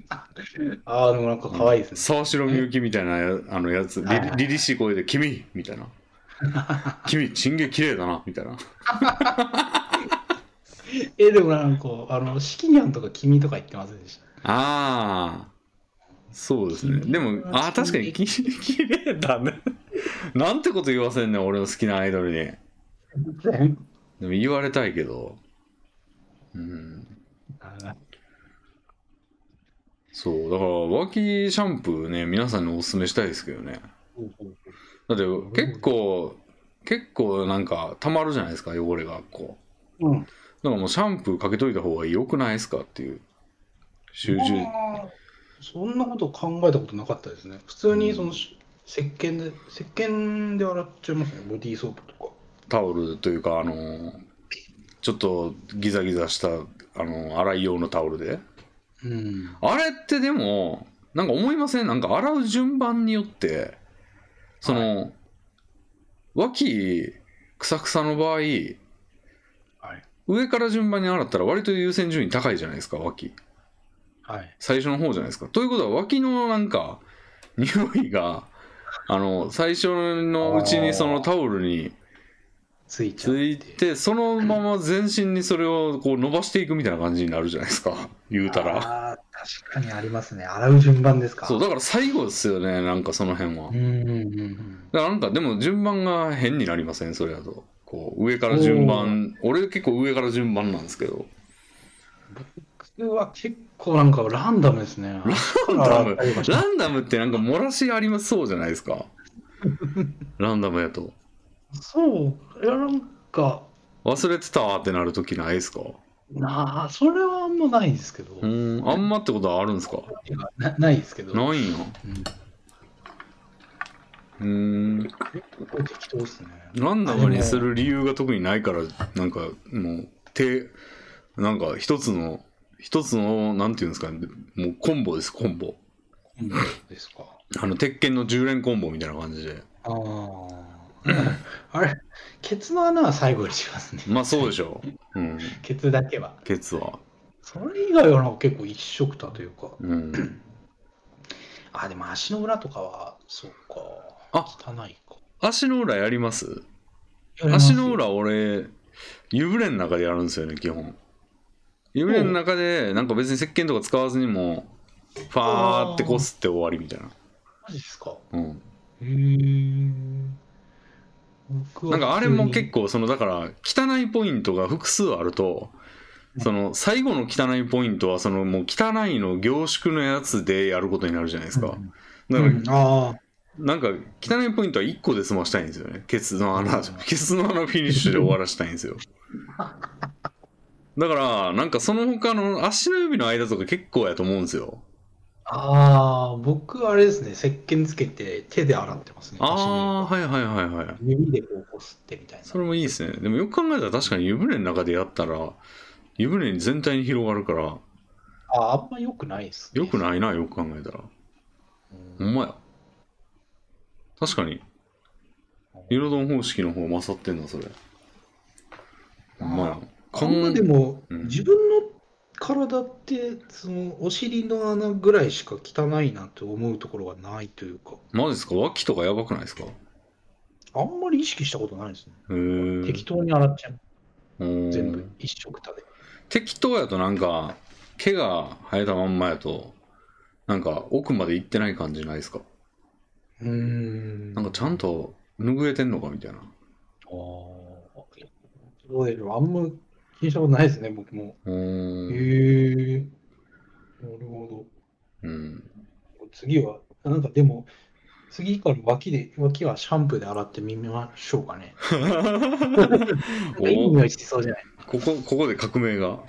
Speaker 2: ああ、でもなんか可愛いですね。
Speaker 1: 沢城みゆきみたいなやあのやつり
Speaker 2: はいはいはい
Speaker 1: りりしい声で「君!」みたいな「君チンゲ綺麗だな」みたいな
Speaker 2: え、でもなんか、あの、シキニャンとか君とか言ってませんでした。
Speaker 1: ああそうですね
Speaker 2: 君
Speaker 1: でもあー確かにき 綺麗だねなんてこと言わせんねん俺の好きなアイドルにでも言われたいけどうん
Speaker 2: あ
Speaker 1: そうだから脇シャンプーね皆さんにおすすめしたいですけどね
Speaker 2: ー
Speaker 1: だって結構結構なんか溜まるじゃないですか汚れがこう
Speaker 2: うん。
Speaker 1: だからもうシャンプーかけといた方が良くないですかっていう集中
Speaker 2: あーそんなこと考えたことなかったですね。普通にその、石鹸で、石鹸で洗っちゃいますね。ボディーソープとか。
Speaker 1: タオルというかあのちょっとギザギザしたあの洗い用のタオルで
Speaker 2: うん。
Speaker 1: あれってでもなんか思いませんなんか洗う順番によってその、脇クサクサの場合
Speaker 2: はい。
Speaker 1: 上から順番に洗ったら割と優先順位高いじゃないですか脇
Speaker 2: はい。
Speaker 1: 最初の方じゃないですか。ということは脇のなんか匂いがあの最初のうちにそのタオルに
Speaker 2: ついちゃう
Speaker 1: ついてそのまま全身にそれをこう伸ばしていくみたいな感じになるじゃないですか言うたら
Speaker 2: あー確かにありますね洗う順番ですか
Speaker 1: そう
Speaker 2: だ
Speaker 1: だから最後ですよねなんかその辺は
Speaker 2: うんうんうんうん
Speaker 1: だからなんかでも順番が変になりませんそれだとこう上から順番俺結構上から順番なんですけど
Speaker 2: 僕は結構なんかランダムですね
Speaker 1: ランダム
Speaker 2: 洗いました
Speaker 1: ランダムってなんか漏らしありますそうじゃないですかランダムやと
Speaker 2: そういやなんか
Speaker 1: 忘れてたってなるときないですか
Speaker 2: なあそれはあんまないですけど、
Speaker 1: うーんあんまってことはあるんですか
Speaker 2: なないですけど、
Speaker 1: ないんや
Speaker 2: うん
Speaker 1: うーん
Speaker 2: 結構適当ですね
Speaker 1: ランダムにする理由が特にないからなんかもう手なんか一つの一つのなんていうんですかねもうコンボですコンボ
Speaker 2: うんですか
Speaker 1: あの鉄拳の10連コンボみたいな感じで
Speaker 2: あああれケツの穴は最後にしますね
Speaker 1: まあそうでしょう、うん、
Speaker 2: ケツだけは
Speaker 1: ケツは
Speaker 2: それ以外はなんか結構一色たというか
Speaker 1: うん
Speaker 2: あでも足の裏とかはそうか
Speaker 1: あ
Speaker 2: 汚いか
Speaker 1: 足の裏やります足の裏俺湯船の中でやるんですよね基本湯船の中でなんか別に石鹸とか使わずにもうファーってこすって終わりみたい
Speaker 2: マジですか
Speaker 1: な、うん、
Speaker 2: へえ僕
Speaker 1: な
Speaker 2: は
Speaker 1: んかあれも結構そのだから汚いポイントが複数あるとその最後の汚いポイントはそのもう汚いの凝縮のやつでやることになるじゃないですか、
Speaker 2: う
Speaker 1: だ
Speaker 2: ん
Speaker 1: から
Speaker 2: うんあ
Speaker 1: なんか汚いポイントは1個で済ましたいんですよねケツの穴ケツの穴フィニッシュで終わらしたいん ですよだからなんかその他の足の指の間とか結構やと思うんですよ
Speaker 2: あああ僕あれですね石鹸つけて手で洗ってますね足の
Speaker 1: ああーはいはいはいはい
Speaker 2: 指指でこうこすってみたいな
Speaker 1: それもいいですねでもよく考えたら確かに湯船の中でやったら湯船に全体に広がるから
Speaker 2: ああんま良くないです、ね、
Speaker 1: よく
Speaker 2: い、
Speaker 1: ないなよく考えたら
Speaker 2: う
Speaker 1: ほ
Speaker 2: ん
Speaker 1: んまや確かにユロドン方式の方勝ってんなそれほんまや
Speaker 2: こ
Speaker 1: こ
Speaker 2: んなんでも、
Speaker 1: うん
Speaker 2: 自分の体ってそのお尻の穴ぐらいしか汚いなって思うところがないというか
Speaker 1: マジですか脇とかやばくないですかへ
Speaker 2: あんまり意識したことないですね、
Speaker 1: え
Speaker 2: 適当に洗っちゃう全
Speaker 1: 全
Speaker 2: 部一色たで
Speaker 1: 適当やとなんか毛が生えたまんまやとなんか奥まで行ってない感じないですか
Speaker 2: うーん
Speaker 1: なんかちゃんと拭えてんのかみたいな
Speaker 2: あーどうでしょうあんま気にしたことないですね僕も
Speaker 1: うー
Speaker 2: へ
Speaker 1: ん
Speaker 2: えなるほ
Speaker 1: うん
Speaker 2: ど次はなんかでも次から脇で脇はシャンプーで洗ってみましょうか ねなんかいい
Speaker 1: お
Speaker 2: 匂いしそうじゃない
Speaker 1: ここここで革命が、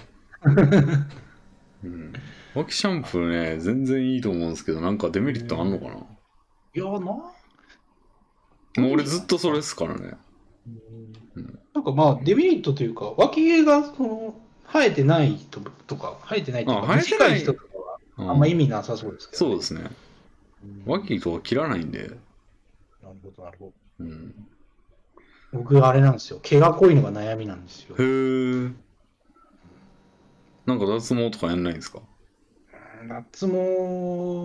Speaker 1: うん、脇シャンプーね全然いいと思うんですけどなんかデメリットあんのかな、
Speaker 2: いやな、
Speaker 1: もう俺ずっとそれですからねうん
Speaker 2: なんかまあデメリットというか、脇毛がその生えてない人とか、生えてないとか、
Speaker 1: あ生えてない
Speaker 2: 短い人とかは
Speaker 1: あ
Speaker 2: あんま意味なさそうですけど、。
Speaker 1: そうですすね
Speaker 2: うん
Speaker 1: 脇とは切らないんで、
Speaker 2: なるほど、なるほ
Speaker 1: うん、
Speaker 2: ど。僕、あれなんですよ。毛が濃いのが悩みなんですよ。
Speaker 1: へえんか脱毛とかやんないんですか
Speaker 2: 夏毛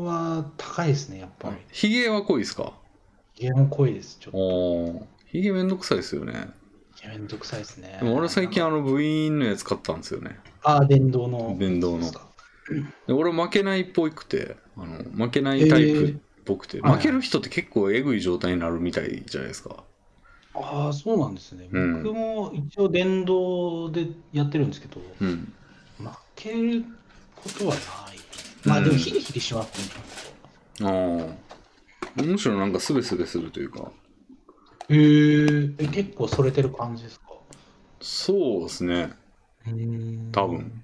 Speaker 2: は高いですね、やっぱり。
Speaker 1: ひげは濃いですか
Speaker 2: 毛も濃いです、ちょっと。
Speaker 1: おひげめんどくさいですよね
Speaker 2: いやめんどくさいですね。
Speaker 1: でも俺最近
Speaker 2: あ
Speaker 1: あの部員のやつ買ったんですよね
Speaker 2: あー、電動の。
Speaker 1: 電動の
Speaker 2: そうですか
Speaker 1: で俺負けないっぽくてあの負けないタイプっぽくて、
Speaker 2: えーはい
Speaker 1: 負ける人って結構えぐい状態になるみたいじゃないですか
Speaker 2: ああ、そうなんですね。
Speaker 1: うん
Speaker 2: 僕も一応電動でやってるんですけど、
Speaker 1: うん
Speaker 2: 負けることはない。まあでもヒリヒリしますね。
Speaker 1: ああむしろなんかスベスベするというか
Speaker 2: へーえ結構それてる感じですか
Speaker 1: そうですね
Speaker 2: うん
Speaker 1: 多分。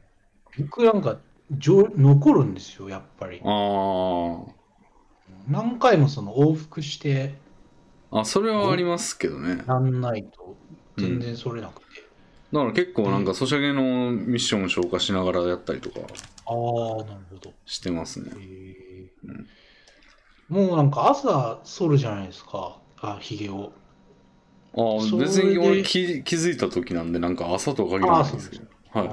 Speaker 2: 僕なんかじょ残るんですよ、やっぱり。
Speaker 1: あ
Speaker 2: 何回もその往復して
Speaker 1: ああそれはありますけどね
Speaker 2: なんないと全然それなくて。
Speaker 1: だから結構なんかソシャゲのミッション消化しながらやったりとか
Speaker 2: ああ、なるほど。
Speaker 1: してますね
Speaker 2: へー
Speaker 1: うん
Speaker 2: もうなんか朝剃るじゃないですか、あひげを。
Speaker 1: ああ
Speaker 2: それで
Speaker 1: 別に俺気気づいた時なんでなんか朝とは限らないんですけどはい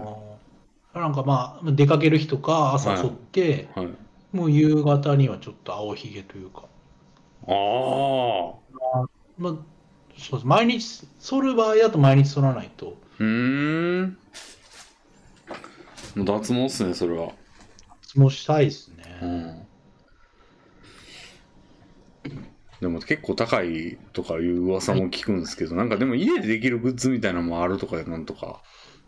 Speaker 2: あーなんかまあ出かける日とか朝剃って、
Speaker 1: はい
Speaker 2: もう夕方にはちょっと青ひげというか。
Speaker 1: ああ
Speaker 2: まあ、そうです毎日、剃る場合だと毎日剃らないと。
Speaker 1: うーん。もう脱毛っすね、それは。
Speaker 2: もうしたいですね。
Speaker 1: うん。でも結構高いとかいう噂も聞くんですけど、なんかでも家でできるグッズみたいなのもあるとかやなんとか。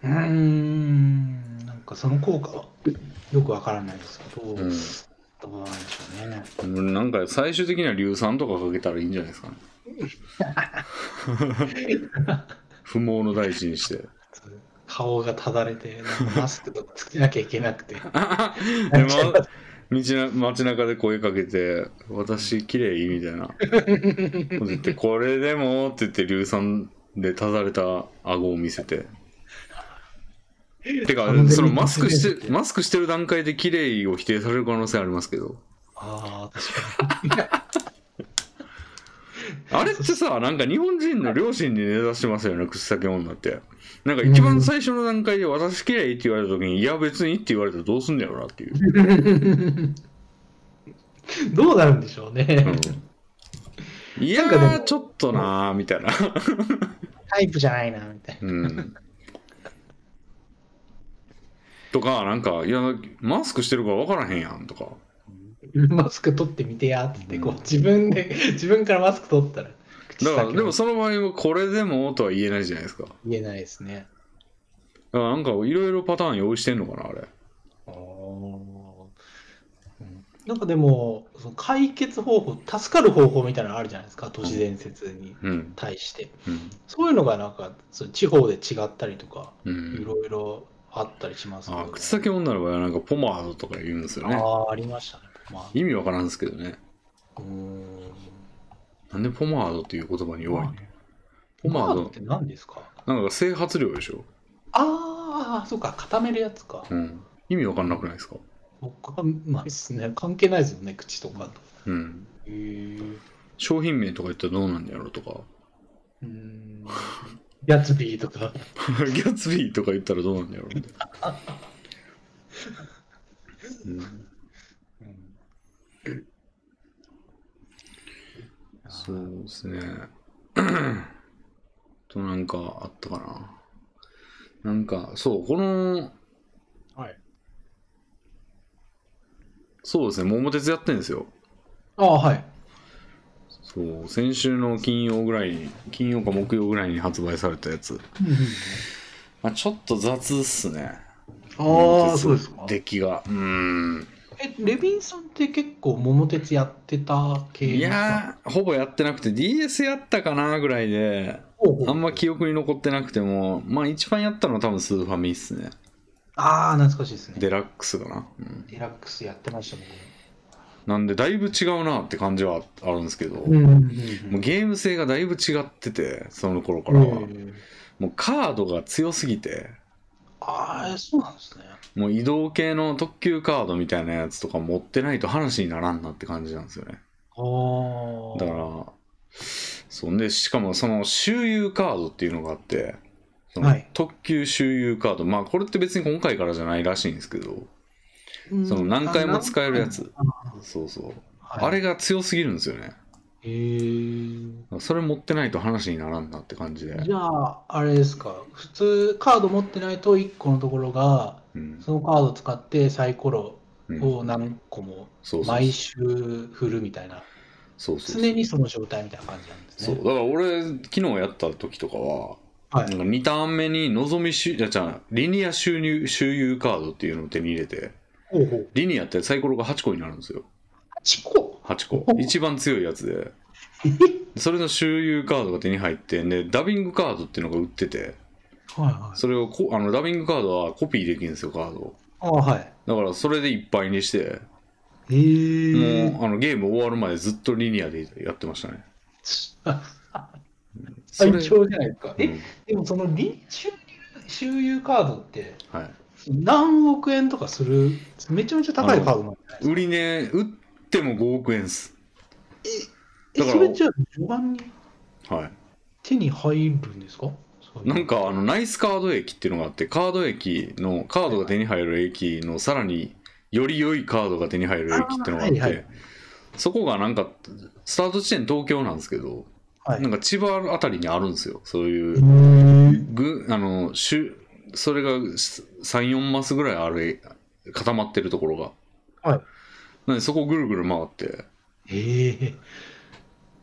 Speaker 2: うーん、なんかその効果はよくわからないですけど、
Speaker 1: うん。
Speaker 2: どうなんでしょうね。
Speaker 1: なんか最終的には硫酸とかかけたらいいんじゃないですかね。不毛の大地にして。
Speaker 2: 顔がただれて、なんかマスクとかつけなきゃいけな くて。
Speaker 1: でま、道な街中で声かけて「私綺麗みたいな「こうやってこれでも」って言って硫酸でただれた顎を見せててか
Speaker 2: 完全に
Speaker 1: そのマスク
Speaker 2: 完全に
Speaker 1: し
Speaker 2: 見せ
Speaker 1: て
Speaker 2: て
Speaker 1: マスクしてる段階で綺麗を否定される可能性ありますけど
Speaker 2: ああ、確
Speaker 1: あれってさなんか日本人の両親に根ざしてますよね口先女ってなんか一番最初の段階で「私綺麗って言われた時に「いや別に」って言われたらどうすんだろうなっていう、
Speaker 2: かに。どうなるんでしょうね。
Speaker 1: うん、いや
Speaker 2: なんかで
Speaker 1: ー
Speaker 2: も
Speaker 1: ちょっとなーみたいな
Speaker 2: タイプじゃないな、みたい
Speaker 1: うんとか、なんか、いや、マスクしてるから分からへんやんとか、
Speaker 2: な。マスク取ってみてやっつって、こう自分で、 自分からマスク取ったら、口
Speaker 1: だから、
Speaker 2: 先
Speaker 1: でも
Speaker 2: も
Speaker 1: その場合はこれでもとは言えないじゃないですか。だか
Speaker 2: 言えないですね。
Speaker 1: らなんか、いろいろパターン用意してんのかな、あれ。
Speaker 2: あーうんなんかでも、その解決方法、助かる方法みたいなのあるじゃないですか、都市伝説に
Speaker 1: うん。
Speaker 2: 対して。
Speaker 1: うん。
Speaker 2: そういうのがなんか、その地方で違ったりとか、
Speaker 1: う
Speaker 2: い
Speaker 1: ん、
Speaker 2: ろいろあったりしますけど
Speaker 1: あ、口先女の場合は、なんか、ポマードとか言うんですよね。
Speaker 2: ああ、ありましたね。まあ、
Speaker 1: 意味分からんですけどね。
Speaker 2: うーん。
Speaker 1: なんでポマードっていう言葉に弱い
Speaker 2: まあね
Speaker 1: ポマー
Speaker 2: マード
Speaker 1: ド
Speaker 2: って、何ですか
Speaker 1: なんか整髪料でしょ。
Speaker 2: ああ、そうか、固めるやつか。
Speaker 1: うん。意味分かんなくないですか。
Speaker 2: 僕は、まあですね、関係ないですよね、口とかと。
Speaker 1: うん。
Speaker 2: へー
Speaker 1: 商品名とか言ったらどうなんやろうとか。
Speaker 2: うーん。ギャツビーと か。
Speaker 1: ギャツビーとか言ったらどうなんだろうみたいな。うん
Speaker 2: うん
Speaker 1: そうですね。 となんかあったかな。なんかそう、この、
Speaker 2: はい。
Speaker 1: そうですね、桃鉄やってんですよ。
Speaker 2: ああ、はい。
Speaker 1: そう、先週の金曜ぐらいに、金曜か木曜ぐらいに発売されたやつ。まあ、ちょっと雑っすね。
Speaker 2: あ
Speaker 1: 桃
Speaker 2: あ、
Speaker 1: 鉄
Speaker 2: そうですか。
Speaker 1: 出来が。うーん。
Speaker 2: え、レビンさんって結構桃鉄やってた系
Speaker 1: い
Speaker 2: ですか
Speaker 1: やー、ほぼやってなくて、DS やったかなぐらいで、
Speaker 2: ほうほう
Speaker 1: あんま記憶に残ってなくても、まあ一番やったのは多分スーファミっすね。
Speaker 2: ああ、懐かしいですね。
Speaker 1: デラックスかな。うん、
Speaker 2: デラックスやってましたもんね。
Speaker 1: なんでだいぶ違うなって感じはあるんですけど、
Speaker 2: うんうんうん
Speaker 1: もうゲーム性がだいぶ違ってて、その頃か
Speaker 2: う
Speaker 1: ら
Speaker 2: ん
Speaker 1: は。
Speaker 2: うん
Speaker 1: もうカードが強すぎて、
Speaker 2: ああ、そうなんですね。
Speaker 1: もう移動系の特急カードみたいなやつとか持ってないと話にならんなって感じなんですよね。
Speaker 2: あ
Speaker 1: だから、そんで、しかもその周遊カードっていうのがあって、その
Speaker 2: はい
Speaker 1: 特急周遊カード、まあこれって別に今回からじゃないらしいんですけど、
Speaker 2: ら
Speaker 1: その何回も使えるやつ。
Speaker 2: あ
Speaker 1: そうそう。
Speaker 2: はい
Speaker 1: あれが強すぎるんですよね。
Speaker 2: へえ。
Speaker 1: それ持ってないと話にならんなって感じで。
Speaker 2: じゃあ、あれですか。普通、カード持ってないと1個のところが、
Speaker 1: うん
Speaker 2: そのカードを使ってサイコロ
Speaker 1: うん
Speaker 2: を何個も
Speaker 1: そうそう
Speaker 2: 毎週振るみたいな。
Speaker 1: そうそう
Speaker 2: 常にその状態みたいな感じなんです
Speaker 1: そう
Speaker 2: ね。
Speaker 1: だから俺昨日やった時とかは、
Speaker 2: は
Speaker 1: なん
Speaker 2: い。
Speaker 1: か2ターン目に望みしゅいやじゃあリニア収入周遊カードっていうのを手に入れて
Speaker 2: ほうほう。
Speaker 1: リニアってサイコロが8個になるんですよ
Speaker 2: 8個
Speaker 1: 8個一番強いやつ でそれの周遊カードが手に入ってでダビングカードっていうのが売ってて
Speaker 2: はいはい。
Speaker 1: それをこあのダビングカードはコピーできるんですよカードを
Speaker 2: ああ、はい。
Speaker 1: だからそれでいっぱいにして
Speaker 2: へえ。
Speaker 1: もうあのゲーム終わるまでずっとリニアでやってましたね。
Speaker 2: 最
Speaker 1: それ
Speaker 2: 強じゃないですか。え、
Speaker 1: うん
Speaker 2: でもその臨収入周遊カードって
Speaker 1: はい、
Speaker 2: 何億円とかする、めちゃめちゃ高いカードなんじゃないですか
Speaker 1: 売りね、売っても5億円っす。
Speaker 2: え、
Speaker 1: だから
Speaker 2: それじゃあ序盤に
Speaker 1: は
Speaker 2: 手に入るんですか
Speaker 1: い、なんかあのナイスカード駅っていうのがあってカード駅のカードが手に入る駅のさらにより良いカードが手に入る駅っていうのがあって、
Speaker 2: あーはいは
Speaker 1: そこがなんかスタート地点東京なんですけど
Speaker 2: はい
Speaker 1: なんか千葉あたりにあるんですよ。そういう
Speaker 2: う。ん。
Speaker 1: ぐあの週それが34マスぐらいあれ固まってるところが
Speaker 2: はい
Speaker 1: なんでそこをぐるぐる回って
Speaker 2: ええ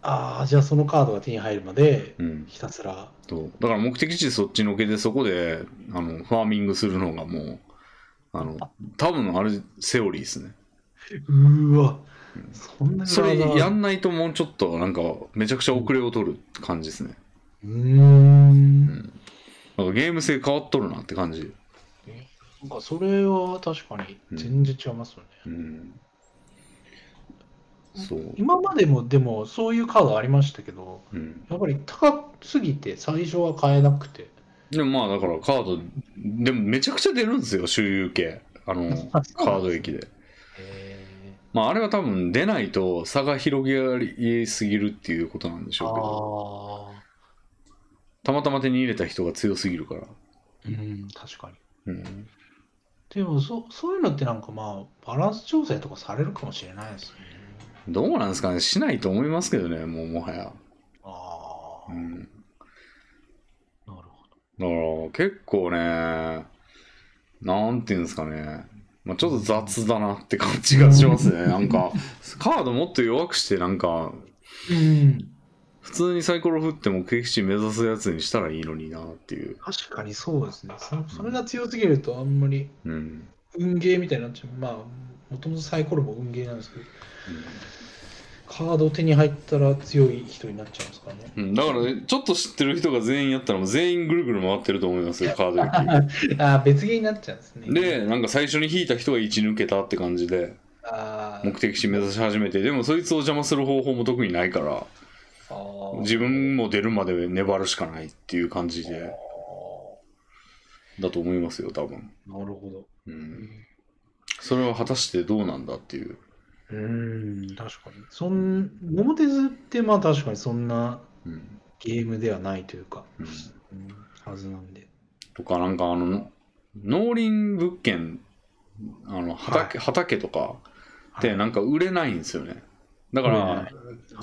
Speaker 2: ああ、じゃあそのカードが手に入るまで、
Speaker 1: うん
Speaker 2: ひたすら。
Speaker 1: そうだから目的地そっちのけでそこであのファーミングするのがもうあの多分あれセオリーですね
Speaker 2: うーわ、そんな
Speaker 1: それや
Speaker 2: ん
Speaker 1: んないともうちょっとなんかめちゃくちゃ遅れを取る感じですね
Speaker 2: うーん。
Speaker 1: なんかゲーム性変わっとるなって感じ
Speaker 2: なんかそれは確かに全然違いますよね。
Speaker 1: うんそう
Speaker 2: 今までもでもそういうカードありましたけど、
Speaker 1: うん
Speaker 2: やっぱり高すぎて最初は買えなくて。
Speaker 1: でもまあだからカードでもめちゃくちゃ出るんですよ周遊系あの
Speaker 2: あそう
Speaker 1: カ
Speaker 2: なんですね
Speaker 1: ード駅で
Speaker 2: へ
Speaker 1: まああれは多分出ないと差が広げりすぎるっていうことなんでし
Speaker 2: あ
Speaker 1: ょうけど
Speaker 2: あ
Speaker 1: たまたま手に入れた人が強すぎるから
Speaker 2: ー、うん、確かに。
Speaker 1: うん
Speaker 2: でもそ、そういうのってなんかまあ、バランス調整とかされるかもしれないですよね。
Speaker 1: どうなんですかねしないと思いますけどねもうもはや、
Speaker 2: あ
Speaker 1: う
Speaker 2: あ、
Speaker 1: ん、だか
Speaker 2: なるほど。
Speaker 1: ら結構ねなんていうんですかねまあ、ちょっと雑だなって感じがしますね。なんか、カードもっと弱くして、なんか、
Speaker 2: うん、
Speaker 1: 普通にサイコロ振って目的地目指すやつにしたらいいのになっていう。
Speaker 2: 確かにそうですね。そそれが強すぎるとあんまり
Speaker 1: うん。うん
Speaker 2: 運ゲーみたいになっちゃう。まあ、もともとサイコロも運ゲーなんですけど、カード手に入ったら強い人になっちゃいますからね。
Speaker 1: うん、だから、ね、ちょっと知ってる人が全員やったらもう全員ぐるぐる回ってると思いますよ、カード駅。
Speaker 2: ああ、別ゲーになっちゃうんです ね。
Speaker 1: で、なんか最初に引いた人が1抜けたって感じで、
Speaker 2: あ
Speaker 1: 目的地目指し始めて、でもそいつを邪魔する方法も特にないから、
Speaker 2: あー
Speaker 1: 自分も出るまで粘るしかないっていう感じで、だと思いますよ、多分。
Speaker 2: なるほ
Speaker 1: う
Speaker 2: ど。
Speaker 1: ん。それは果たしてどうなんだっていう。
Speaker 2: うーん、確かに。そん、桃鉄ってまあ確かにそんな
Speaker 1: うん。
Speaker 2: ゲームではないというか、
Speaker 1: うん
Speaker 2: うんはずなんで。
Speaker 1: とかなんかあの農林物件あの畑,、畑とかってなんか売れないんですよねだから、
Speaker 2: 売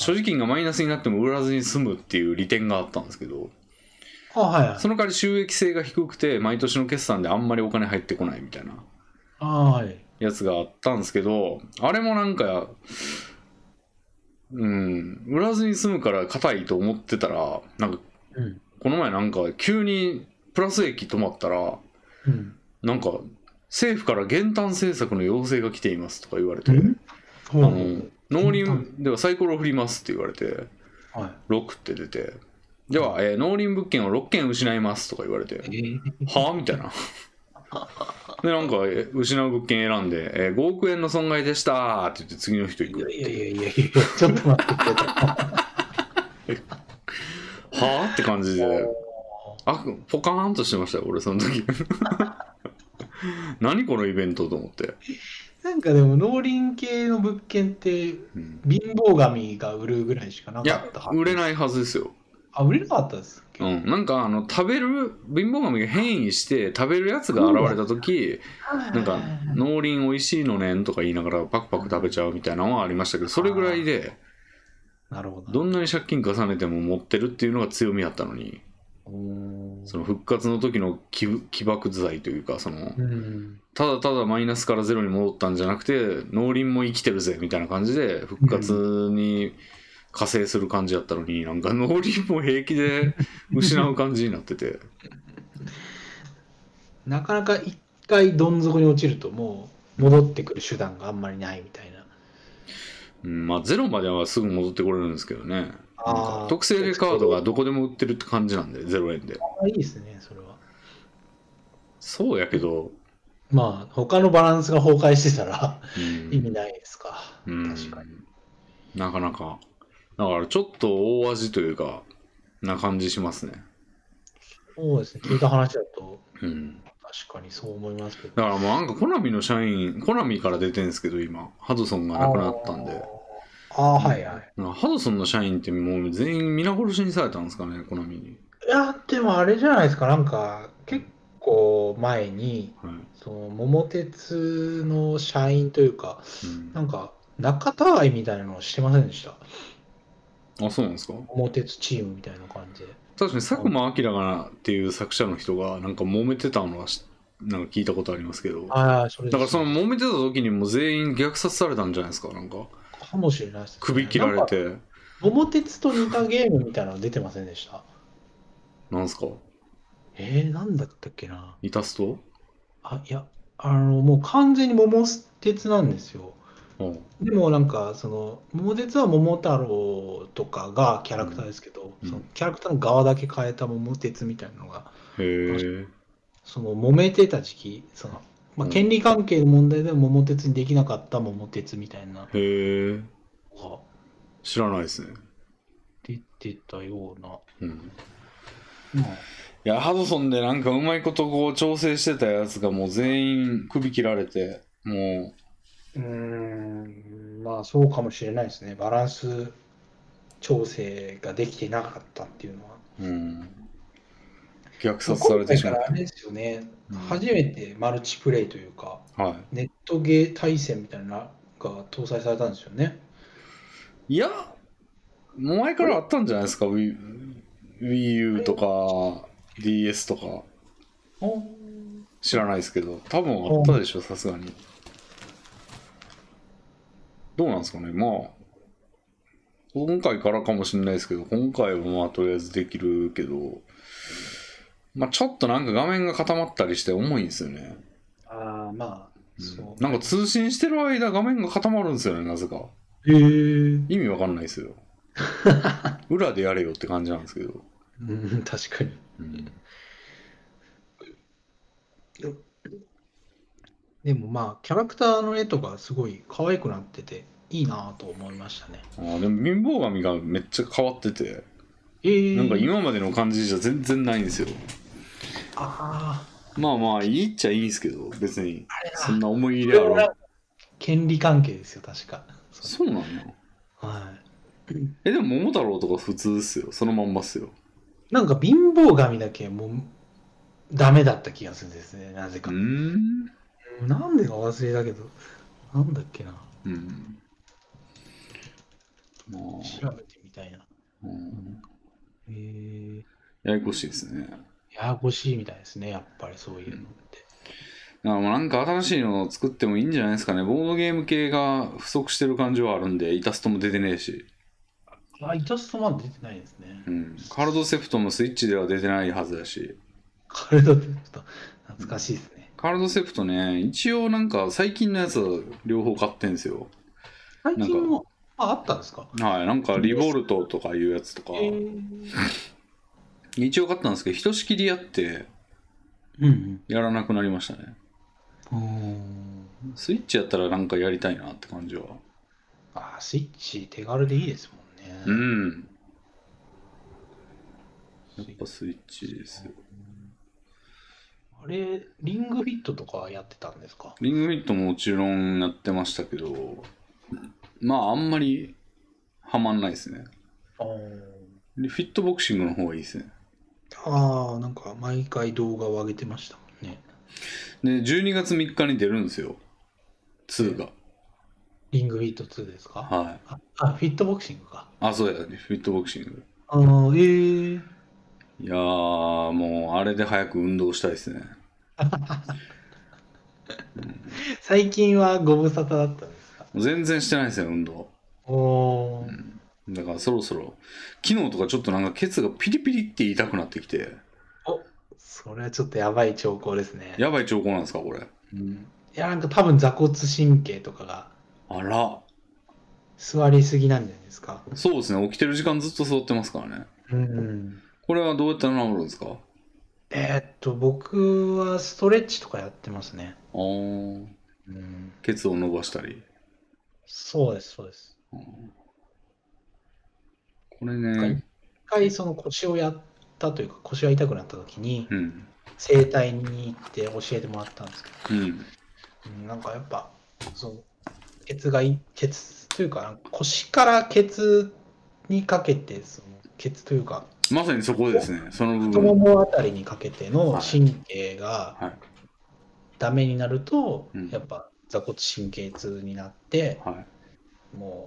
Speaker 1: 所持金がマイナスになっても売らずに済むっていう利点があったんですけど
Speaker 2: あ、はいはい。
Speaker 1: その代わり収益性が低くて毎年の決算であんまりお金入ってこないみたいな
Speaker 2: あーはい。
Speaker 1: やつがあったんですけどあれもなんかうん売らずに済むから硬いと思ってたらなんか
Speaker 2: うん。
Speaker 1: この前なんか急にプラス益止まったら
Speaker 2: うん。
Speaker 1: なんか政府から減反政策の要請が来ていますとか言われて、
Speaker 2: ほう
Speaker 1: あ
Speaker 2: ほ
Speaker 1: の
Speaker 2: う
Speaker 1: 農林ではサイコロ振りますって言われて
Speaker 2: はい。
Speaker 1: 6って出てでは、えー農林物件を6件失いますとか言われて
Speaker 2: えー
Speaker 1: はあみたいな でなんか、えー失う物件選んで、えー5億円の損害でしたって言って次の人行く
Speaker 2: いやいやいやいや、ちょっと待ってく れと。
Speaker 1: はあって感じであポカーンとしてましたよ俺その時 何このイベントと思って、
Speaker 2: なんかでも、農林系の物件って、
Speaker 1: うん
Speaker 2: 貧乏神が売るぐらいしかないか
Speaker 1: や
Speaker 2: ったはず。
Speaker 1: 売れないはずですよ
Speaker 2: あ、売れなかったですっけ、
Speaker 1: うん、なんかあの食べる貧乏神が変異して食べるやつが現れた時なんか「農林おいしいのねん」とか言いながらパクパク食べちゃうみたいなのはありましたけどそれぐらいで
Speaker 2: なるほど。
Speaker 1: どんなに借金重ねても持ってるっていうのが強みやったのに
Speaker 2: おー
Speaker 1: その復活の時の起起爆剤というかその
Speaker 2: うん。
Speaker 1: ただただマイナスからゼロに戻ったんじゃなくて農林も生きてるぜみたいな感じで復活に加勢する感じやったのになんか農林も平気で失う感じになってて。
Speaker 2: なかなか一回どん底に落ちると、もう戻ってくる手段があんまりないみたいな。
Speaker 1: うん、まあゼロまではすぐ戻ってこれるんですけどね
Speaker 2: あー
Speaker 1: なんか特製でカードがどこでも売ってるって感じなんで0円で
Speaker 2: あいいですね、それは。
Speaker 1: そうやけど、
Speaker 2: まあ、他のバランスが崩壊してたら
Speaker 1: うん
Speaker 2: 意味ないですか。
Speaker 1: うん
Speaker 2: 確かに。
Speaker 1: なかなかだからちょっと大味というかな感じしますね
Speaker 2: そうですね、聞いた話だと、
Speaker 1: うん
Speaker 2: 確かにそう思いますけど。
Speaker 1: だからもうなんかコナミの社員コナミから出てるんですけど今ハドソンが亡くなったんで
Speaker 2: あー。あー、はいはい。
Speaker 1: なんかハドソンの社員ってもう全員皆殺しにされたんですかねコナミに、
Speaker 2: いや、でもあれじゃないですか、なんか、結構前に、
Speaker 1: はい
Speaker 2: その桃鉄の社員というか、
Speaker 1: うん
Speaker 2: なんか、仲違いみたいなのをしてませんでした。
Speaker 1: あ、そうなんですか
Speaker 2: 桃鉄チームみたいな感じで。
Speaker 1: 確かに佐久間明がなっていう作者の人がなんか揉めてたのはしなんか聞いたことありますけどだか
Speaker 2: ああ、それです
Speaker 1: らその揉めてた時にもう全員虐殺されたんじゃないですかなんか
Speaker 2: かもしれないです、ね。
Speaker 1: 首切られ
Speaker 2: なんか。
Speaker 1: て
Speaker 2: 桃鉄と似たゲームみたいなの出てませんでした。
Speaker 1: なんすか
Speaker 2: えー、なんだったっけな。
Speaker 1: いたすと
Speaker 2: あ、いや、あの、もう完全に桃鉄なんですよ。
Speaker 1: うん
Speaker 2: でもなんか、その、桃鉄は桃太郎とかがキャラクターですけど、
Speaker 1: うん
Speaker 2: そのキャラクターの側だけ変えた桃鉄みたいなのが、
Speaker 1: へえ
Speaker 2: その、揉めてた時期、その、まあ、
Speaker 1: うん
Speaker 2: 権利関係の問題で桃鉄にできなかった桃鉄みたいな
Speaker 1: へえ
Speaker 2: のが
Speaker 1: 知らないですね
Speaker 2: 出てたような。
Speaker 1: うん
Speaker 2: まあ
Speaker 1: いやハドソンでなんかうまいことこう調整してたやつがもう全員首切られても
Speaker 2: うーん、まあそうかもしれないですね。バランス調整ができてなかったっていうのは。
Speaker 1: う、うん、虐殺されてしま
Speaker 2: 今
Speaker 1: っ
Speaker 2: 回からあれですよね、
Speaker 1: うん
Speaker 2: 初めてマルチプレイというか、
Speaker 1: たはい
Speaker 2: ネットゲー対戦みたいなのが搭載されたんですよね。
Speaker 1: いや、前からあったんじゃないですか、Wii Wii U とか DS とか、知らないですけど、多分あったでしょ、さすがに。どうなんですかね、まあ、今回からかもしれないですけど、今回はまあ、とりあえずできるけど、まあ、ちょっとなんか画面が固まったりして重いんですよね。
Speaker 2: ああ、まあ、
Speaker 1: うん
Speaker 2: そう。
Speaker 1: なんか通信してる間、画面が固まるんですよね、なぜか。
Speaker 2: へえ。
Speaker 1: 意味わかんないですよ裏でやれよって感じなんですけど、
Speaker 2: うん、確かに。
Speaker 1: うん
Speaker 2: でもまあ、キャラクターの絵とかすごい可愛くなってて、いいなと思いましたね。
Speaker 1: あーでも貧乏神がめっちゃ変わってて
Speaker 2: えー、
Speaker 1: なんか今までの感じじゃ全然ないんですよ
Speaker 2: ああ、
Speaker 1: まあまあいいっちゃいいんですけど別に
Speaker 2: あれだ
Speaker 1: そんな思い入
Speaker 2: こ
Speaker 1: れ
Speaker 2: れ
Speaker 1: ある
Speaker 2: は権利関係ですよ、確か。
Speaker 1: そうなのよ
Speaker 2: はい。
Speaker 1: えでも桃太郎とか普通っすよそのまんまっすよ
Speaker 2: なんか貧乏神だけもうダメだった気がするんですね、なぜ
Speaker 1: う
Speaker 2: か。
Speaker 1: ーん
Speaker 2: なんでか忘れたけど、なんだっけな。
Speaker 1: うんまあ、
Speaker 2: 調べてみたいな。
Speaker 1: うん、
Speaker 2: えー、
Speaker 1: ややこしいですね
Speaker 2: ややこしいみたいですね、やっぱりそういうのって。
Speaker 1: あもうなんか新しいのを作ってもいいんじゃないですかねボードゲーム系が不足してる感じはあるんでイタストも出てねえし
Speaker 2: あ、イタストまで出てないですね。
Speaker 1: うん、カルドセプトもスイッチでは出てないはずだし
Speaker 2: カルドってちょっと懐かしいですね。
Speaker 1: カルドセプトね一応なんか最近のやつは両方買ってんですよ
Speaker 2: 最
Speaker 1: んか
Speaker 2: 近もああったんですか
Speaker 1: はいなんかリボルトとかいうやつとか
Speaker 2: えー、
Speaker 1: 一応買ったんですけどひとしきりやって
Speaker 2: うん
Speaker 1: やらなくなりましたね
Speaker 2: うん。うん
Speaker 1: スイッチやったらなんかやりたいなって感じは
Speaker 2: あ、スイッチ手軽でいいです
Speaker 1: う
Speaker 2: もんね。
Speaker 1: んやっぱスイッチですよ
Speaker 2: あれ、リングフィットとかやってたんですか
Speaker 1: リングフィットももちろんやってましたけどまああんまりハマんないですね
Speaker 2: あ
Speaker 1: でフィットボクシングの方がいいですね
Speaker 2: あー、なんか毎回動画を上げてましたもんね。
Speaker 1: で12月3日に出るんですよ2が
Speaker 2: リングフィット2ですか
Speaker 1: はい
Speaker 2: ああ、フィットボクシングか。
Speaker 1: あそうやねフィットボクシング
Speaker 2: ああ、ええ
Speaker 1: いやーもうあれで早く運動したいですね
Speaker 2: 最近はご無沙汰だったんですか
Speaker 1: 全然してないですよ運動
Speaker 2: おおー、
Speaker 1: だからそろそろ昨日とかちょっとなんかケツがピリピリって痛くなってきて
Speaker 2: それはちょっとやばい兆候ですね。
Speaker 1: やばい兆候なんですかこれ
Speaker 2: うんいやなんか多分座骨神経とかが
Speaker 1: あら
Speaker 2: 座りすぎなんじゃないですか。
Speaker 1: そうですね起きてる時間ずっと座ってますからね
Speaker 2: うん。
Speaker 1: これはどうやって治るんですか
Speaker 2: えーっと、僕はストレッチとかやってますね。
Speaker 1: あー
Speaker 2: うん。
Speaker 1: ケツを伸ばしたり
Speaker 2: そうです、そうです。
Speaker 1: これ
Speaker 2: はい
Speaker 1: ね
Speaker 2: 一回その腰をやったというか腰が痛くなった時に
Speaker 1: うん
Speaker 2: 整体に行って教えてもらったんですけ
Speaker 1: うん
Speaker 2: ど、うんなんかやっぱそうケツがいケツというかなんか腰からケツにかけてそのケツというか
Speaker 1: まさにそこですねその部
Speaker 2: 太も
Speaker 1: 分
Speaker 2: もあたりにかけての
Speaker 1: はい
Speaker 2: 神経が
Speaker 1: はい
Speaker 2: ダメになると、
Speaker 1: うん
Speaker 2: やっぱ座骨神経痛になって
Speaker 1: はい
Speaker 2: も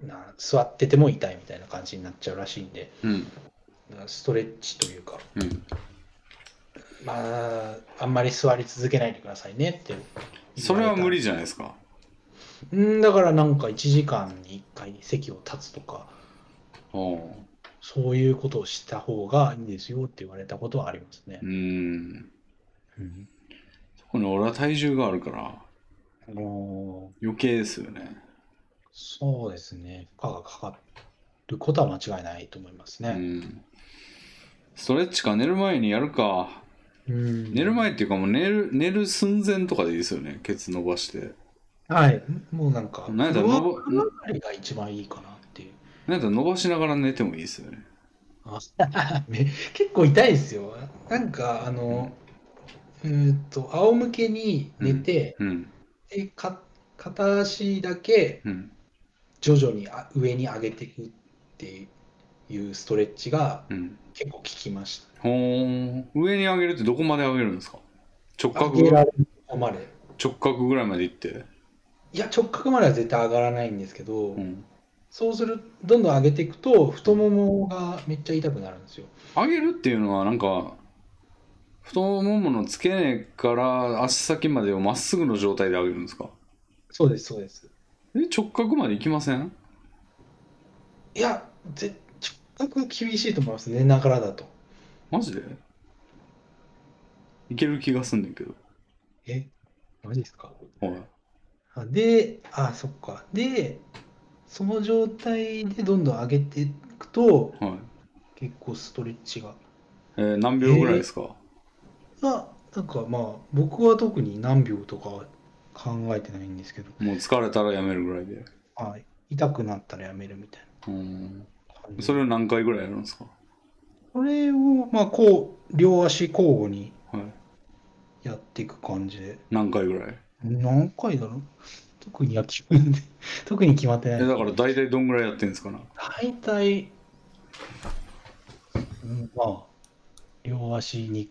Speaker 2: うな座ってても痛いみたいな感じになっちゃうらしいんで、
Speaker 1: うん。
Speaker 2: ストレッチというか、
Speaker 1: うん。
Speaker 2: まあ、あんまり座り続けないでくださいねって言わた
Speaker 1: それは無理じゃないですか。
Speaker 2: うんだからなんか1時間に1回席を立つとか
Speaker 1: お
Speaker 2: そういうことをした方がいいですよって言われたことはありますね
Speaker 1: う。ん。
Speaker 2: うん
Speaker 1: 特に俺は体重があるから、
Speaker 2: あのー
Speaker 1: 余計ですよね。
Speaker 2: そうですね負荷がかかることは間違いないと思います
Speaker 1: う
Speaker 2: ね。
Speaker 1: ん。ストレッチか寝る前にやるか。
Speaker 2: うん
Speaker 1: 寝る前っていうかもう寝る、寝る寸前とかでいいですよね。ケツ伸ばして。
Speaker 2: はいもうなんか
Speaker 1: なんだ
Speaker 2: 上
Speaker 1: のぼ
Speaker 2: 上回りが一番いいかなっていう。
Speaker 1: なんか伸ばしながら寝てもいいですよね。
Speaker 2: あめ結構痛いですよ。なんかあの、うーんと仰向けに寝て、
Speaker 1: うん。
Speaker 2: でか片足だけ
Speaker 1: うん。
Speaker 2: 徐々にあ上に上げていくっていうストレッチが
Speaker 1: うん。
Speaker 2: 結構効きました。
Speaker 1: ほーん。上に上げるってどこまで上げるんですか直角
Speaker 2: 上げられるとこまで。
Speaker 1: 直角ぐらいまで行って。
Speaker 2: いや直角までは絶対上がらないんですけど、
Speaker 1: うん。
Speaker 2: そうするどんどん上げていくと太ももがめっちゃ痛くなるんですよ。
Speaker 1: 上げるっていうのはなんか太ももの付け根から足先までをまっすぐの状態で上げるんですか
Speaker 2: そうですそうです。
Speaker 1: え直角まで行きません
Speaker 2: いやぜ直角厳しいと思います寝ながらだと。
Speaker 1: マジでいける気がすんねんけど
Speaker 2: えマジですか
Speaker 1: はい
Speaker 2: あで、あ、そっか。で、その状態でどんどん上げていくと、
Speaker 1: はい
Speaker 2: 結構ストレッチが。
Speaker 1: えー何秒ぐらいですか、
Speaker 2: あ、なんかまあ、僕は特に何秒とかは考えてないんですけど、
Speaker 1: もう疲れたらやめるぐらいで
Speaker 2: あ、痛くなったらやめるみたいう
Speaker 1: ーん
Speaker 2: な感じ。
Speaker 1: それを何回ぐらいやるんですか
Speaker 2: これを、まあ、こう、両足交互に
Speaker 1: はい
Speaker 2: やっていく感じで。
Speaker 1: 何回ぐらい
Speaker 2: 何回だろう特に野球で、特に決まってな
Speaker 1: え
Speaker 2: い。
Speaker 1: だから大体どんぐらいやってんですかな
Speaker 2: 大体、うん、まあ両足に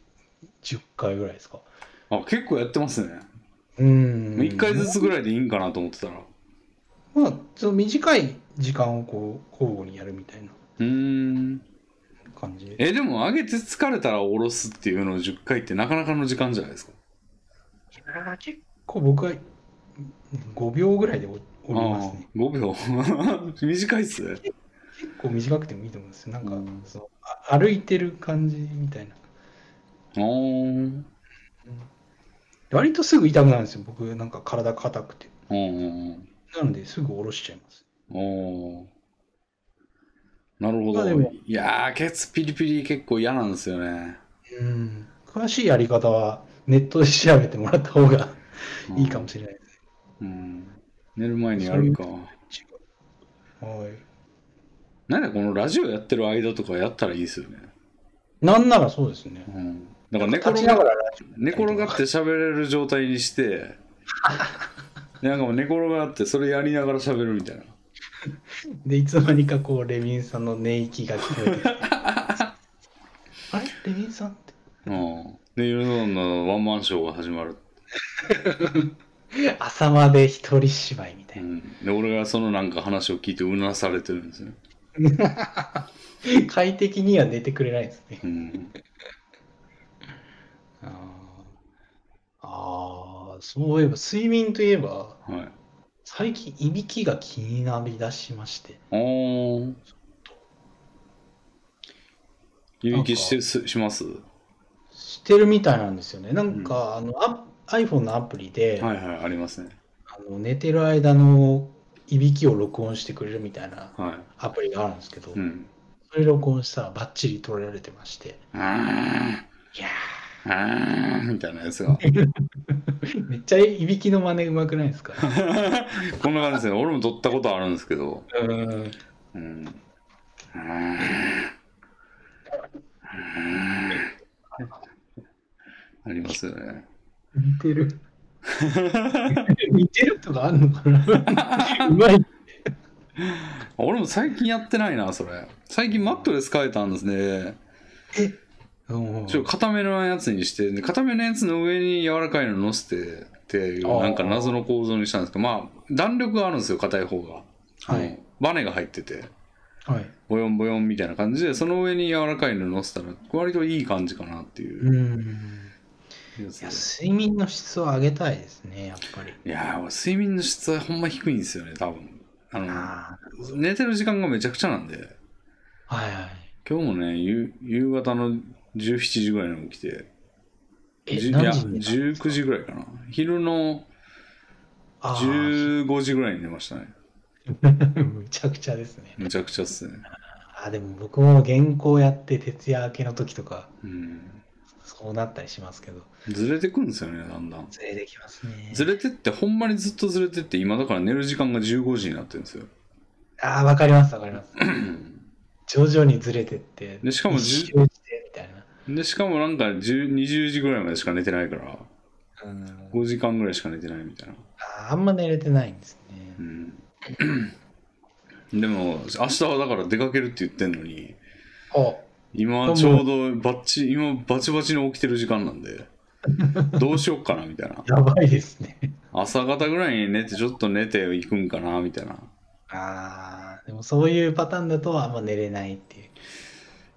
Speaker 2: 10回ぐらいですか
Speaker 1: あ結構やってますね、
Speaker 2: うん
Speaker 1: もう1回ずつぐらいでいいんかなと思ってたら
Speaker 2: まあその短い時間をこう交互にやるみたいな
Speaker 1: うーん
Speaker 2: 感じ
Speaker 1: えでも上げて疲れたら下ろすっていうのを10回ってなかなかの時間じゃないですか
Speaker 2: 結構僕は5秒ぐらいで降
Speaker 1: あ
Speaker 2: りますね
Speaker 1: あ5秒 短いっすね
Speaker 2: 結構短くてもいいと思うんですよなんか、
Speaker 1: うん
Speaker 2: そのあ歩いてる感じみたいな
Speaker 1: あー
Speaker 2: 割とすぐ痛くなるんですよ僕なんか体硬くて
Speaker 1: うんうん
Speaker 2: なのですぐ下ろしちゃいます
Speaker 1: うんおなるほ
Speaker 2: まあで
Speaker 1: ど
Speaker 2: も
Speaker 1: いやーケツピリピリ結構嫌なんですよね
Speaker 2: うん詳しいやり方はネットで調べてもらった方がいいかもしれないです
Speaker 1: れない、うん、寝る前にやるか
Speaker 2: はい。
Speaker 1: なんだこのラジオやってる間とかやったらいいですよね、
Speaker 2: なんならそうですね。
Speaker 1: うん、だから寝
Speaker 2: 立
Speaker 1: 転
Speaker 2: ち
Speaker 1: が
Speaker 2: ながらラジ
Speaker 1: 寝転がって喋れる状態にして でなんかもう寝転がってそれやりながら喋るみたいな
Speaker 2: オでいつの間にかこうレミンさんの寝息が聞こえてきて あれレミンさんって
Speaker 1: うんで、ユニゾーンのワンマンショーが始まる。
Speaker 2: 朝まで一人芝居みた
Speaker 1: う
Speaker 2: いな。
Speaker 1: ん、で、俺がそのなんか話を聞いてうなされてるんですね。
Speaker 2: 快適には寝てくれないですね。
Speaker 1: うん、
Speaker 2: ああー、そういえば睡眠といえ
Speaker 1: は
Speaker 2: ば
Speaker 1: い。
Speaker 2: 最近いびきが気になりだしまして。
Speaker 1: おー。いびきしてすします
Speaker 2: してるみたいなんですよね。なんか、あのア iPhone のアプリで、
Speaker 1: はいはい、ありますね。
Speaker 2: あの寝てる間のいびきを録音してくれるみたいな
Speaker 1: は
Speaker 2: アプリがあるんですけど、
Speaker 1: い。うん。
Speaker 2: それ録音したらバッチリ取られてまして、
Speaker 1: あ
Speaker 2: いや
Speaker 1: ー、あーみたいなやつが。
Speaker 2: ーめっちゃいびきの真似うまくないですか
Speaker 1: こんな感じですね。俺も撮ったことあるんですけど。
Speaker 2: うん
Speaker 1: うん。あーあーありますよね。
Speaker 2: 似てる。似てるとかあんの かなうまい。
Speaker 1: 俺も最近やってないなそれ最近マットレス変えたんですね
Speaker 2: うん
Speaker 1: ちょっと固めのやつにしてで固めのやつの上に柔らかいの乗せてっていう
Speaker 2: あー
Speaker 1: なんか謎の構造にしたんですけどまあ弾力があるんですよ硬い方が
Speaker 2: はい
Speaker 1: あのバネが入ってて、
Speaker 2: はい。。
Speaker 1: ボヨンボヨンみたいな感じで、その上に柔らかい布乗せたら、割といい感じかなっていううんやつ
Speaker 2: いや、
Speaker 1: で。
Speaker 2: 睡眠の質を上げたいですね、やっぱり。
Speaker 1: いやー、俺睡眠の質はほんま低いんですよね、多分。あの、
Speaker 2: あ
Speaker 1: 寝てる時間がめちゃくちゃなんで、
Speaker 2: あ、はいはい。
Speaker 1: 今日もね、夕夕方の17時ぐらいに起きて、じ
Speaker 2: え、
Speaker 1: いや、
Speaker 2: 何時に寝た
Speaker 1: 19時ぐらいかな。昼の
Speaker 2: ああ
Speaker 1: 15時ぐらいに寝ましたね。
Speaker 2: むちゃくちゃですね。
Speaker 1: むちゃくちゃっすね。
Speaker 2: あでも僕も原稿やって徹夜明けの時とか
Speaker 1: うん。
Speaker 2: そうなったりしますけど、
Speaker 1: ずれてくんですよね、だんだん。
Speaker 2: ずれてきますね。
Speaker 1: ずれてって、ほんまにずっとずれてって、今だから寝る時間が15時になってるんです よ。
Speaker 2: ああ、わかりますわかります。
Speaker 1: うん
Speaker 2: 徐々にずれてって、
Speaker 1: でしかもじゅ
Speaker 2: 一周してみたいな。
Speaker 1: で、しかもなんか10 20時ぐらいまでしか寝てないから、
Speaker 2: うん
Speaker 1: 5時間ぐらいしか寝てないみたいな。
Speaker 2: あーあんま寝れてないんですね
Speaker 1: う。ん。でも、明日はだから出かけるって言ってんのに、
Speaker 2: お
Speaker 1: 今ちょうどバッチ今バチバチに起きてる時間なんでどうしよっかなみたいな
Speaker 2: やばいですね。
Speaker 1: 朝方ぐらいに寝てちょっと寝て行くんかなみたいな
Speaker 2: ああ、でもそういうパターンだとあんま寝れないっていう。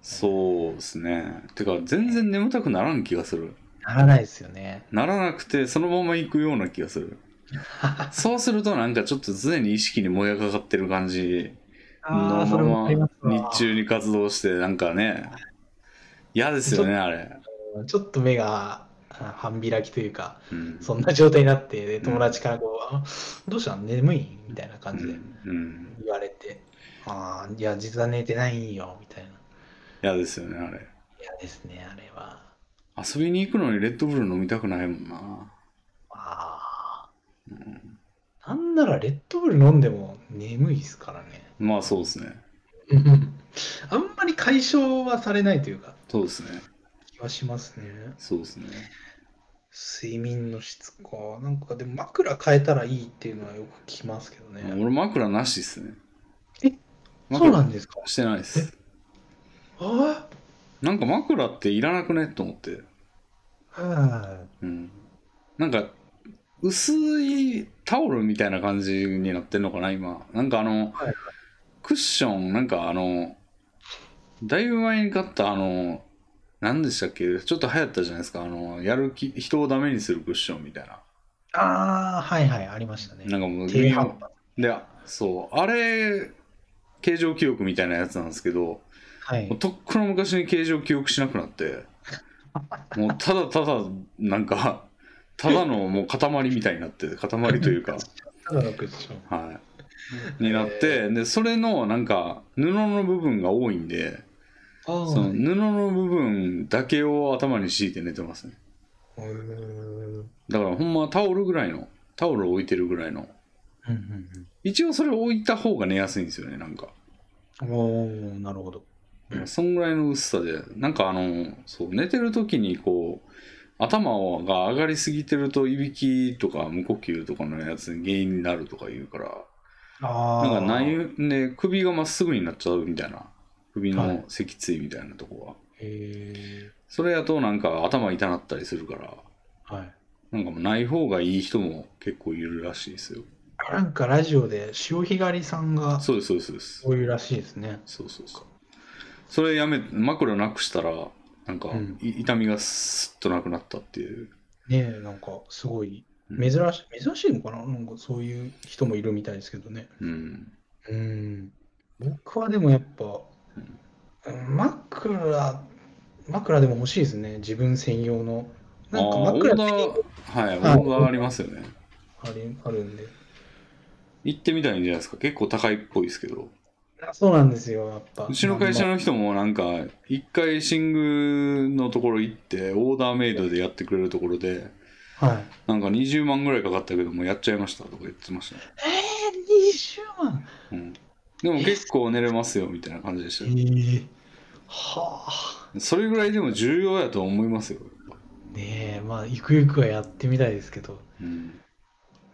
Speaker 1: そうですねてか全然眠たくならん気がする
Speaker 2: ならないですよね。
Speaker 1: ならなくてそのまま行くような気がするそうするとなんかちょっと常に意識にもやかかってる感じの
Speaker 2: ああ、それも
Speaker 1: ま
Speaker 2: ありますわ
Speaker 1: ま日中に活動してなんかね嫌ですよねあれ、
Speaker 2: ちょっと目があ半開きというか、
Speaker 1: うん、
Speaker 2: そんな状態になって、で友達からこう、あどうしたの眠いみたいな感じで
Speaker 1: うんうん、
Speaker 2: 言われて、ああ、いや、実は寝てないよ、みたいな。
Speaker 1: 嫌ですよねあれ
Speaker 2: 嫌ですね、あれは。
Speaker 1: 遊びに行くのにレッドブル飲みたくないもんな。
Speaker 2: あ
Speaker 1: うん
Speaker 2: あ、なんならレッドブル飲んでも眠いですからね。
Speaker 1: まあそうですね。
Speaker 2: あんまり解消はされないというか、
Speaker 1: そうですね。
Speaker 2: 気はしますね。
Speaker 1: そうですね。
Speaker 2: 睡眠の質か。なんかでも枕変えたらいいっていうのはよく聞きますけどね。
Speaker 1: 俺枕なしっすね。
Speaker 2: えそう
Speaker 1: 枕
Speaker 2: なんですか
Speaker 1: してないっす。
Speaker 2: あ
Speaker 1: なんか枕っていらなくねと思って。
Speaker 2: あ、は
Speaker 1: うん。なんか薄いタオルみたいな感じになってんのかな今。なんかあの、
Speaker 2: はいはい
Speaker 1: クッション、なんかあの、だいぶ前に買ったあの、何でしたっけちょっと流行ったじゃないですか。あの、やる気、人をダメにするクッションみたいな。
Speaker 2: い。ああ、はいはい、ありましたね。
Speaker 1: なんかもう、
Speaker 2: 低反発。
Speaker 1: でそうあれ形状記憶みたいなやつなんですけど
Speaker 2: はい
Speaker 1: もう。とっくの昔に形状記憶しなくなってもうただただなんかただのもう塊みたいになって塊というか、
Speaker 2: ただのクッション。
Speaker 1: はい、になってでそれのなんか布の部分が多いんで
Speaker 2: あ
Speaker 1: その布の部分だけを頭に敷いて寝てますね
Speaker 2: あ。うん
Speaker 1: だからほんまタオルぐらいのタオルを置いてるぐらいの
Speaker 2: うん
Speaker 1: 一応それを置いた方が寝やすいんですよねなんか
Speaker 2: うん。おーなるほど。うん
Speaker 1: そんぐらいの薄さで、なんかあの、そう、寝てる時にこう、頭が上がりすぎてると、いびきとか無呼吸とかのやつに原因になるとか言うから、
Speaker 2: あ
Speaker 1: なんか
Speaker 2: あ。
Speaker 1: 内容で首がまっすぐになっちゃうみたいな、首
Speaker 2: はい
Speaker 1: の脊椎みたいなとこは。
Speaker 2: へえ。
Speaker 1: それやとなんか頭痛なったりするから、
Speaker 2: はい。
Speaker 1: なんかもうない方がいい人も結構いるらしいですよ。
Speaker 2: なんかラジオで潮干狩りさんが
Speaker 1: そうです、そうです、そうです。
Speaker 2: そういうらしいですね。
Speaker 1: そうそうそう。それやめ、枕なくしたら、なんか、
Speaker 2: うん
Speaker 1: い痛みがスッとなくなったっていう。
Speaker 2: ねえ、なんかすごい
Speaker 1: うん
Speaker 2: 珍しい、珍しいのかななんかそういう人もいるみたいですけどね。
Speaker 1: うん。
Speaker 2: うん。僕はでもやっぱ、枕、枕でも欲しいですね。自分専用の。なんか
Speaker 1: あー
Speaker 2: 枕
Speaker 1: オーダー、はい、オ
Speaker 2: はい
Speaker 1: ーダーありますよね。
Speaker 2: ありあるんで。
Speaker 1: 行ってみたらいいんじゃないですか。結構高いっぽいですけど。
Speaker 2: あそうなんですよ、やっぱ。
Speaker 1: うちの会社
Speaker 2: まあ
Speaker 1: の人もなんか、一回寝具のところ行って、オーダーメイドでやってくれるところで、
Speaker 2: まあはい。
Speaker 1: なんか20万ぐらいかかったけど、もうやっちゃいましたとか言ってましたね。
Speaker 2: えー、20万
Speaker 1: うん。でも結構寝れますよみたいな感じでしたよ。
Speaker 2: ええはあ。
Speaker 1: それぐらいでも重要やと思いますよ。
Speaker 2: ねえ、まあ、ゆくゆくはやってみたいですけど。
Speaker 1: うん。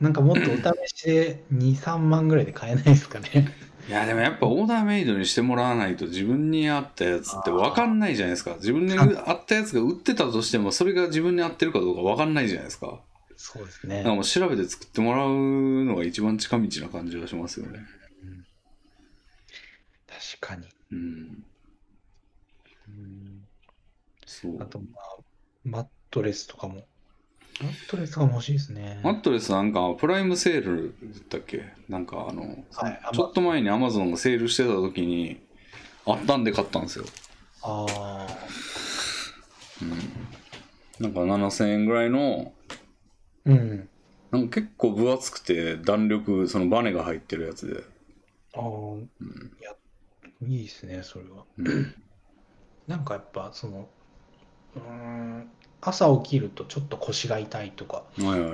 Speaker 2: なんかもっとお試しで2、3万ぐらいで買えないですかね。
Speaker 1: いや、でもやっぱオーダーメイドにしてもらわないと自分に合ったやつって分かんないじゃないですか。自分に合ったやつが売ってたとしても、それが自分に合ってるかどうか分かんないじゃないですか。
Speaker 2: そうですね
Speaker 1: なんか。もう調べて作ってもらうのが一番近道な感じがしますよね。
Speaker 2: かに。
Speaker 1: うん。そう
Speaker 2: あ。と、まあ、マットレスとかも。マットレスとかも欲しいですね。
Speaker 1: マットレスなんかプライムセールだっけなんかあの、
Speaker 2: はい、あ
Speaker 1: ちょっと前にアマゾンがセールしてた時にあったんで買ったんですよ。
Speaker 2: ああ
Speaker 1: なんか7000円ぐらいの、
Speaker 2: ー。うん。
Speaker 1: なんか結構分厚くて弾力、そのバネが入ってるやつで。
Speaker 2: ああ、いや、いいですね、それは。
Speaker 1: うん
Speaker 2: なんかやっぱ、その、うーん、朝起きるとちょっと腰が痛いとか、
Speaker 1: はいはいはい。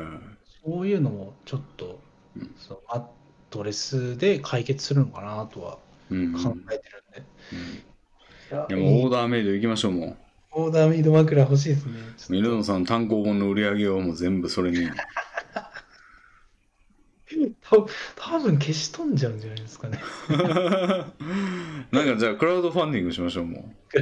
Speaker 2: そういうのもちょっと
Speaker 1: うん、
Speaker 2: そのマットレスで解決するのかなとは
Speaker 1: うん。
Speaker 2: 考えてるんで。
Speaker 1: で
Speaker 2: いやい
Speaker 1: も
Speaker 2: い
Speaker 1: オーダーメイド行きましょうも
Speaker 2: オーダーメイド枕欲しいですね。ちょっ
Speaker 1: う。
Speaker 2: と
Speaker 1: ミルノさんの単行本の売り上げをもう全部それに。
Speaker 2: 多分多分消し飛んじゃうんじゃないですかね。
Speaker 1: なんかじゃあクラウドファンディングしましょうもう。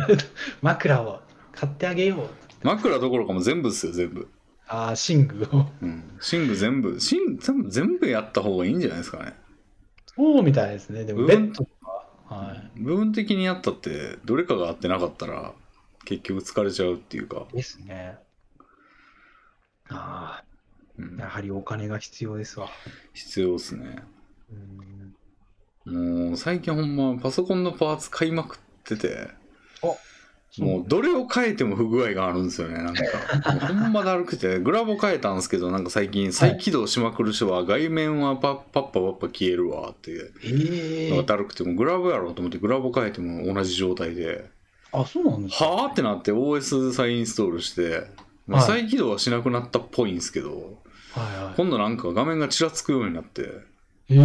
Speaker 2: 枕を買ってあげよう。
Speaker 1: 枕どころかもう全部ですよ全部。
Speaker 2: ああ、寝具を。
Speaker 1: うん。寝具全部、寝全部全部やった方がいいんじゃないですかね。
Speaker 2: そうみたいですね。で
Speaker 1: う
Speaker 2: も、
Speaker 1: ん
Speaker 2: ベッドとか、はい。
Speaker 1: 部分的にやったってどれかが合ってなかったら結局疲れちゃうっていうか、
Speaker 2: ですね。あ
Speaker 1: う
Speaker 2: あ、
Speaker 1: ん
Speaker 2: や、はりお金が必要ですわ。
Speaker 1: 必要ですね
Speaker 2: うん
Speaker 1: もう最近ほんまパソコンのパーツ買いまくっててもうどれを変えても不具合があるんですよねなんかもうほんまだるくてグラボ変えたんですけどなんか最近再起動しまくる人は外面はパッパッパパッパ消えるわっていう
Speaker 2: ええ
Speaker 1: のがだるくてもうグラボやろうと思ってグラボ変えても同じ状態で
Speaker 2: あ、そうなんですか。
Speaker 1: はあってなって OS 再インストールして、まあ
Speaker 2: はい
Speaker 1: 再起動はしなくなったっぽいんですけど
Speaker 2: はいはい。
Speaker 1: 今度なんか画面がちらつくようになって
Speaker 2: ええ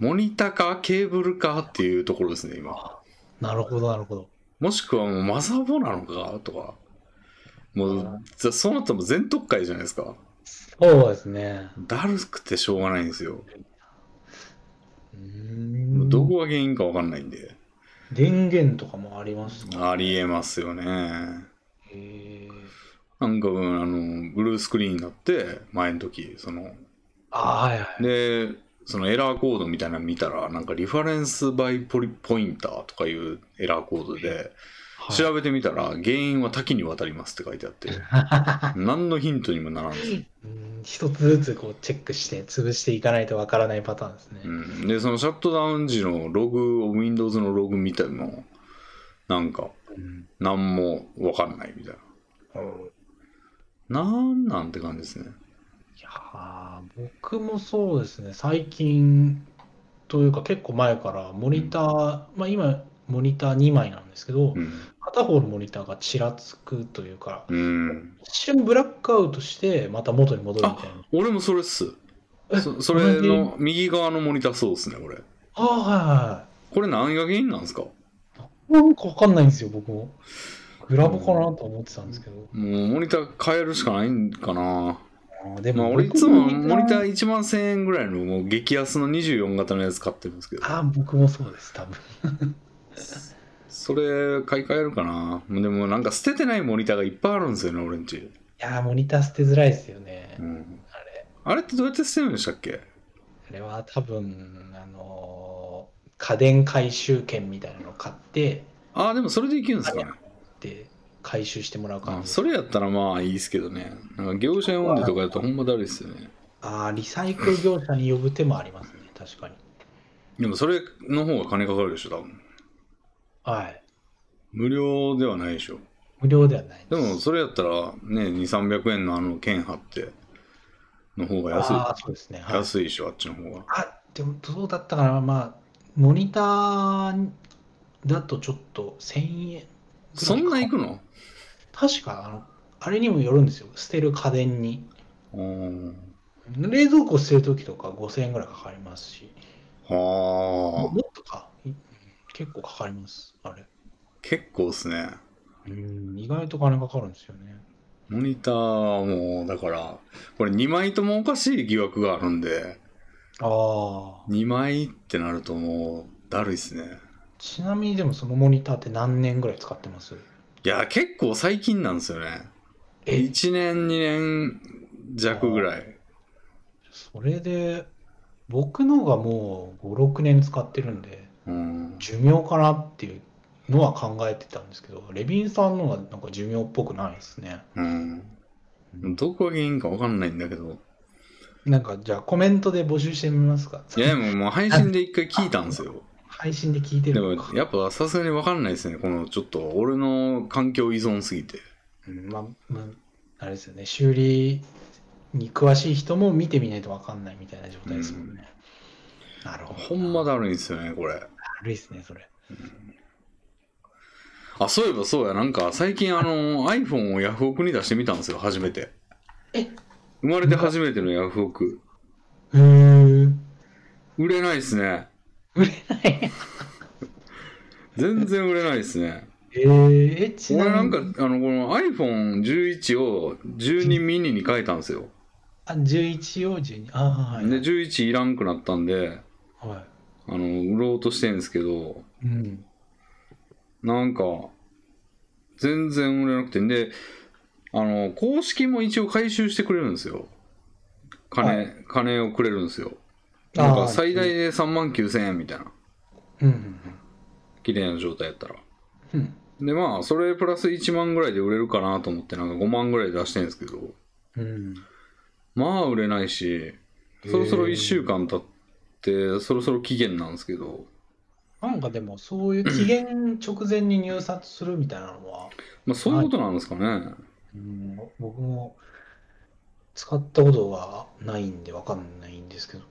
Speaker 1: モニタかケーブルかっていうところですね今
Speaker 2: なるほど、なるほど。
Speaker 1: もしくはもうマザーボードなのかとかも
Speaker 2: あ
Speaker 1: うじゃあそうなったらもう全特会じゃないですか
Speaker 2: そうですね。
Speaker 1: だるくてしょうがないんですよ
Speaker 2: う
Speaker 1: も
Speaker 2: ん
Speaker 1: うどこが原因か分かんないんで
Speaker 2: 電源とかもありますね。
Speaker 1: ありえますよねな
Speaker 2: ええ
Speaker 1: んかうんあのブルースクリーンになって前の時その
Speaker 2: ああ、はいはい。
Speaker 1: でそのエラーコードみたいなの見たらなんかリファレンスバイポリポインターとかいうエラーコードで
Speaker 2: はい
Speaker 1: 調べてみたら原因は多岐にわたりますって書いてあって 何のヒントにもならんです、
Speaker 2: うん一つずつこうチェックして潰していかないとわからないパターンですね。
Speaker 1: うん、でそのシャットダウン時のログを Windows のログ見てもなんか
Speaker 2: うん
Speaker 1: 何も分かんないみたいななんなんて感じですね
Speaker 2: いやー僕もそうですね、最近というか結構前からモニター、まあ今モニター2枚なんですけど、
Speaker 1: うん
Speaker 2: 片方のモニターがちらつくというか、
Speaker 1: うん
Speaker 2: 一瞬ブラックアウトしてまた元に戻るみたいな。
Speaker 1: 俺もそれっすそそれの右側のモニターそうっすねこれ
Speaker 2: ああ
Speaker 1: これ何が原因なんですか
Speaker 2: ー、はいはい。なんかわかんないんですよ、僕も。グラボかなと思ってたんですけど。
Speaker 1: もうモニター変えるしかないんかな。
Speaker 2: あーで
Speaker 1: まあ
Speaker 2: も
Speaker 1: 俺いつもモニタ
Speaker 2: ー
Speaker 1: ー1万1000円ぐらいのもう激安の24型のやつ買ってるんですけど、
Speaker 2: あー僕もそうです、多分。
Speaker 1: それ買い替えるかな。でもなんか捨ててないモニターがいっぱいあるんですよね、俺んち。
Speaker 2: いやーモニター捨てづらいですよね。
Speaker 1: うん、
Speaker 2: あれ。
Speaker 1: あれってどうやって捨てるんでしたっけ
Speaker 2: あれは多分、あのー家電回収券みたいなのを買って、
Speaker 1: ああ、でもそれでいけるんですかね。
Speaker 2: で、回収してもらう
Speaker 1: あ
Speaker 2: 感じ。
Speaker 1: それやったらまあいいですけどね。なんか業者呼んでとかやとほんまだるいっすよね。
Speaker 2: ああ、リサイクル業者に呼ぶ手もありますね、確かに。
Speaker 1: でもそれの方が金かかるでしょ、多分。
Speaker 2: はい。
Speaker 1: 無料ではないでしょ。
Speaker 2: 無料ではない
Speaker 1: で
Speaker 2: です。
Speaker 1: もそれやったらね、2、300円のあの券貼っての方が安い
Speaker 2: ああ、そうですね。はい、
Speaker 1: 安いでしょ、あっちの方が。
Speaker 2: あでも、どうだったかな、まあ、モニターだとちょっと1000円。
Speaker 1: そんな行くの
Speaker 2: 確か、あの、あれにもよるんですよ、捨てる家電に。
Speaker 1: うん
Speaker 2: 冷蔵庫捨てるときとか5000円ぐらいかかりますし。も
Speaker 1: はあ、
Speaker 2: っとか。い結構かかります。あれ。
Speaker 1: 結構っすね。
Speaker 2: うん、意外と金かかるんですよね。
Speaker 1: モニターはもう、だから、これ2枚ともおかしい疑惑があるんで、
Speaker 2: ああ。
Speaker 1: 2枚ってなるともう、だるいっすね。
Speaker 2: ちなみにでもそのモニターって何年ぐらい使ってます
Speaker 1: いや、結構最近なんですよね。
Speaker 2: え、
Speaker 1: 1年、2年弱ぐらい。
Speaker 2: それで、僕のがもう5、6年使ってるんで、
Speaker 1: うん
Speaker 2: 寿命かなっていうのは考えてたんですけど、レビンさんのはなんか寿命っぽくないですね。
Speaker 1: うん。どこが原因かわかんないんだけど。
Speaker 2: なんかじゃあコメントで募集してみますか。
Speaker 1: いや、でももう配信で一回聞いたんですよ。
Speaker 2: 配信で聞いて
Speaker 1: で
Speaker 2: る
Speaker 1: も
Speaker 2: のか。
Speaker 1: やっぱさすがにわかんないですね。このちょっと俺の環境依存すぎて。
Speaker 2: うんまあ、まあ、あれですよね、修理に詳しい人も見てみないと分かんないみたいな状態ですもんね。なるほど。
Speaker 1: ほんま。だるいんですよね、これ。
Speaker 2: 悪いですね、それ。
Speaker 1: あ、そういえばそうや。なんか最近あの iPhone をヤフオクに出してみたんですよ、初めて。
Speaker 2: え
Speaker 1: 生まれて初めてのヤフオク。
Speaker 2: へー。
Speaker 1: 売れないですね。
Speaker 2: 売れない。
Speaker 1: 全然売れないですね。
Speaker 2: えー、え、ち
Speaker 1: 俺な
Speaker 2: なみ
Speaker 1: ん
Speaker 2: に
Speaker 1: か、あの、この iPhone11 を12ミニに変えたんですよ。
Speaker 2: あ11を12。ああ、はい。
Speaker 1: で、11いらんくなったんで、
Speaker 2: は
Speaker 1: あの、売ろうとしてるんですけど、
Speaker 2: い。うん。
Speaker 1: なんか、全然売れなくて、で、あの、公式も一応回収してくれるんですよ。金、
Speaker 2: は
Speaker 1: 金をくれるんですよ。
Speaker 2: あー
Speaker 1: なんか最大で3万9000円みたいな。
Speaker 2: うんうん
Speaker 1: 綺麗な状態やったら。
Speaker 2: うん。うん
Speaker 1: で、まあ、それプラス1万ぐらいで売れるかなと思って、なんか5万ぐらいで出してるんですけど、
Speaker 2: うん。
Speaker 1: まあ売れないし、そろそろ1週間経って、そろそろ期限なんですけど、
Speaker 2: なんかでも、そういう期限直前に入札するみたいなのは、
Speaker 1: まあ、そういうことなんですかね。
Speaker 2: うん、僕も使ったことがないんで分かんないんですけど。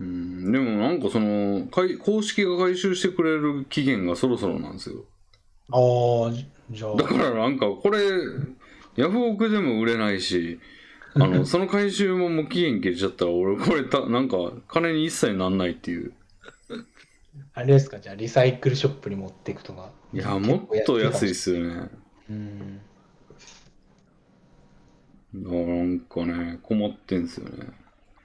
Speaker 1: うん、でもなんかその、かい公式が回収してくれる期限がそろそろなんですよ。
Speaker 2: ああ、じじゃあ
Speaker 1: だ、からなんかこれ、ヤフオクでも売れないし、あのその回収ももう期限切れちゃったら、俺これた、なんか金に一切なんないっていう。
Speaker 2: あれですか、じゃあ、リサイクルショップに持っていくとか。
Speaker 1: いや、もっと安いっすよね。
Speaker 2: うん。
Speaker 1: だからなんかね、困ってんすよね。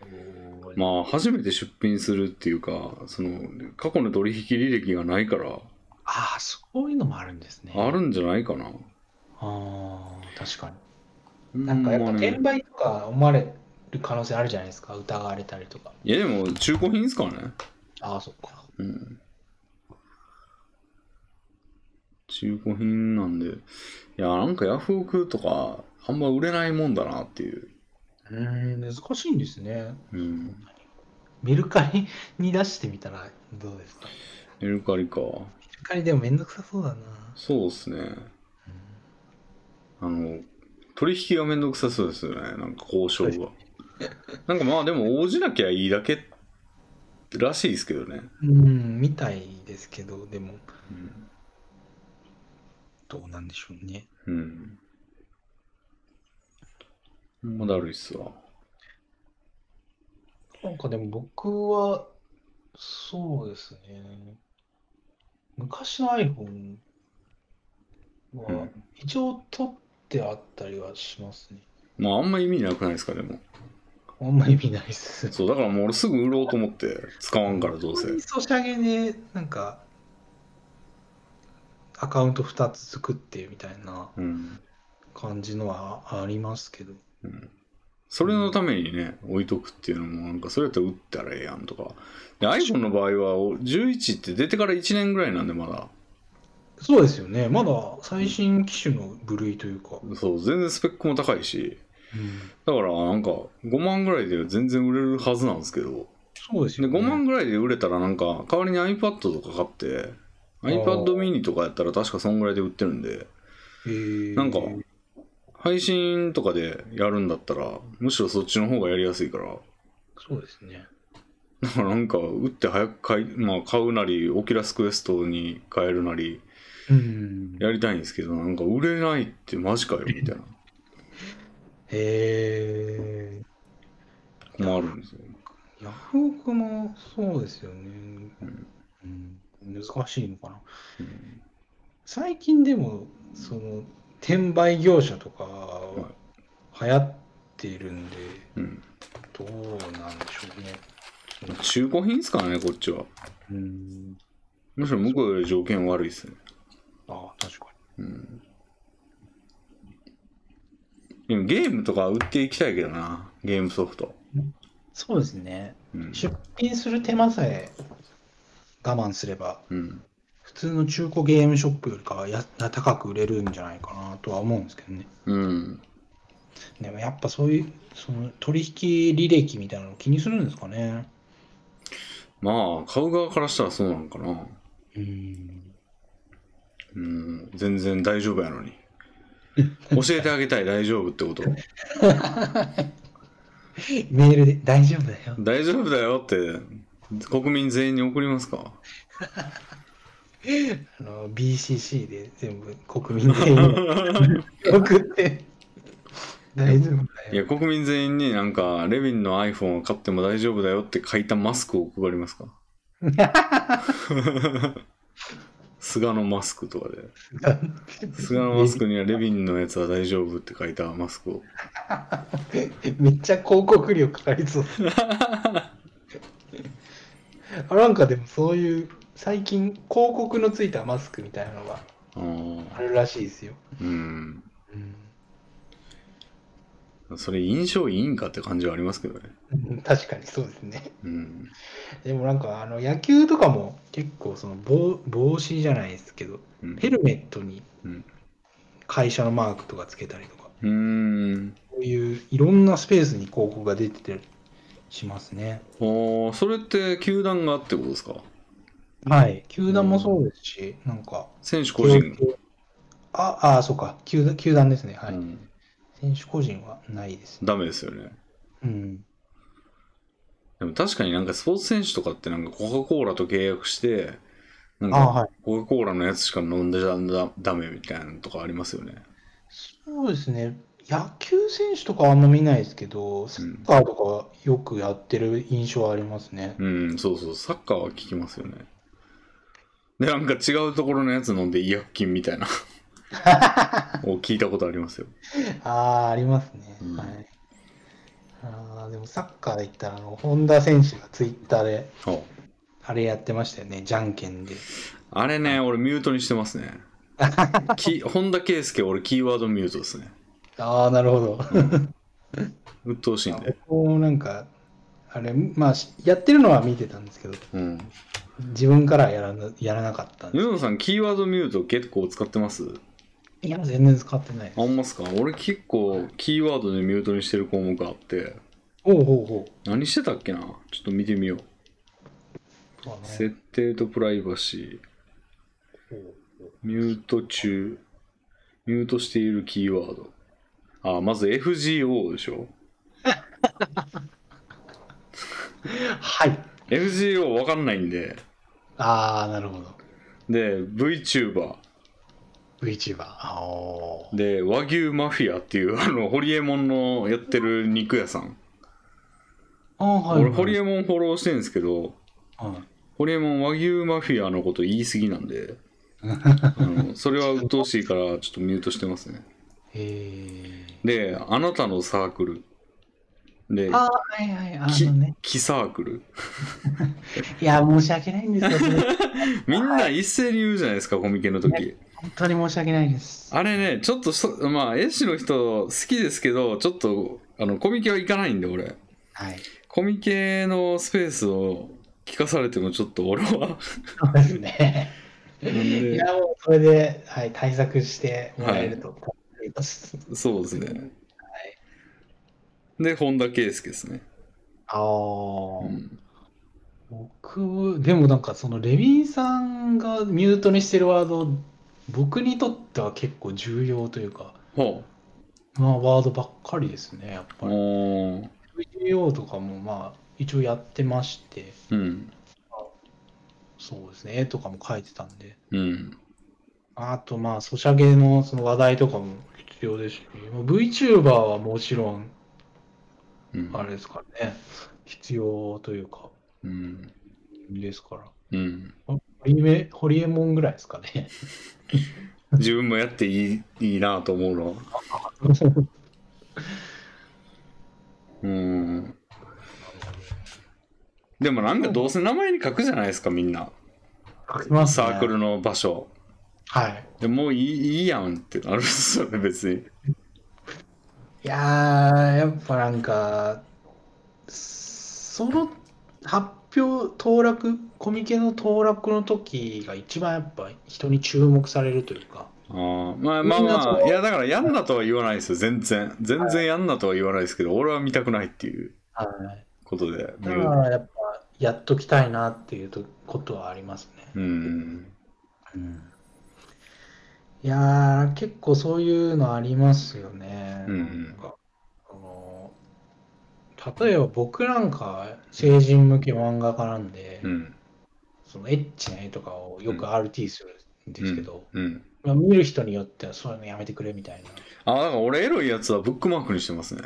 Speaker 2: おー
Speaker 1: まあ、初めて出品するっていうか、その、過去の取引履歴がないから、
Speaker 2: ああ、そういうのもあるんですね。
Speaker 1: あるんじゃないかな。
Speaker 2: ああ、確かに。なんかやっぱ
Speaker 1: ほまね
Speaker 2: 転売とか思われる可能性あるじゃないですか、疑われたりとか。
Speaker 1: いやでも中古品ですからね。
Speaker 2: ああ、そっか。
Speaker 1: うん。中古品なんで、いや、なんかヤフオクとか、あんま売れないもんだなっていう。
Speaker 2: うーん、難しいんですね。
Speaker 1: うん。
Speaker 2: メルカリに出してみたらどうですかメ
Speaker 1: メルカリか。
Speaker 2: ルカリでもめんどくさそうだな。
Speaker 1: そうですね。あの、取引がめんどくさそうですよね。なんか交渉が。なんかまあでも応じなきゃいいだけらしいですけどね。
Speaker 2: うん、みたいですけど、で
Speaker 1: う
Speaker 2: も、
Speaker 1: ん
Speaker 2: どうなんでしょうね。
Speaker 1: うん。ほんまだるいっすわ。
Speaker 2: なんかでも僕は、そうですね。昔の iPhone
Speaker 1: う
Speaker 2: は
Speaker 1: ん
Speaker 2: 一応取ってあったりはしますね。
Speaker 1: まああんま意味なくないですか、でも。
Speaker 2: あんまり見ないです。
Speaker 1: そう、だからもう俺すぐ売ろうと思って使わんからどうせ
Speaker 2: 本当。にソシャゲで、なんか、アカウント2つ作ってみたいな
Speaker 1: うん。
Speaker 2: 感じのはありますけど。
Speaker 1: うん。それのためにね、置いとくっていうのも、なんかそれやったら売ったらええやんとか。で、iPhone の場合は、お11って出てから1年ぐらいなんで、まだ。
Speaker 2: そうですよね。まだ最新機種の部類というか。
Speaker 1: そう、全然スペックも高いし、だからなんか5万ぐらいで全然売れるはずなんですけど、
Speaker 2: そうです
Speaker 1: で
Speaker 2: よね。
Speaker 1: 5万ぐらいで売れたらなんか、代わりに iPad とか買って、iPad mini とかやったら確かそんぐらいで売ってるんで、
Speaker 2: えー
Speaker 1: なんか配信とかでやるんだったら、むしろそっちの方がやりやすいから、
Speaker 2: そうですね。
Speaker 1: だからなんか打って早く買い、まあ、買うなりオキュラスクエストに変えるなり
Speaker 2: うん。
Speaker 1: やりたいんですけどなんか売れないってマジかよみたいな
Speaker 2: へ
Speaker 1: 困るんですよ
Speaker 2: ー、ヤフオクもそうですよね。
Speaker 1: うん
Speaker 2: うん、難しいのかな。
Speaker 1: うん
Speaker 2: 最近でも、その、転売業者とか、流行っているんで、
Speaker 1: うん、
Speaker 2: どうなんでしょうね。
Speaker 1: 中古品っすからねこっちは
Speaker 2: うん。
Speaker 1: むしろ向こうより条件悪いっすね、
Speaker 2: ああ、確か
Speaker 1: うん、でもゲームとか売っていきたいけどなゲームソフト、
Speaker 2: に。そうですね。
Speaker 1: うん
Speaker 2: 出品する手間さえ我慢すれば
Speaker 1: うん、
Speaker 2: 普通の中古ゲームショップよりかはや高く売れるんじゃないかなとは思うんですけどね。
Speaker 1: うん。
Speaker 2: でもやっぱそういうその取引履歴みたいなの気にするんですかね。
Speaker 1: まあ、買う側からしたらそうなのかな。
Speaker 2: うん。
Speaker 1: うん、全然大丈夫やのに。教えてあげたい、大丈夫ってこと。
Speaker 2: メールで大丈夫だよ。
Speaker 1: 大丈夫だよって、国民全員に送りますか
Speaker 2: あの BCC で全部国民全員に 送って。大丈夫だ
Speaker 1: い
Speaker 2: よ。
Speaker 1: や、国民全員になんか、レヴィンの iPhone を買っても大丈夫だよって書いたマスクを配ります か菅のマスクとかで。菅のマスクにはレヴィンのやつは大丈夫って書いたマスクを。
Speaker 2: めっちゃ広告料かかりそう。あなんかでもそういう最近広告のついたマスクみたいなのが
Speaker 1: あー
Speaker 2: あるらしいですよ。
Speaker 1: うん。
Speaker 2: うん
Speaker 1: それ印象いいんかって感じはありますけどね。
Speaker 2: うん確かにそうですね。
Speaker 1: うん。
Speaker 2: でもなんかあの野球とかも結構その帽帽子じゃないですけど、
Speaker 1: うん
Speaker 2: ヘルメットに
Speaker 1: うん
Speaker 2: 会社のマークとかつけたりとか、
Speaker 1: うーん。
Speaker 2: こういういろんなスペースに広告が出ててしますね。
Speaker 1: おそれって球団がってことですか
Speaker 2: はい。球団もそうですし、なんか、
Speaker 1: 選手個人。
Speaker 2: ああ、そうか球団、球団ですね。はい。
Speaker 1: うん
Speaker 2: 選手個人はないですね。
Speaker 1: ダメですよね。
Speaker 2: うん。
Speaker 1: でも確かになんかスポーツ選手とかってなんかコカ・コーラと契約して、なん
Speaker 2: あ
Speaker 1: か
Speaker 2: はい。
Speaker 1: コカ・コーラのやつしか飲んでゃだダメみたいなのとかありますよね。
Speaker 2: そうですね。野球選手とかはあんま見ないですけど、サッカーとかはよくやってる印象はありますね。
Speaker 1: うん、そうそう、サッカーは聞きますよね。で、なんか違うところのやつ飲んで違約金みたい なを聞いたことありますよ。
Speaker 2: ああ、ありますね。
Speaker 1: うん
Speaker 2: はい。ああ、でもサッカーで言ったら、あの、本田選手がツイッターで、
Speaker 1: あ
Speaker 2: あれやってましたよね、じゃんけんで。
Speaker 1: あれね、俺ミュートにしてますね。き本田圭佑、俺キーワードミュートですね。
Speaker 2: ああ、なるほど。
Speaker 1: 鬱陶しいんで。
Speaker 2: 僕もなんか、あれ、まあ、しやってるのは見てたんですけど、
Speaker 1: うん。
Speaker 2: 自分からはやらなやらなかったんで
Speaker 1: ユ
Speaker 2: す。
Speaker 1: ノさん、キーワードミュート結構使ってます
Speaker 2: いや、全然使ってないです
Speaker 1: あ。んますか俺結構キーワードでミュートにしてる項目あって
Speaker 2: ほうほうほ
Speaker 1: 何してたっけなちょっと見てみよう
Speaker 2: う。あの
Speaker 1: 設定とプライバシーミュート中ミュートしているキーワードあまず FGO でしょ
Speaker 2: はい。
Speaker 1: FGO わかんないんで
Speaker 2: ああ、なるほど。
Speaker 1: で VTuber
Speaker 2: VTuber。あおー
Speaker 1: で和牛マフィアっていうあのホリエモンのやってる肉屋さん
Speaker 2: あー、はい。
Speaker 1: 俺ホリエモンフォローしてるんですけど
Speaker 2: はい
Speaker 1: ホリエモン和牛マフィアのこと言い過ぎなんであのそれは鬱陶しいからちょっとミュートしてますね
Speaker 2: へえ。
Speaker 1: で、あなたのサークル。で、
Speaker 2: ああ、はいはい。あ
Speaker 1: き
Speaker 2: のね。
Speaker 1: キサークル。
Speaker 2: いや、申し訳ないんですよ。それ
Speaker 1: みんな一斉に言うじゃないですか、コミケの時。
Speaker 2: 本当に申し訳ないです。
Speaker 1: あれね、ちょっとそ、まあ、絵師の人好きですけど、ちょっと、あの、コミケは行かないんで、俺。
Speaker 2: はい。
Speaker 1: コミケのスペースを聞かされても、ちょっと俺は。
Speaker 2: そうですね。
Speaker 1: なん
Speaker 2: い
Speaker 1: で、
Speaker 2: や、もうそれで、はい、対策してもらえると思います。
Speaker 1: そうですね。で、本田圭佑ですね。
Speaker 2: ああ、
Speaker 1: うん。
Speaker 2: 僕、でもなんかそのレビンさんがミュートにしてるワード、僕にとっては結構重要というか、
Speaker 1: ほ
Speaker 2: まあワードばっかりですね、やっ
Speaker 1: う。
Speaker 2: ぱり。
Speaker 1: おー
Speaker 2: VTO とかもまあ一応やってまして、
Speaker 1: うん。
Speaker 2: そうですね、絵とかも描いてたんで。
Speaker 1: うん。
Speaker 2: あとまあ、ソシャゲのその話題とかも必要ですし、まあ VTuber はもちろん、
Speaker 1: うん。
Speaker 2: あれですからね、必要というか、
Speaker 1: うん。
Speaker 2: ですから。
Speaker 1: うん。
Speaker 2: ホリエホリエモンぐらいですかね。
Speaker 1: 自分もやっていいいいなと思うのうんでもなんかどうせ名前に書くじゃないですかみんなサークル。の場所
Speaker 2: はい。
Speaker 1: でもういいいいやんってなるんですよね別に
Speaker 2: いやー、やっぱなんか、その発表、当落、コミケの当落の時が一番やっぱ人に注目されるというか、
Speaker 1: あーまあまあ
Speaker 2: みんな
Speaker 1: ま
Speaker 2: そ
Speaker 1: あ、
Speaker 2: う
Speaker 1: いやだからやんなとは言わないですよ、全然。全然やんなとは言わないですけど、俺は見たくないっていう
Speaker 2: はい、
Speaker 1: ことで見
Speaker 2: だか
Speaker 1: る。
Speaker 2: らやっぱやっときたいなっていうとことはありますね。
Speaker 1: うん。
Speaker 2: いやー、結構そういうのありますよね。
Speaker 1: うんうん
Speaker 2: なんかあの例えば僕なんか成人向け漫画家なんで、
Speaker 1: うん。
Speaker 2: そのエッチな絵とかをよく RT するんですけど、
Speaker 1: うん。
Speaker 2: まあ、見る人によってはそういうのやめてくれみたいな。
Speaker 1: あ、だから俺エロいやつはブックマークにしてますね。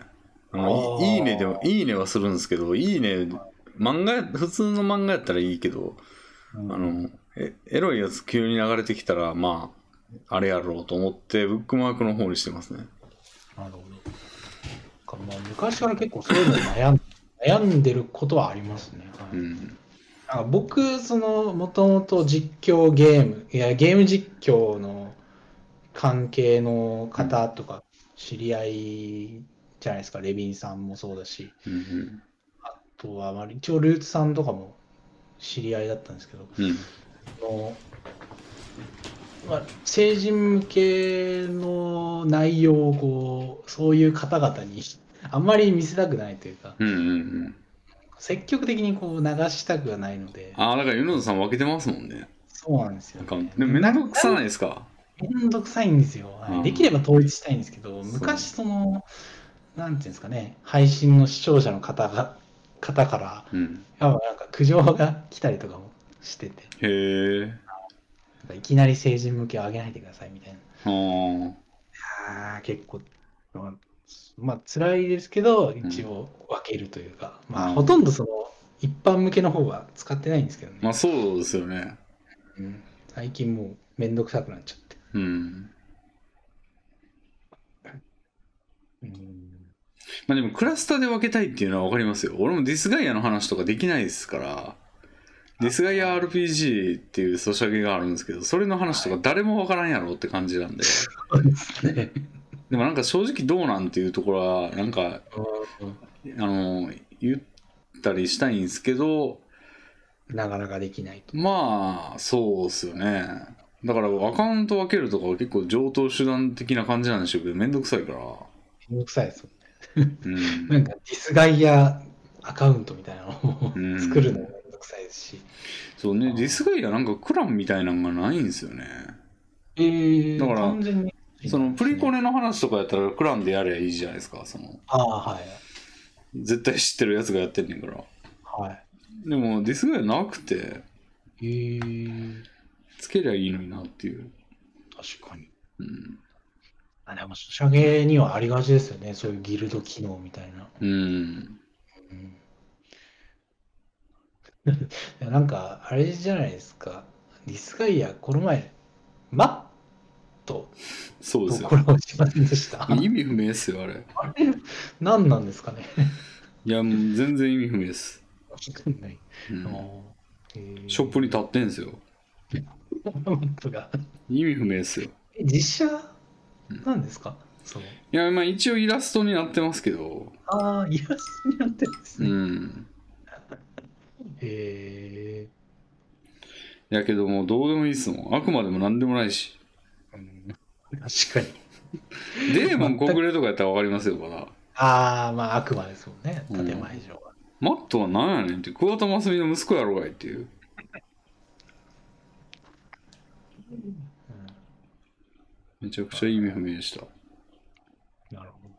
Speaker 1: あの
Speaker 2: あー
Speaker 1: いいいねでも、いいねはするんですけど、いいね、漫画や、普通の漫画やったらいいけど、あの、えエロいやつ急に流れてきたら、まあ、あれやろうと思って、ブックマークの方にしてますね。
Speaker 2: なるほど。なんかまあ昔から結構そういうの悩ん悩んでることはありますね。はい
Speaker 1: うん。
Speaker 2: なんか僕、その、もともと実況ゲーム、いや、ゲーム実況の関係の方とか、知り合いじゃないですか、レビンさんもそうだし、
Speaker 1: うん。
Speaker 2: あとは、まあ、一応、ルーツさんとかも知り合いだったんですけど、
Speaker 1: うん。
Speaker 2: あのまあ、成人向けの内容をこう、そういう方々に あんまり見せたくないというか、
Speaker 1: うん。うん。うん。
Speaker 2: 積極的にこう流したくはないので、
Speaker 1: ああ、だから、米田さん分けてますもんね。
Speaker 2: そうなんですよ、
Speaker 1: なん
Speaker 2: ね
Speaker 1: か、。でも面倒くさないですか
Speaker 2: めんどくさいんですよ、はい
Speaker 1: うん
Speaker 2: できれば統一したいんですけど、
Speaker 1: そう
Speaker 2: 昔その、なんていうんですかね、配信の視聴者の方が方から、
Speaker 1: うん。
Speaker 2: やっぱなんか苦情が来たりとかもしてて、
Speaker 1: へえ。
Speaker 2: なんかいきなり成人向けを上げないでくださいみたいな。
Speaker 1: あー
Speaker 2: あー結構、まあまあ辛いですけど、一応分けるというか、ま
Speaker 1: う
Speaker 2: あ
Speaker 1: ん
Speaker 2: ほとんどその一般向けの方は使ってないんですけどね、
Speaker 1: まあ、そうですよね。
Speaker 2: うん最近もうめんどくさくなっちゃって。
Speaker 1: うん。
Speaker 2: うん
Speaker 1: まあでもクラスターで分けたいっていうのは分かりますよ。俺もディスガイアの話とかできないですから、ディスガイア RPG っていうソシャゲがあるんですけど、それの話とか誰も分からんやろって感じなんで、
Speaker 2: そうですね。
Speaker 1: でもなんか正直どうなんていうところは、なんか、あの、言ったりしたいんですけど、
Speaker 2: なかなかできないと。
Speaker 1: まあ、そうっすよね。だからアカウント分けるとかは結構上等手段的な感じなんでしょうけど、めんどくさいから。
Speaker 2: めんどくさいですもんね。
Speaker 1: うん
Speaker 2: なんかディスガイアアカウントみたいなのを
Speaker 1: うん
Speaker 2: 作るのもめんどくさいですし。
Speaker 1: そうね、ディスガイアなんかクランみたいなのがないんですよね。
Speaker 2: えー
Speaker 1: だから
Speaker 2: 完全に。
Speaker 1: そのプリコ
Speaker 2: ネ。
Speaker 1: ネの話とかやったらクランでやればいいじゃないですかその
Speaker 2: ああ、はい。
Speaker 1: 絶対知ってるやつがやってんねんから
Speaker 2: は
Speaker 1: でもディスガイアなくて
Speaker 2: い。えー、
Speaker 1: つけりゃいいのになっていう、
Speaker 2: 確かに。
Speaker 1: うん、
Speaker 2: あでも、ソシャゲにはありがちですよね。そういうギルド機能みたいな。
Speaker 1: うん、
Speaker 2: うん、 でもなんか、あれじゃないですか。ディスガイア、この前、マット
Speaker 1: そう
Speaker 2: と
Speaker 1: です
Speaker 2: コ
Speaker 1: よ
Speaker 2: ラボしませんでした。
Speaker 1: 意味不明ですよあれ
Speaker 2: あれ、何なんですかね。
Speaker 1: いやもう全然意味不明です、
Speaker 2: わかんない。
Speaker 1: うん
Speaker 2: あーえー
Speaker 1: ショップに立ってんすよ
Speaker 2: マットが。
Speaker 1: 意味不明ですよ
Speaker 2: え実写なんですか、そう。
Speaker 1: いやまあ一応イラストになってますけど
Speaker 2: ああ、イラストになってるんです
Speaker 1: う
Speaker 2: ね。
Speaker 1: ん
Speaker 2: へ
Speaker 1: やけどもうどうでもいいっすもんあくまでも何でもないし
Speaker 2: えうん確かに。
Speaker 1: デーモン国連とかやったら分かりますよまだ
Speaker 2: ああ、まあ、悪魔ですもんね。
Speaker 1: うん
Speaker 2: 建前上は。
Speaker 1: マットは何やねんって桑田真澄の息子やろうがいっていう
Speaker 2: うん
Speaker 1: めちゃくちゃ意味不明でした。
Speaker 2: なるほど。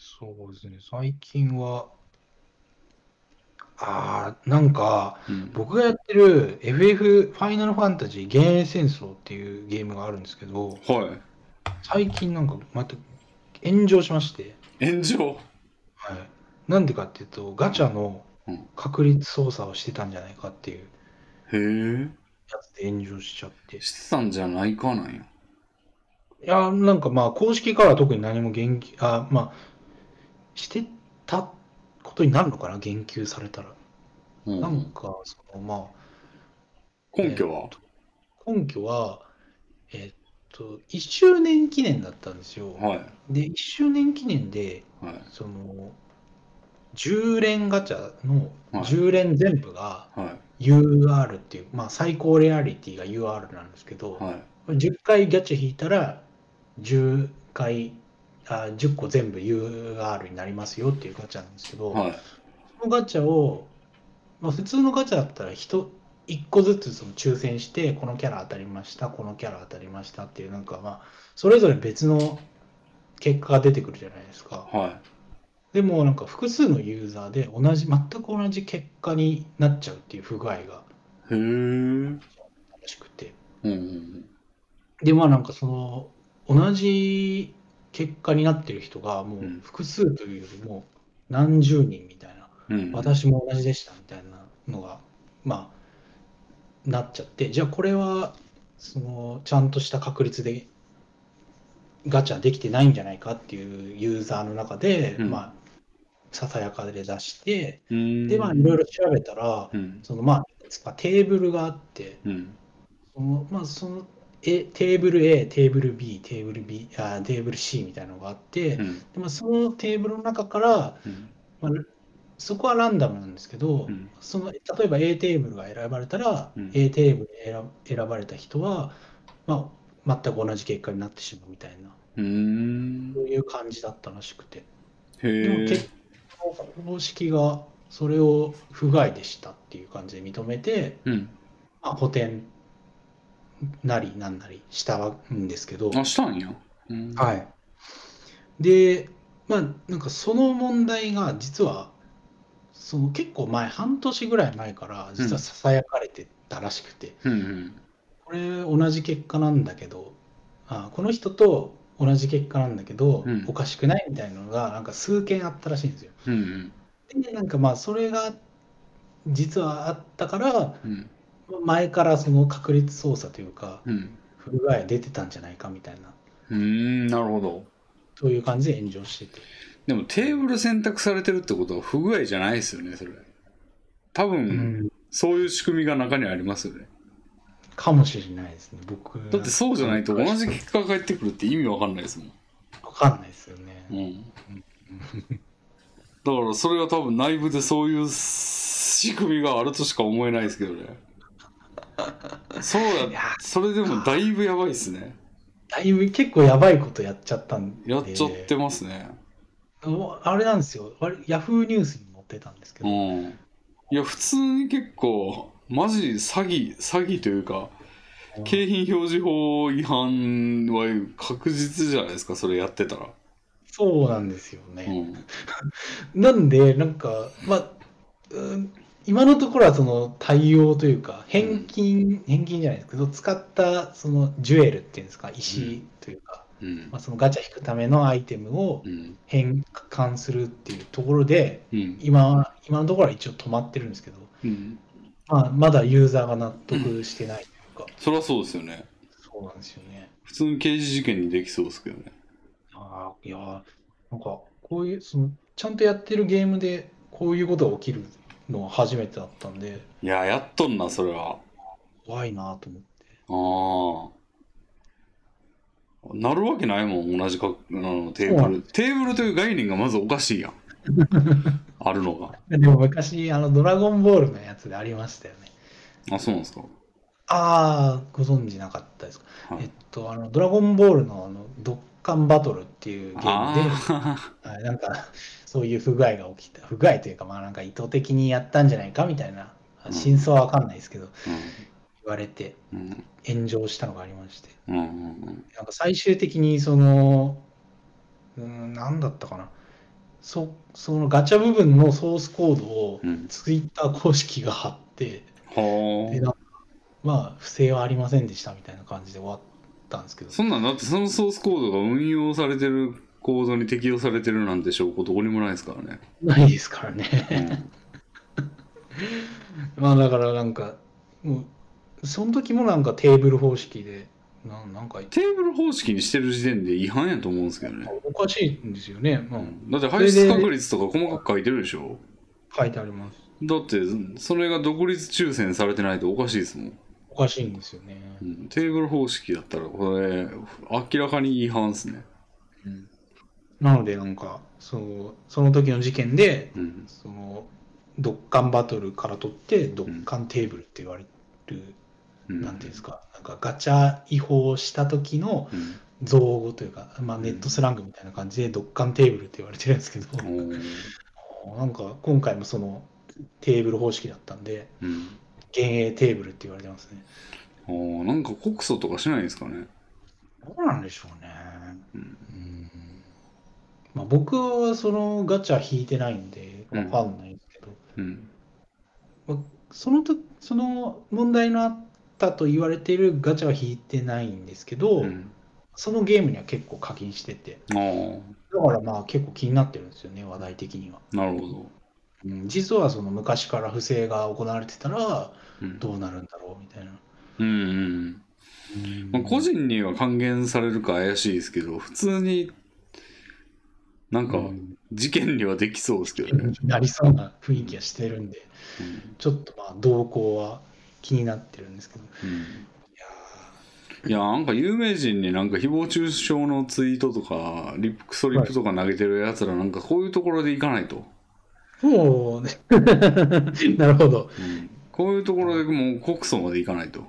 Speaker 2: そうですね、最近は、ああ、なんか、
Speaker 1: うん
Speaker 2: 僕がやってる FF ファイナルファンタジー幻影戦争っていうゲームがあるんですけど、
Speaker 1: は
Speaker 2: 最近なんかまた炎上しまして、
Speaker 1: い。炎上。
Speaker 2: はい、なんでかっていうと、ガチャの
Speaker 1: うん
Speaker 2: 確率操作をしてたんじゃないかっていう
Speaker 1: へ
Speaker 2: やつで炎上しちゃって
Speaker 1: え。、してたんじゃないかなんや。
Speaker 2: いや、なんかまあ、公式からは特に何も言及、あ、まあ、してたことになるのかな、言及されたら。
Speaker 1: う
Speaker 2: なん
Speaker 1: ん、
Speaker 2: か、そのま
Speaker 1: 根拠は、
Speaker 2: あ、根拠は、えっと、1周年記念だったんですよ。
Speaker 1: はい。
Speaker 2: で、1周年記念で、
Speaker 1: はい。
Speaker 2: その、 10連ガチャの
Speaker 1: はい
Speaker 2: 10連全部が
Speaker 1: は
Speaker 2: UR っていう、まあ最高レアリティが UR なんですけど、
Speaker 1: い。はい。
Speaker 2: 10回ガチャ引いたら10回あ10個全部 UR になりますよっていうガチャなんですけど、
Speaker 1: はい。
Speaker 2: このガチャを、まあ、普通のガチャだったら1個ずつその抽選してこのキャラ当たりましたこのキャラ当たりましたっていうなんかまあそれぞれ別の結果が出てくるじゃないですか
Speaker 1: は
Speaker 2: でもなんか複数のユーザーで同じ全く同じ結果になっちゃうっていう不具合が
Speaker 1: い。へえ。うん
Speaker 2: あるらしくて
Speaker 1: うんうん。
Speaker 2: でまあなんかその同じ結果になってる人がも
Speaker 1: うん
Speaker 2: う複数というよりも何十人みたいな、
Speaker 1: うん。
Speaker 2: 私も同じでしたみたいなのがまあなっちゃってじゃあこれはそのちゃんとした確率でガチャできてないんじゃないかっていうユーザーの中で、
Speaker 1: うん
Speaker 2: まあささやかで出して
Speaker 1: うん。
Speaker 2: でまあいろいろ調べたら
Speaker 1: うん。
Speaker 2: そのまあいくつかテーブルがあって、
Speaker 1: うん。
Speaker 2: そのまあそのえテーブル A テーブル B テーブル B あテーブル C みたいなのがあっ
Speaker 1: う
Speaker 2: て、で
Speaker 1: ん。
Speaker 2: まあ、そのテーブルの中から、
Speaker 1: うん。
Speaker 2: まあ、そこはランダムなんですけど、
Speaker 1: うん
Speaker 2: その例えば A テーブルが選ばれたら、
Speaker 1: うん
Speaker 2: A テーブル選選ばれた人は、まあ、全く同じ結果になってしまうみたいな
Speaker 1: うん
Speaker 2: そ。ういう感じだったらしくて
Speaker 1: へ
Speaker 2: でも
Speaker 1: え
Speaker 2: 結。構公式がそれを不具合でしたっていう感じで認めて、
Speaker 1: うん。
Speaker 2: まあ、補填なりなんなりしたんですけど、
Speaker 1: あ、したんや。うん。
Speaker 2: はい、でまあなんかその問題が実はその結構前半年ぐらい前から実はささやかれてたらしくて、
Speaker 1: うんうん。
Speaker 2: これ同じ結果なんだけどあこの人と同じ結果なんだけど、
Speaker 1: うん
Speaker 2: おかしくないみたいなのがなんか数件あったらしいんですよ。
Speaker 1: うんうん。
Speaker 2: でなんかまあそれが実はあったから
Speaker 1: うん。
Speaker 2: 前からその確率操作というか、
Speaker 1: うん。
Speaker 2: 不具合出てたんじゃないかみたいな、
Speaker 1: うん。なるほど。
Speaker 2: そういう感じで炎上してて。
Speaker 1: でもテーブル選択されてるってことは不具合じゃないですよね、それ。多分、そういう仕組みが中にありますよね。
Speaker 2: かもしれないですね、僕。
Speaker 1: だってそうじゃないと同じ
Speaker 2: わ
Speaker 1: 結果が返ってくるって意味わかんないですもん。
Speaker 2: かんないですよね。
Speaker 1: うん。だからそれは多分内部でそういう仕組みがあるとしか思えないですけどね。そう
Speaker 2: い
Speaker 1: や
Speaker 2: や、
Speaker 1: それでもだいぶやばいですね。
Speaker 2: だいぶ結構やばいことやっちゃったんで。
Speaker 1: やっちゃってますね。
Speaker 2: もうあれなんですよ、あれヤフーニュースに載ってたんですけ
Speaker 1: う
Speaker 2: ど、
Speaker 1: ん。いや、普通に結構、マジ詐欺、詐欺というか、景品表示法違反は確実じゃないですか、それやってたら。
Speaker 2: そうなんですよ
Speaker 1: う
Speaker 2: ね。
Speaker 1: ん。
Speaker 2: なんで、なんか、まあ、うん今のところはその対応というか、返金、返金じゃないですけど、使ったそのジュエルっていうんですか、石というか、
Speaker 1: うん
Speaker 2: まあ、。そのガチャ引くためのアイテムを、
Speaker 1: うん。
Speaker 2: 変換するっていうところで
Speaker 1: うん。
Speaker 2: 今は今のところは一応止まってるんですけど、
Speaker 1: うん。
Speaker 2: まあ、まだユーザーが納得してないというか、
Speaker 1: そりゃそうですよね。
Speaker 2: そうなんですよね
Speaker 1: 普通に刑事事件にできそうですけどね。
Speaker 2: ああいやーなんかこういうそのちゃんとやってるゲームでこういうことが起きるのは初めてだったんで
Speaker 1: いや、やっとんな、それは。
Speaker 2: 怖いなと思って
Speaker 1: ああ。なるわけないもん、同じかあのテーブル。テーブルという概念がまずおかしいやん。 あるのが。
Speaker 2: でも昔あの「ドラゴンボール」のやつでありましたよね
Speaker 1: あ、そうなんですか。
Speaker 2: ああご存知なかったですか、
Speaker 1: はい
Speaker 2: えっとあの「ドラゴンボールの」あの「ドッカンバトル」っていうゲームで
Speaker 1: あ
Speaker 2: はい、なんかそういう不具合が起きた不具合というかまあなんか意図的にやったんじゃないかみたいな
Speaker 1: うん
Speaker 2: 真相は分かんないですけど、
Speaker 1: あ。
Speaker 2: 言われて
Speaker 1: うん。うん。
Speaker 2: 炎上したのがありまして
Speaker 1: うんうん。うん
Speaker 2: なんか最終的にそのうーん何だったかなそそのガチャ部分のソースコードを
Speaker 1: うん。
Speaker 2: ツイッター公式が貼って、で
Speaker 1: はあ。
Speaker 2: なんかまあ不正はありませんでしたみたいな感じで終わったんですけど
Speaker 1: そんなんだってそのソースコードが運用されてるコードに適用されてるなんて証拠どこにもないですから ね。
Speaker 2: ないですからね
Speaker 1: うん
Speaker 2: まあだからなんかもうその時もなんかテーブル方式でななんか
Speaker 1: テーブル方式にしてる時点で違反やと思うんですけどね。
Speaker 2: おかしいんですよね、まあ
Speaker 1: だって排出確率とか細かく書いてるでしょ
Speaker 2: 書いてあります
Speaker 1: だってそれが独立抽選されてないとおかしいですもん、
Speaker 2: おかしいんですよね、
Speaker 1: うんテーブル方式だったらこれ明らかに違反ですね
Speaker 2: なのでなんかそのその時の事件で
Speaker 1: うん。
Speaker 2: そのドッカンバトルから取ってドッカンテーブルって言われる、
Speaker 1: うん。
Speaker 2: なんていうんですかなんかガチャ違法した時の
Speaker 1: うん。
Speaker 2: 造語というか、まあ、ネットスラングみたいな感じでドッカンテーブルって言われてるんですけど、
Speaker 1: おー
Speaker 2: なんか今回もそのテーブル方式だったんで
Speaker 1: うん。
Speaker 2: 幻影テーブルって言われてますね
Speaker 1: おーなんか告訴とかしないんですかね。
Speaker 2: どうなんでしょうね
Speaker 1: うん。
Speaker 2: うんまあ僕はそのガチャ引いてないんで
Speaker 1: うん
Speaker 2: わかんないんですけど、
Speaker 1: うん。
Speaker 2: そのとその問題のあったと言われているガチャは引いてないんですけど、
Speaker 1: うん。
Speaker 2: そのゲームには結構課金してて
Speaker 1: ああ、
Speaker 2: だからまあ結構気になってるんですよね話題的には、
Speaker 1: なるほど。
Speaker 2: うん、実はその昔から不正が行われてたら
Speaker 1: うん。
Speaker 2: どうなるんだろうみたいな、
Speaker 1: うんうん。まあ、個人には還元されるか怪しいですけど、普通に、なんか、
Speaker 2: うん
Speaker 1: 事件にはできそうですけどね。
Speaker 2: なりそうな雰囲気はしてるんで
Speaker 1: うん
Speaker 2: ちょっとまあ動向は気になってるんですけどいや
Speaker 1: うんいや、なんか有名人になんか誹謗中傷のツイートとか、リップクソリップとか投げてるやつら、なんかこういうところでいかないと。
Speaker 2: ーもうね なるほど
Speaker 1: うんこういうところでもう告訴までいかないと。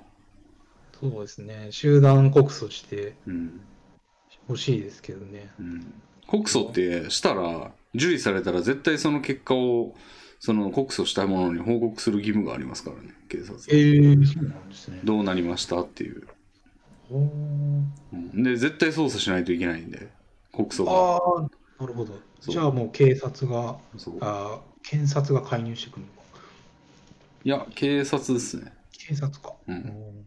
Speaker 2: そうですね集団告訴して
Speaker 1: うん
Speaker 2: ほしいですけどね
Speaker 1: うん告訴ってしたら受理されたら絶対その結果をその告訴したものに報告する義務がありますからね警察
Speaker 2: え
Speaker 1: に
Speaker 2: ー、そうなんですね
Speaker 1: どうなりましたっていう、
Speaker 2: ほー
Speaker 1: うんで絶対捜査しないといけないんで告訴が
Speaker 2: ああなるほど
Speaker 1: そう
Speaker 2: じゃあもう警察が
Speaker 1: そう
Speaker 2: あー検察が介入してくるのか
Speaker 1: いや警察ですね
Speaker 2: 警察か、
Speaker 1: うん
Speaker 2: ん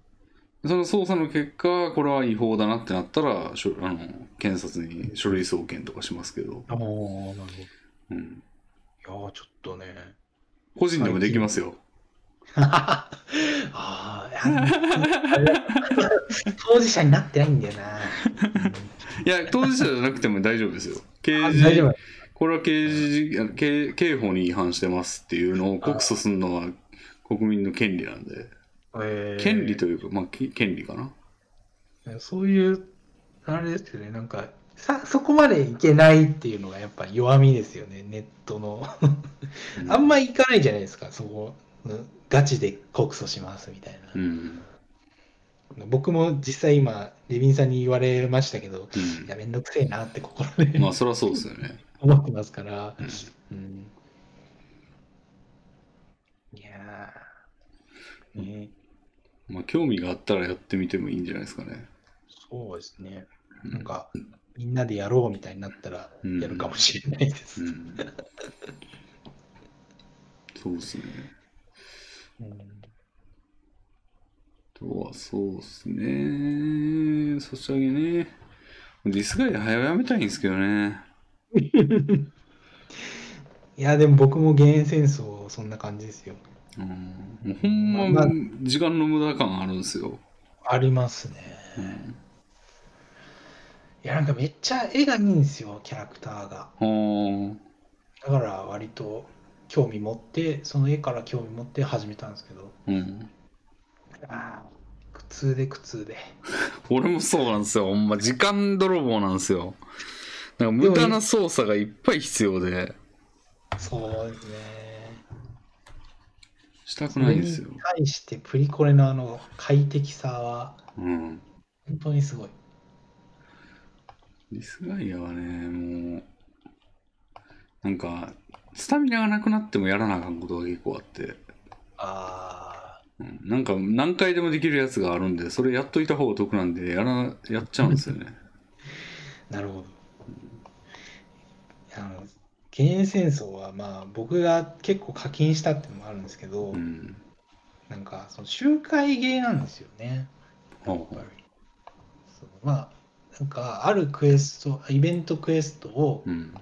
Speaker 1: その捜査の結果これは違法だなってなったらしょあの検察に書類送検とかしますけど、
Speaker 2: ああなるほどい
Speaker 1: うん、
Speaker 2: やーちょっとね
Speaker 1: 個人でもできますよ、
Speaker 2: ああいやでも当事者になってないんだよ
Speaker 1: い
Speaker 2: な、
Speaker 1: や当事者じゃなくても大丈夫ですよ
Speaker 2: うん
Speaker 1: 刑
Speaker 2: あ
Speaker 1: 事
Speaker 2: 大丈夫
Speaker 1: これは刑事、あ刑刑法に違反してますっていうのを告訴するのは国民の権利なんで、
Speaker 2: えー
Speaker 1: 権利というか、まあ、き権利かな。
Speaker 2: そういうあれですよねなんかさそこまでいけないっていうのがやっぱ弱みですよねネットのあんまりいかないじゃないですかそこうんガチで告訴しますみたいな、
Speaker 1: うん。うん。
Speaker 2: 僕も実際今レビンさんに言われましたけど
Speaker 1: うん
Speaker 2: いやめんどくせえなって心で
Speaker 1: まあ、そりゃそうですよね。
Speaker 2: 思ってますから、
Speaker 1: うん
Speaker 2: うん、いやーね
Speaker 1: まあ、興味があったらやってみてもいいんじゃないですかね。
Speaker 2: そうですね
Speaker 1: うん
Speaker 2: なんかみんなでやろうみたいになったら
Speaker 1: うん
Speaker 2: やるかもしれないです、
Speaker 1: うん。そうですね。
Speaker 2: う
Speaker 1: あ
Speaker 2: ん
Speaker 1: とは、そうですね。そし上げね。ディスガイ早やめたいんですけどね。
Speaker 2: いやでも僕も減塩戦争そんな感じですよ
Speaker 1: うん。もうほんま
Speaker 2: まあ、
Speaker 1: 時間の無駄感あるんですよ。
Speaker 2: ありますね
Speaker 1: うん
Speaker 2: いやなんかめっちゃ絵がいいんですよキャラクターが
Speaker 1: あー
Speaker 2: だから割と興味持ってその絵から興味持って始めたんですけど
Speaker 1: うん、
Speaker 2: ああ苦痛で苦痛で
Speaker 1: 俺もそうなんですよほんま時間泥棒なんですよなんか無駄な操作がいっぱい必要で
Speaker 2: そうですね
Speaker 1: したく
Speaker 2: そ
Speaker 1: な
Speaker 2: れ
Speaker 1: いん
Speaker 2: に
Speaker 1: ですよ、
Speaker 2: 対してプリコレのあの快適さは
Speaker 1: うん、
Speaker 2: 本当にすごい
Speaker 1: ディスガイアはねもうなんかスタミナがなくなってもやらなあかんことが結構あって、
Speaker 2: あ
Speaker 1: うん、なんか何回でもできるやつがあるんでそれやっといた方が得なんでやらやっちゃうんですよね
Speaker 2: あなるほどあの減塩戦争はまあ僕が結構課金したってのもあるんですけど、
Speaker 1: うん
Speaker 2: なんかその集会芸なんですよね
Speaker 1: ほうほう
Speaker 2: そうまあなんかあるクエストイベントクエストを
Speaker 1: うん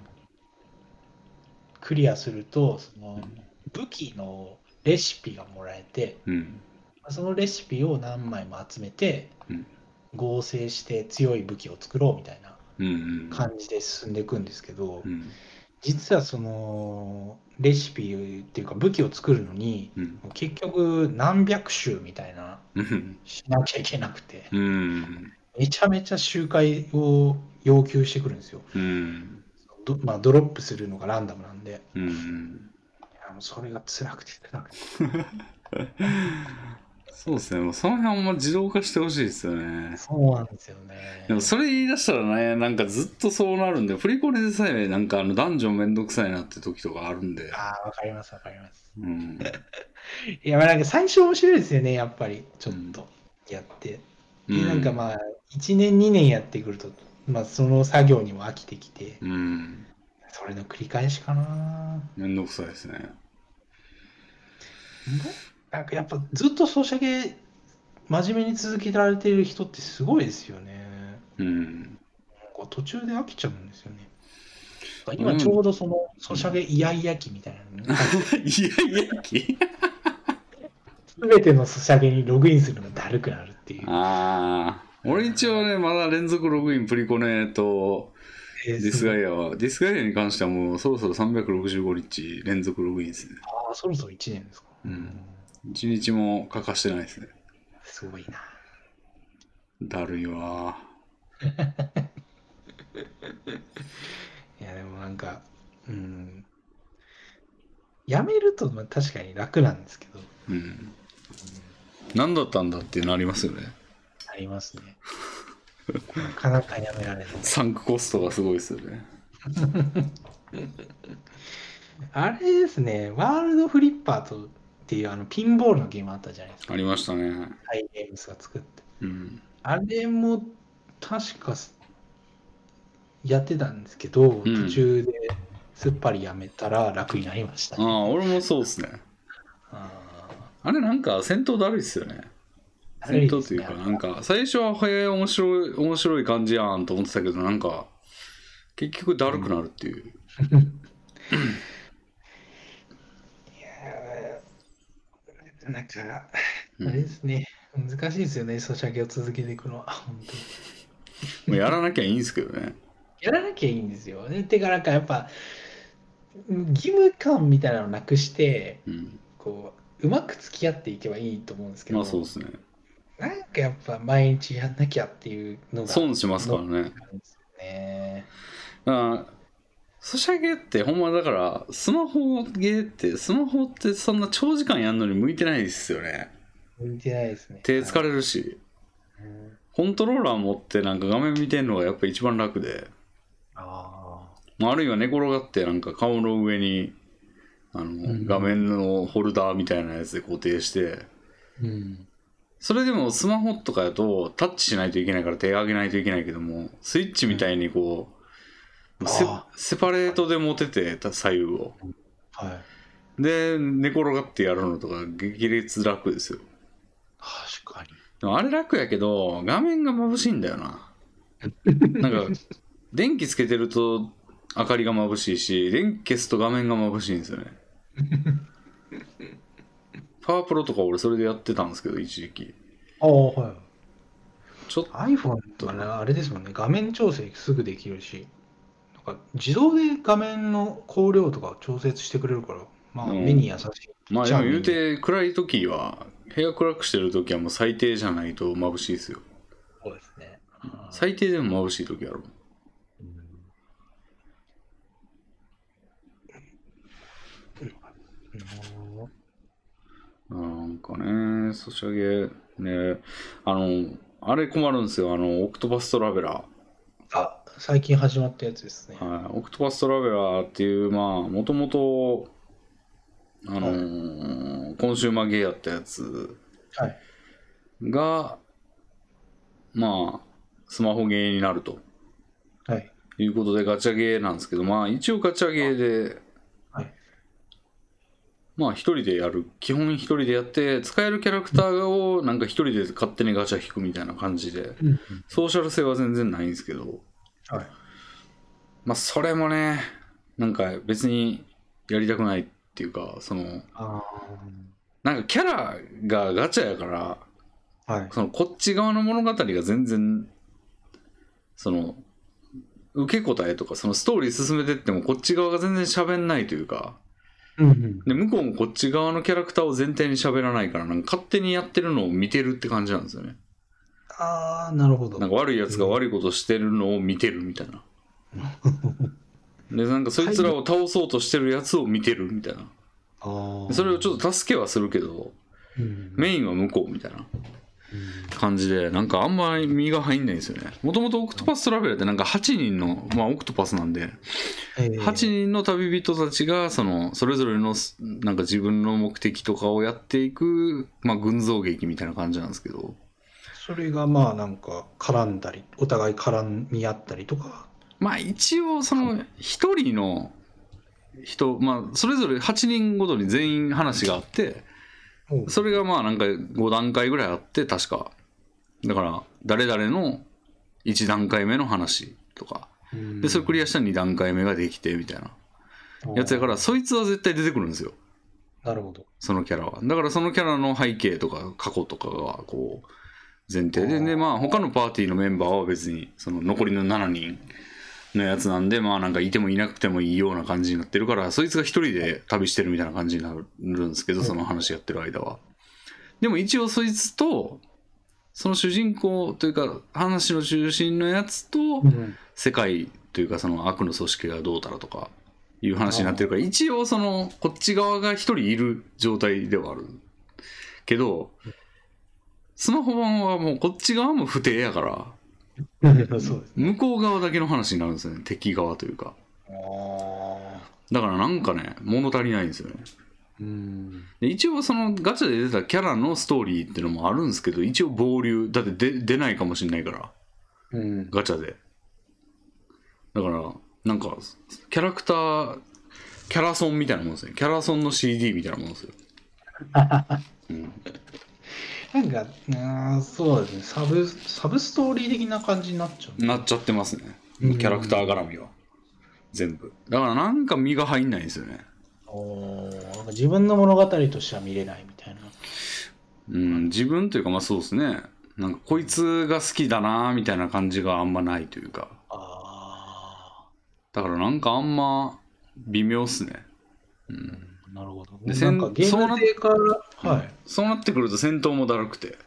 Speaker 2: クリアするとその武器のレシピがもらえて
Speaker 1: うん
Speaker 2: そのレシピを何枚も集めて、
Speaker 1: うん
Speaker 2: 合成して強い武器を作ろうみたいな
Speaker 1: うんうん
Speaker 2: 感じで進んでいくんですけど、
Speaker 1: うん
Speaker 2: 実はそのレシピっていうか武器を作るのに
Speaker 1: うん
Speaker 2: 結局何百種みたいな
Speaker 1: うん
Speaker 2: しなきゃいけなくて
Speaker 1: うん
Speaker 2: めちゃめちゃ周回を要求してくるんですよ。
Speaker 1: うん
Speaker 2: どまあ、ドロップするのがランダムなんで、
Speaker 1: うん。
Speaker 2: いやもうそれが辛くて辛くて。
Speaker 1: そうですね。もうその辺はほんま自動化してほしいですよね。
Speaker 2: そうなんですよね
Speaker 1: で。もそれ言い出したらね、なんかずっとそうなるんで、プリコネでさえなんかあのダンジョンめんどくさいなって時とかあるんで。
Speaker 2: ああ、わかりますわかります。
Speaker 1: うん。
Speaker 2: いや、まあなんか最初面白いですよね、やっぱり、ちょっとやって。で、なんか
Speaker 1: あ。
Speaker 2: まあ、1年、2年やってくると、まあ、その作業にも飽きてきて、
Speaker 1: うん。
Speaker 2: それの繰り返しかな。
Speaker 1: めんどくさいですね。
Speaker 2: なんかやっぱずっとソシャゲ真面目に続けられている人ってすごいですよね。
Speaker 1: うん。
Speaker 2: なんか途中で飽きちゃうんですよね。
Speaker 1: ん
Speaker 2: 今ちょうどそのソシャゲイヤイヤ期みたいなのね、
Speaker 1: いやいやき
Speaker 2: 全てのソシャゲにログインするのがだるくなるっていう。
Speaker 1: ああ。俺一応ね、まだ連続ログインプリコネと
Speaker 2: え
Speaker 1: ディ
Speaker 2: ー
Speaker 1: ス
Speaker 2: すご
Speaker 1: ガ
Speaker 2: い
Speaker 1: イアは、ディスガイアに関してはもうそろそろ365日連続ログインですね。
Speaker 2: あーそろそろ1年ですか。
Speaker 1: うん一日も欠かしてないですね。
Speaker 2: すごいな。
Speaker 1: だるいわ。
Speaker 2: いやでもなんか、うん。やめるとまあ確かに楽なんですけど、
Speaker 1: うん。何だったんだってなりますよね。
Speaker 2: あります ね。なかなかやめられない。
Speaker 1: サンクコストがすごいですよね。
Speaker 2: あれですね、ワールドフリッパーとっていうあのピンボールのゲームあったじゃないですか。
Speaker 1: ありましたね。
Speaker 2: ハイゲームスが作って。
Speaker 1: うん。
Speaker 2: あれも確かすやってたんですけど、途中ですっぱりやめたら楽になりました、
Speaker 1: ああ、俺もそうですね。
Speaker 2: あ
Speaker 1: あれなんか戦闘だるいっすよね。
Speaker 2: ー
Speaker 1: 戦闘というか、なんか最初はへえ面白い面白い感じやんと思ってたけどなんか結局だるくなるっていう、
Speaker 2: なんか、
Speaker 1: うん
Speaker 2: あれですね、難しいですよね、ソシャゲを続けていくのは。本当
Speaker 1: も
Speaker 2: に
Speaker 1: うやらなきゃいいんですけどね
Speaker 2: やらなきゃいいんですよ。ねてか、なんかやっぱ、義務感みたいなのなくして、
Speaker 1: うん
Speaker 2: こう、うまく付き合っていけばいいと思うんですけど、
Speaker 1: まあそうですね
Speaker 2: なんかやっぱ毎日やんなきゃっていうのが、
Speaker 1: 損しますからね
Speaker 2: あるんですよね。
Speaker 1: だからソシャゲってほんまだからスマホゲーってスマホってそんな長時間やんのに向いてないですよね
Speaker 2: 向いてないですね。
Speaker 1: 手疲
Speaker 2: れ
Speaker 1: れるしコントローラー持ってなんか画面見てんのがやっぱ一番楽で
Speaker 2: あ
Speaker 1: まあ、あるいは寝転がってなんか顔の上にあの、
Speaker 2: ん
Speaker 1: 画面のホルダーみたいなやつで固定して
Speaker 2: ーうん。
Speaker 1: それでもスマホとかやとタッチしないといけないから手上げないといけないけどもスイッチみたいにこう、
Speaker 2: うん
Speaker 1: セ
Speaker 2: あ
Speaker 1: セパレートで持ててた左右を
Speaker 2: はい。
Speaker 1: で寝転がってやるのとか激烈楽ですよ
Speaker 2: 確かに。
Speaker 1: でもあれ楽やけど画面が眩しいんだよななんか電気つけてると明かりが眩しいし電気消すと画面が眩しいんですよねパワープロとか俺それでやってたんですけど一時期
Speaker 2: ああ、はい。
Speaker 1: ちょっ
Speaker 2: iPhone とかね、あれですもんね、画面調整すぐできるし、なんか自動で画面の光量とかを調節してくれるから、まあ、
Speaker 1: うん
Speaker 2: 目に優しい。
Speaker 1: まあでも言うて暗い時は部屋暗くしてる時はもう最低じゃないと眩しいですよ
Speaker 2: そうですね。
Speaker 1: 最低でも眩しい時やろなんかねソシャゲねあのあれ困るんですよあのオクトパストラベラー
Speaker 2: あ、最近始まったやつですね。
Speaker 1: はい、オクトパストラベラーっていうまあもともとあのーコンシューマーゲーやったやつ
Speaker 2: はい。
Speaker 1: がまあスマホゲーになると
Speaker 2: はい。
Speaker 1: いうことでガチャゲーなんですけどまあ一応ガチャゲーで、
Speaker 2: はい
Speaker 1: まあ一人でやる基本一人でやって使えるキャラクターをなんか一人で勝手にガチャ引くみたいな感じで
Speaker 2: うん。
Speaker 1: ソーシャル性は全然ないんですけど
Speaker 2: はい。
Speaker 1: まあそれもねなんか別にやりたくないっていうかその
Speaker 2: あ
Speaker 1: なんかキャラがガチャやから
Speaker 2: あ。はい。
Speaker 1: そのこっち側の物語が全然その受け答えとかそのストーリー進めてってもこっち側が全然喋んないというか
Speaker 2: うんうん。
Speaker 1: で向こうもこっち側のキャラクターを前提に喋らないからなんか勝手にやってるのを見てるって感じなんですよね
Speaker 2: ああ、なるほど。
Speaker 1: なんか悪いやつが悪いことしてるのを見てるみたいなでなんかそいつらを倒そうとしてるやつを見てるみたいな
Speaker 2: あ
Speaker 1: それをち
Speaker 2: ょっ
Speaker 1: ょっと助けはするけど
Speaker 2: と、うん
Speaker 1: メインは向こうみたいな感じでなんかあんまり身が入んないんですよねもともとオクトパストラベラーってなんか8人のまあオクトパスなんで8人の旅人たちがそのそれぞれのすなんか自分の目的とかをやっていく、まあ、群像劇みたいな感じなんですけど
Speaker 2: それがまあなんか絡んだりお互い絡み合ったりとか
Speaker 1: まあ一応その一人の人まあそれぞれ8人ごとに全員話があってそれがまあなんか5段階ぐらいあって確かだから誰々の1段階目の話とかでそれクリアしたら2段階目ができてみたいなやつやかららそいつは絶対出てくるんですよ
Speaker 2: なるほど
Speaker 1: そのキャラは。だからそのキャラの背景とか過去とかがこう前提で、
Speaker 2: あー
Speaker 1: でまあ他のパーティーのメンバーは別にその残りの7人のやつなんで、まあなんかいてもいなくてもいいような感じになってるから、そいつが一人で旅してるみたいな感じになるんですけど、
Speaker 2: うん
Speaker 1: その話やってる間は。でも一応そいつと、その主人公というか話の中心のやつと
Speaker 2: うん
Speaker 1: 世界というかその悪の組織がどうたらとかいう話になってるから一応そのこっち側が一人いる状態ではあるけどスマホ版はもうこっち側も不定やから
Speaker 2: そうです
Speaker 1: 向こう側だけの話になるんですよね敵側というか
Speaker 2: ああ
Speaker 1: だからなんかね物足りないんですよね
Speaker 2: うん
Speaker 1: で一応そのガチャで出たキャラのストーリーっていうのもあるんですけど一応傍流だって出出ないかもしれないから
Speaker 2: うん
Speaker 1: ガチャで。だから、なんか、キャラクター、キャラソンみたいなもんですね。キャラソンの CD みたいなもん ですよ。うん、
Speaker 2: なんかうんそうですねサブサブストーリー的な感じになっちゃう
Speaker 1: なっちゃってますね。キ
Speaker 2: うん
Speaker 1: ャラクター絡みは。全部。だからなんか身が入んないんですよね。
Speaker 2: おーなんか自分の物語としては見れないみたいな
Speaker 1: うん、自分というか、まあそうですね。なんかこいつが好きだなみたいな感じがあんまないというか。
Speaker 2: あ
Speaker 1: だからなんかあんま微妙っすね。うん、
Speaker 2: あなるほど
Speaker 1: で
Speaker 2: ね
Speaker 1: せ
Speaker 2: なんんかゲーム性からはい
Speaker 1: そうなってくると戦闘もだるく て。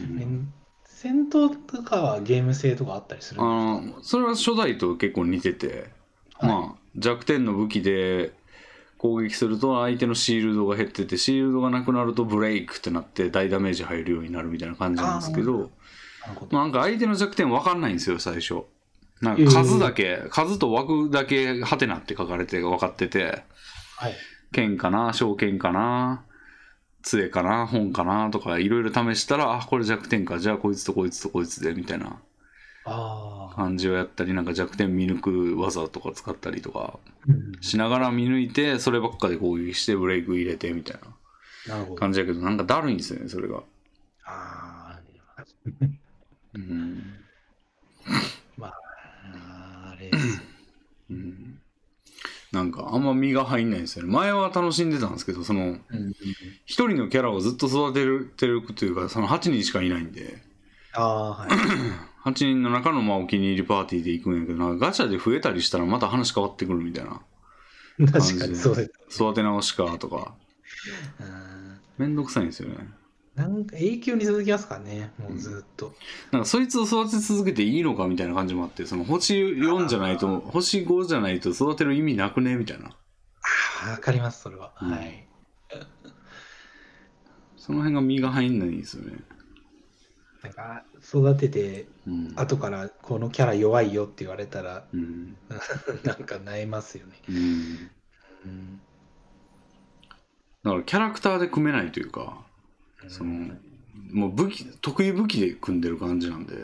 Speaker 1: うん
Speaker 2: 戦戦闘とかはゲーム性とかあったりするん
Speaker 1: あのそれは初代と結構似てて、
Speaker 2: はい
Speaker 1: まあ弱点の武器で攻撃すると相手のシールドが減っててシールドがなくなるとブレイクってなって大ダメージ入るようになるみたいな感じなんですけど
Speaker 2: なるほど
Speaker 1: まあなんか相手の弱点分かんないんですよ最初なんか数だけ、数と枠だけハテナって書かれて分かってて
Speaker 2: はい
Speaker 1: 剣かな小剣かな杖かな本かなとかいろいろ試したらあこれ弱点かじゃあこいつとこいつとこいつでみたいな
Speaker 2: ああ、
Speaker 1: 感じをやったりなんか弱点見抜く技とか使ったりとか
Speaker 2: うん
Speaker 1: しながら見抜いてそればっかで攻撃してブレイク入れてみたいな
Speaker 2: なるほど。
Speaker 1: 感じやけどなんかだるいんですよねそれが、
Speaker 2: あ
Speaker 1: うん
Speaker 2: あ、あれです。
Speaker 1: うん、なんかあんま身が入んないんですよね前は楽しんでたんですけどその
Speaker 2: うん
Speaker 1: 一人のキャラをずっと育てるてるというかその8人しかいないんで
Speaker 2: ああ、はい。
Speaker 1: 8人の中のまあお気に入りパーティーで行くんやけどなんかガチャで増えたりしたらまた話変わってくるみたいな
Speaker 2: 確かにそうです。
Speaker 1: 育て直しかとか
Speaker 2: うん
Speaker 1: めんどくさいんですよね
Speaker 2: なんか永久に続きますからね、もうずっと。
Speaker 1: なんかそいつを育て続けていいのかみたいな感じもあってその星4じゃないと星5じゃないと育てる意味なくねみたいな
Speaker 2: ああわかります、それは。
Speaker 1: うん
Speaker 2: はい。
Speaker 1: その辺が身が入んないんですよね、
Speaker 2: なんか、育てて、
Speaker 1: うん、
Speaker 2: 後からこのキャラ弱いよって言われたら、
Speaker 1: うん、
Speaker 2: なんか悩ますよね。
Speaker 1: うん、
Speaker 2: うん
Speaker 1: だからキャラクターで組めないというかそのもう武器得意武器で組んでる感じなんで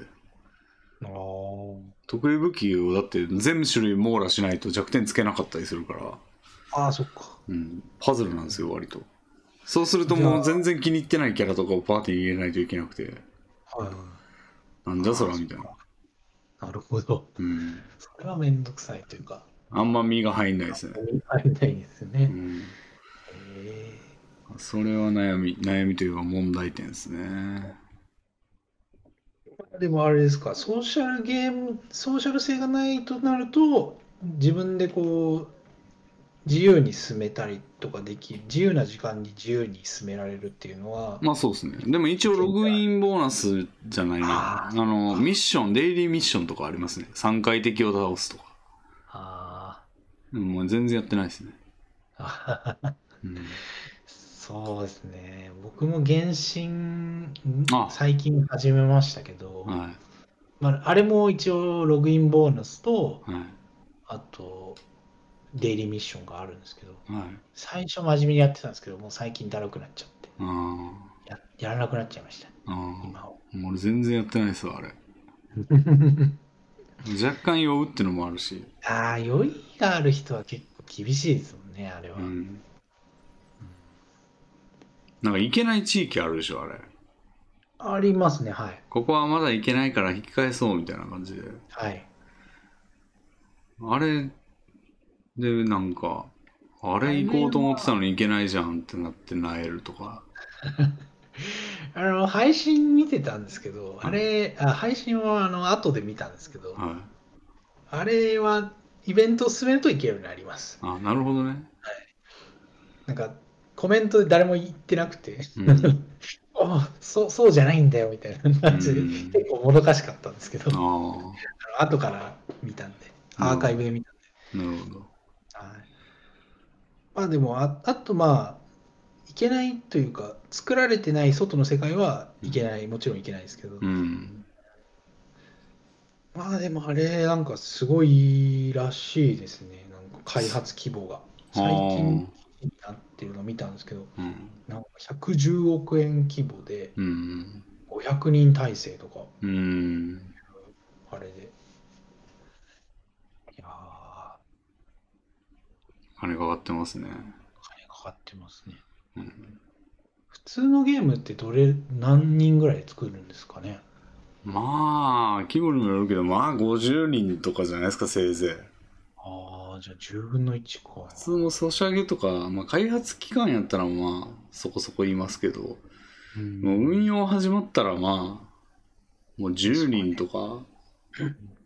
Speaker 2: あー
Speaker 1: 得意武器をだって全種類網羅しないと弱点つけなかったりするから、
Speaker 2: あー、そっか。
Speaker 1: うん、パズルなんですよ割とそうするともう全然気に入ってないキャラとかをパーティーに入れないといけなくて
Speaker 2: はい。
Speaker 1: なんだそらみたいな、
Speaker 2: なるほど。
Speaker 1: うん、
Speaker 2: それはめんどくさいというか、
Speaker 1: あんま身が入んないですね。
Speaker 2: 入りたいですよ
Speaker 1: う
Speaker 2: ね。
Speaker 1: ん、
Speaker 2: へ
Speaker 1: それは悩み、悩みというか問題点ですね。
Speaker 2: ーでもあれですか、ソーシャルゲーム、ソーシャル性がないとなると、自分でこう、自由に進めたりとかでき、自由な時間に自由に進められるっていうのは、
Speaker 1: まあそうですね。でも一応ログインボーナスじゃないな。あ
Speaker 2: あ
Speaker 1: の、ミッション、デイリーミッションとかありますね。3回敵を倒すとか。うんもう全然やってないですね。
Speaker 3: うん
Speaker 2: そうですね。僕も原神
Speaker 1: あ
Speaker 2: 最近始めましたけど、
Speaker 1: は
Speaker 2: まあ、あれも一応ログインボーナスと、
Speaker 1: い。は
Speaker 2: あと、デイリーミッションがあるんですけど、
Speaker 1: い。はい。
Speaker 2: 最初真面目にやってたんですけど、もう最近だるくなっちゃって、
Speaker 1: あ
Speaker 2: ややらなくなっちゃいました、
Speaker 1: あ。あ
Speaker 2: 今を。
Speaker 1: あ。もう俺全然やってないですわ、あれ。若干酔うってのもあるし。
Speaker 2: ああ、酔いがある人は結構厳しいですもんね、あれは。
Speaker 1: うん。なんか行けない地域あるでしょ、あれ。
Speaker 2: ありますね、はい。
Speaker 1: ここはまだ行けないから引き返そうみたいな感じで。
Speaker 2: はい。
Speaker 1: あれでなんか、あれ行こうと思ってたのに行けないじゃんってなってなえるとか。
Speaker 2: あの、配信見てたんですけど、あれ、あ配信はあの後で見たんですけど、
Speaker 1: はい。
Speaker 2: あれはイベントを進めるといけるようになります。
Speaker 1: あ、なるほどね。
Speaker 2: なんかコメントで誰も言ってなくて、
Speaker 1: うん
Speaker 2: あそうそうじゃないんだよみたいな感じで、
Speaker 1: うん
Speaker 2: 結構もどかしかったんですけど、あの
Speaker 1: あ
Speaker 2: 後から見たんで、アーカイブで見たんで。
Speaker 1: あ、なるほど。
Speaker 2: はいまあでもあ、あとまあ、いけないというか、作られてない外の世界はいけない、もちろんいけないですけど、
Speaker 1: うん。
Speaker 2: まあでもあれなんかすごいらしいですね。なんか開発規模が。最近になってるの見たんですけど、
Speaker 1: あー。うん。
Speaker 2: なんか110億円規模で
Speaker 1: うん。
Speaker 2: 500人体制とか、
Speaker 1: うん。
Speaker 2: あれで。いやー、
Speaker 1: 金かかってますね。
Speaker 2: 金かかってますね。
Speaker 1: うん。
Speaker 2: 普通のゲームってどれ、何人ぐらい作るんですかね。
Speaker 1: まあ、規模にもよるけど、まあ50人とかじゃないですか、せいぜい。
Speaker 2: ああ、じゃあ10分の1か。
Speaker 1: 普通のソシャゲとか、まあ、開発期間やったらまあそこそこ言いますけど、
Speaker 2: うん
Speaker 1: もう運用始まったらまあもう10人とか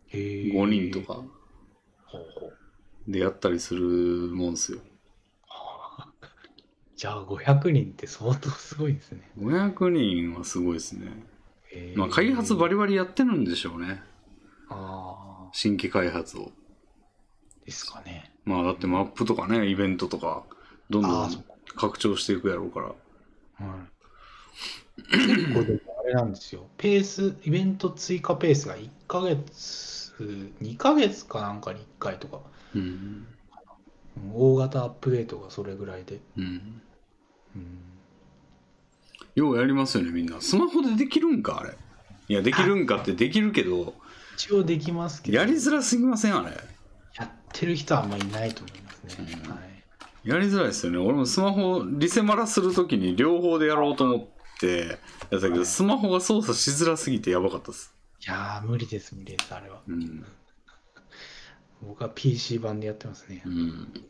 Speaker 2: へー
Speaker 1: 5人と。か
Speaker 2: ほうほう
Speaker 1: でやったりするもんですよ
Speaker 2: あーじゃあ500人って相当すごいですね。
Speaker 1: 500人はすごいですね
Speaker 2: へー
Speaker 1: まあ開発バリバリやってるんでしょうね
Speaker 2: あ
Speaker 1: 新規開発を
Speaker 2: ーですかね。
Speaker 1: まあだってマップとかねイベントとかどんど
Speaker 2: ああ、そうん
Speaker 1: 拡張していくやろうから
Speaker 2: はい、結構でもあれなんですよ、ペース、イベント追加ペースが1ヶ月、2ヶ月かなんかに1回とか、
Speaker 1: うん
Speaker 2: うん大型アップデートがそれぐらいで。
Speaker 1: うん
Speaker 2: うん、
Speaker 1: ようやりますよねみんなスマホでできるんかあれいやできるんかってできるけど
Speaker 2: 一応できますけど、
Speaker 1: やりづらすぎませんあれ
Speaker 2: やってる人はあんまりいないと思いますね。
Speaker 1: うん
Speaker 2: はい、
Speaker 1: やりづらいですよね俺もスマホリセマラするときに両方でやろうと思ってやったけどスマホが操作しづらすぎてやばかったです
Speaker 2: いやー、無理です、無理です、あれは。
Speaker 1: うん、
Speaker 2: 僕は PC 版でやってますね。
Speaker 1: うん、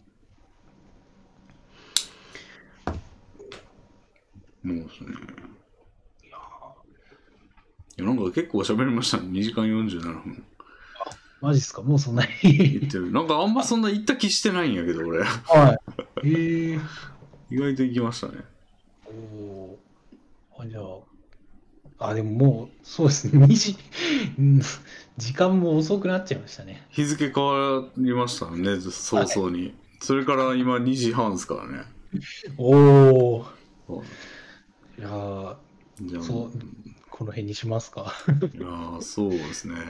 Speaker 1: もうですね
Speaker 2: いやー
Speaker 1: いやなんか結構喋りましたね2時間47分
Speaker 2: マジっすか、もうそんな
Speaker 1: 言
Speaker 2: に。
Speaker 1: ってるなんかあんまそんな行った気してないんやけど俺
Speaker 2: はい。えー
Speaker 1: 意外と行きましたね
Speaker 2: おお。あ、じゃあ、あ、でももう、そうですね、2時、うん時間も遅くなっちゃいましたね。
Speaker 1: 日付変わりましたね早々に、それから今2時半ですからね
Speaker 2: おお。
Speaker 1: そう
Speaker 2: いやー
Speaker 1: じゃあ
Speaker 2: そうこの辺にしますか。
Speaker 1: いやーそうですねはい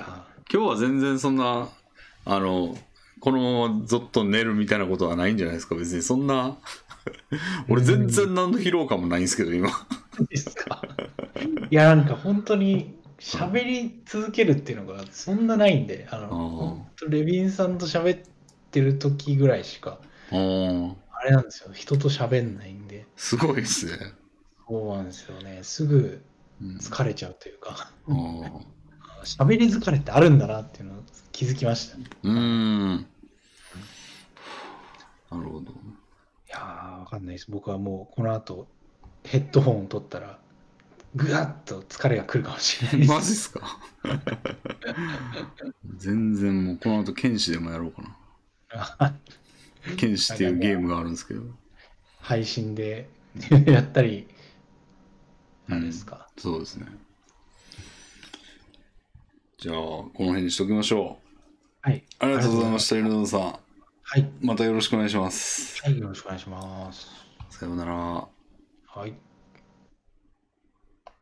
Speaker 2: あ
Speaker 1: 今日は全然そんなあのこのままずっと寝るみたいなことはないんじゃないですか別にそんな 俺全然何の疲労感もないんですけど今
Speaker 2: いいですか。いや、なんか本当に、喋り続けるっていうのがそんなないんで、あの、
Speaker 1: あー
Speaker 2: 本当レビンさんと喋ってる時ぐらいしか、
Speaker 1: うん
Speaker 2: あれなんですよ、人と喋んないんで、
Speaker 1: すごいですね、
Speaker 2: そうなんですよね、すぐ
Speaker 1: うん
Speaker 2: 疲れちゃうというか。
Speaker 1: あ
Speaker 2: 喋り疲れってあるんだなっていうのを気づきました。い
Speaker 1: ーうーんなるほど
Speaker 2: やー、わかんないです。僕はもうこの後、ヘッドホンを取ったら、ぐわっと疲れが来るかもしれないです。
Speaker 1: マジっす か全然もうこの後剣士でもやろうかな剣士っていうゲームがあるんですけど
Speaker 2: 配信でやったり、あれですか。
Speaker 1: そうですねじゃあこの辺にしときましょう
Speaker 2: はい。
Speaker 1: ありがとうございました、イルドンさん。
Speaker 2: はい。
Speaker 1: またよろしくお願いします。
Speaker 2: はい、よろしくお願いします。
Speaker 1: さようなら。
Speaker 2: はい。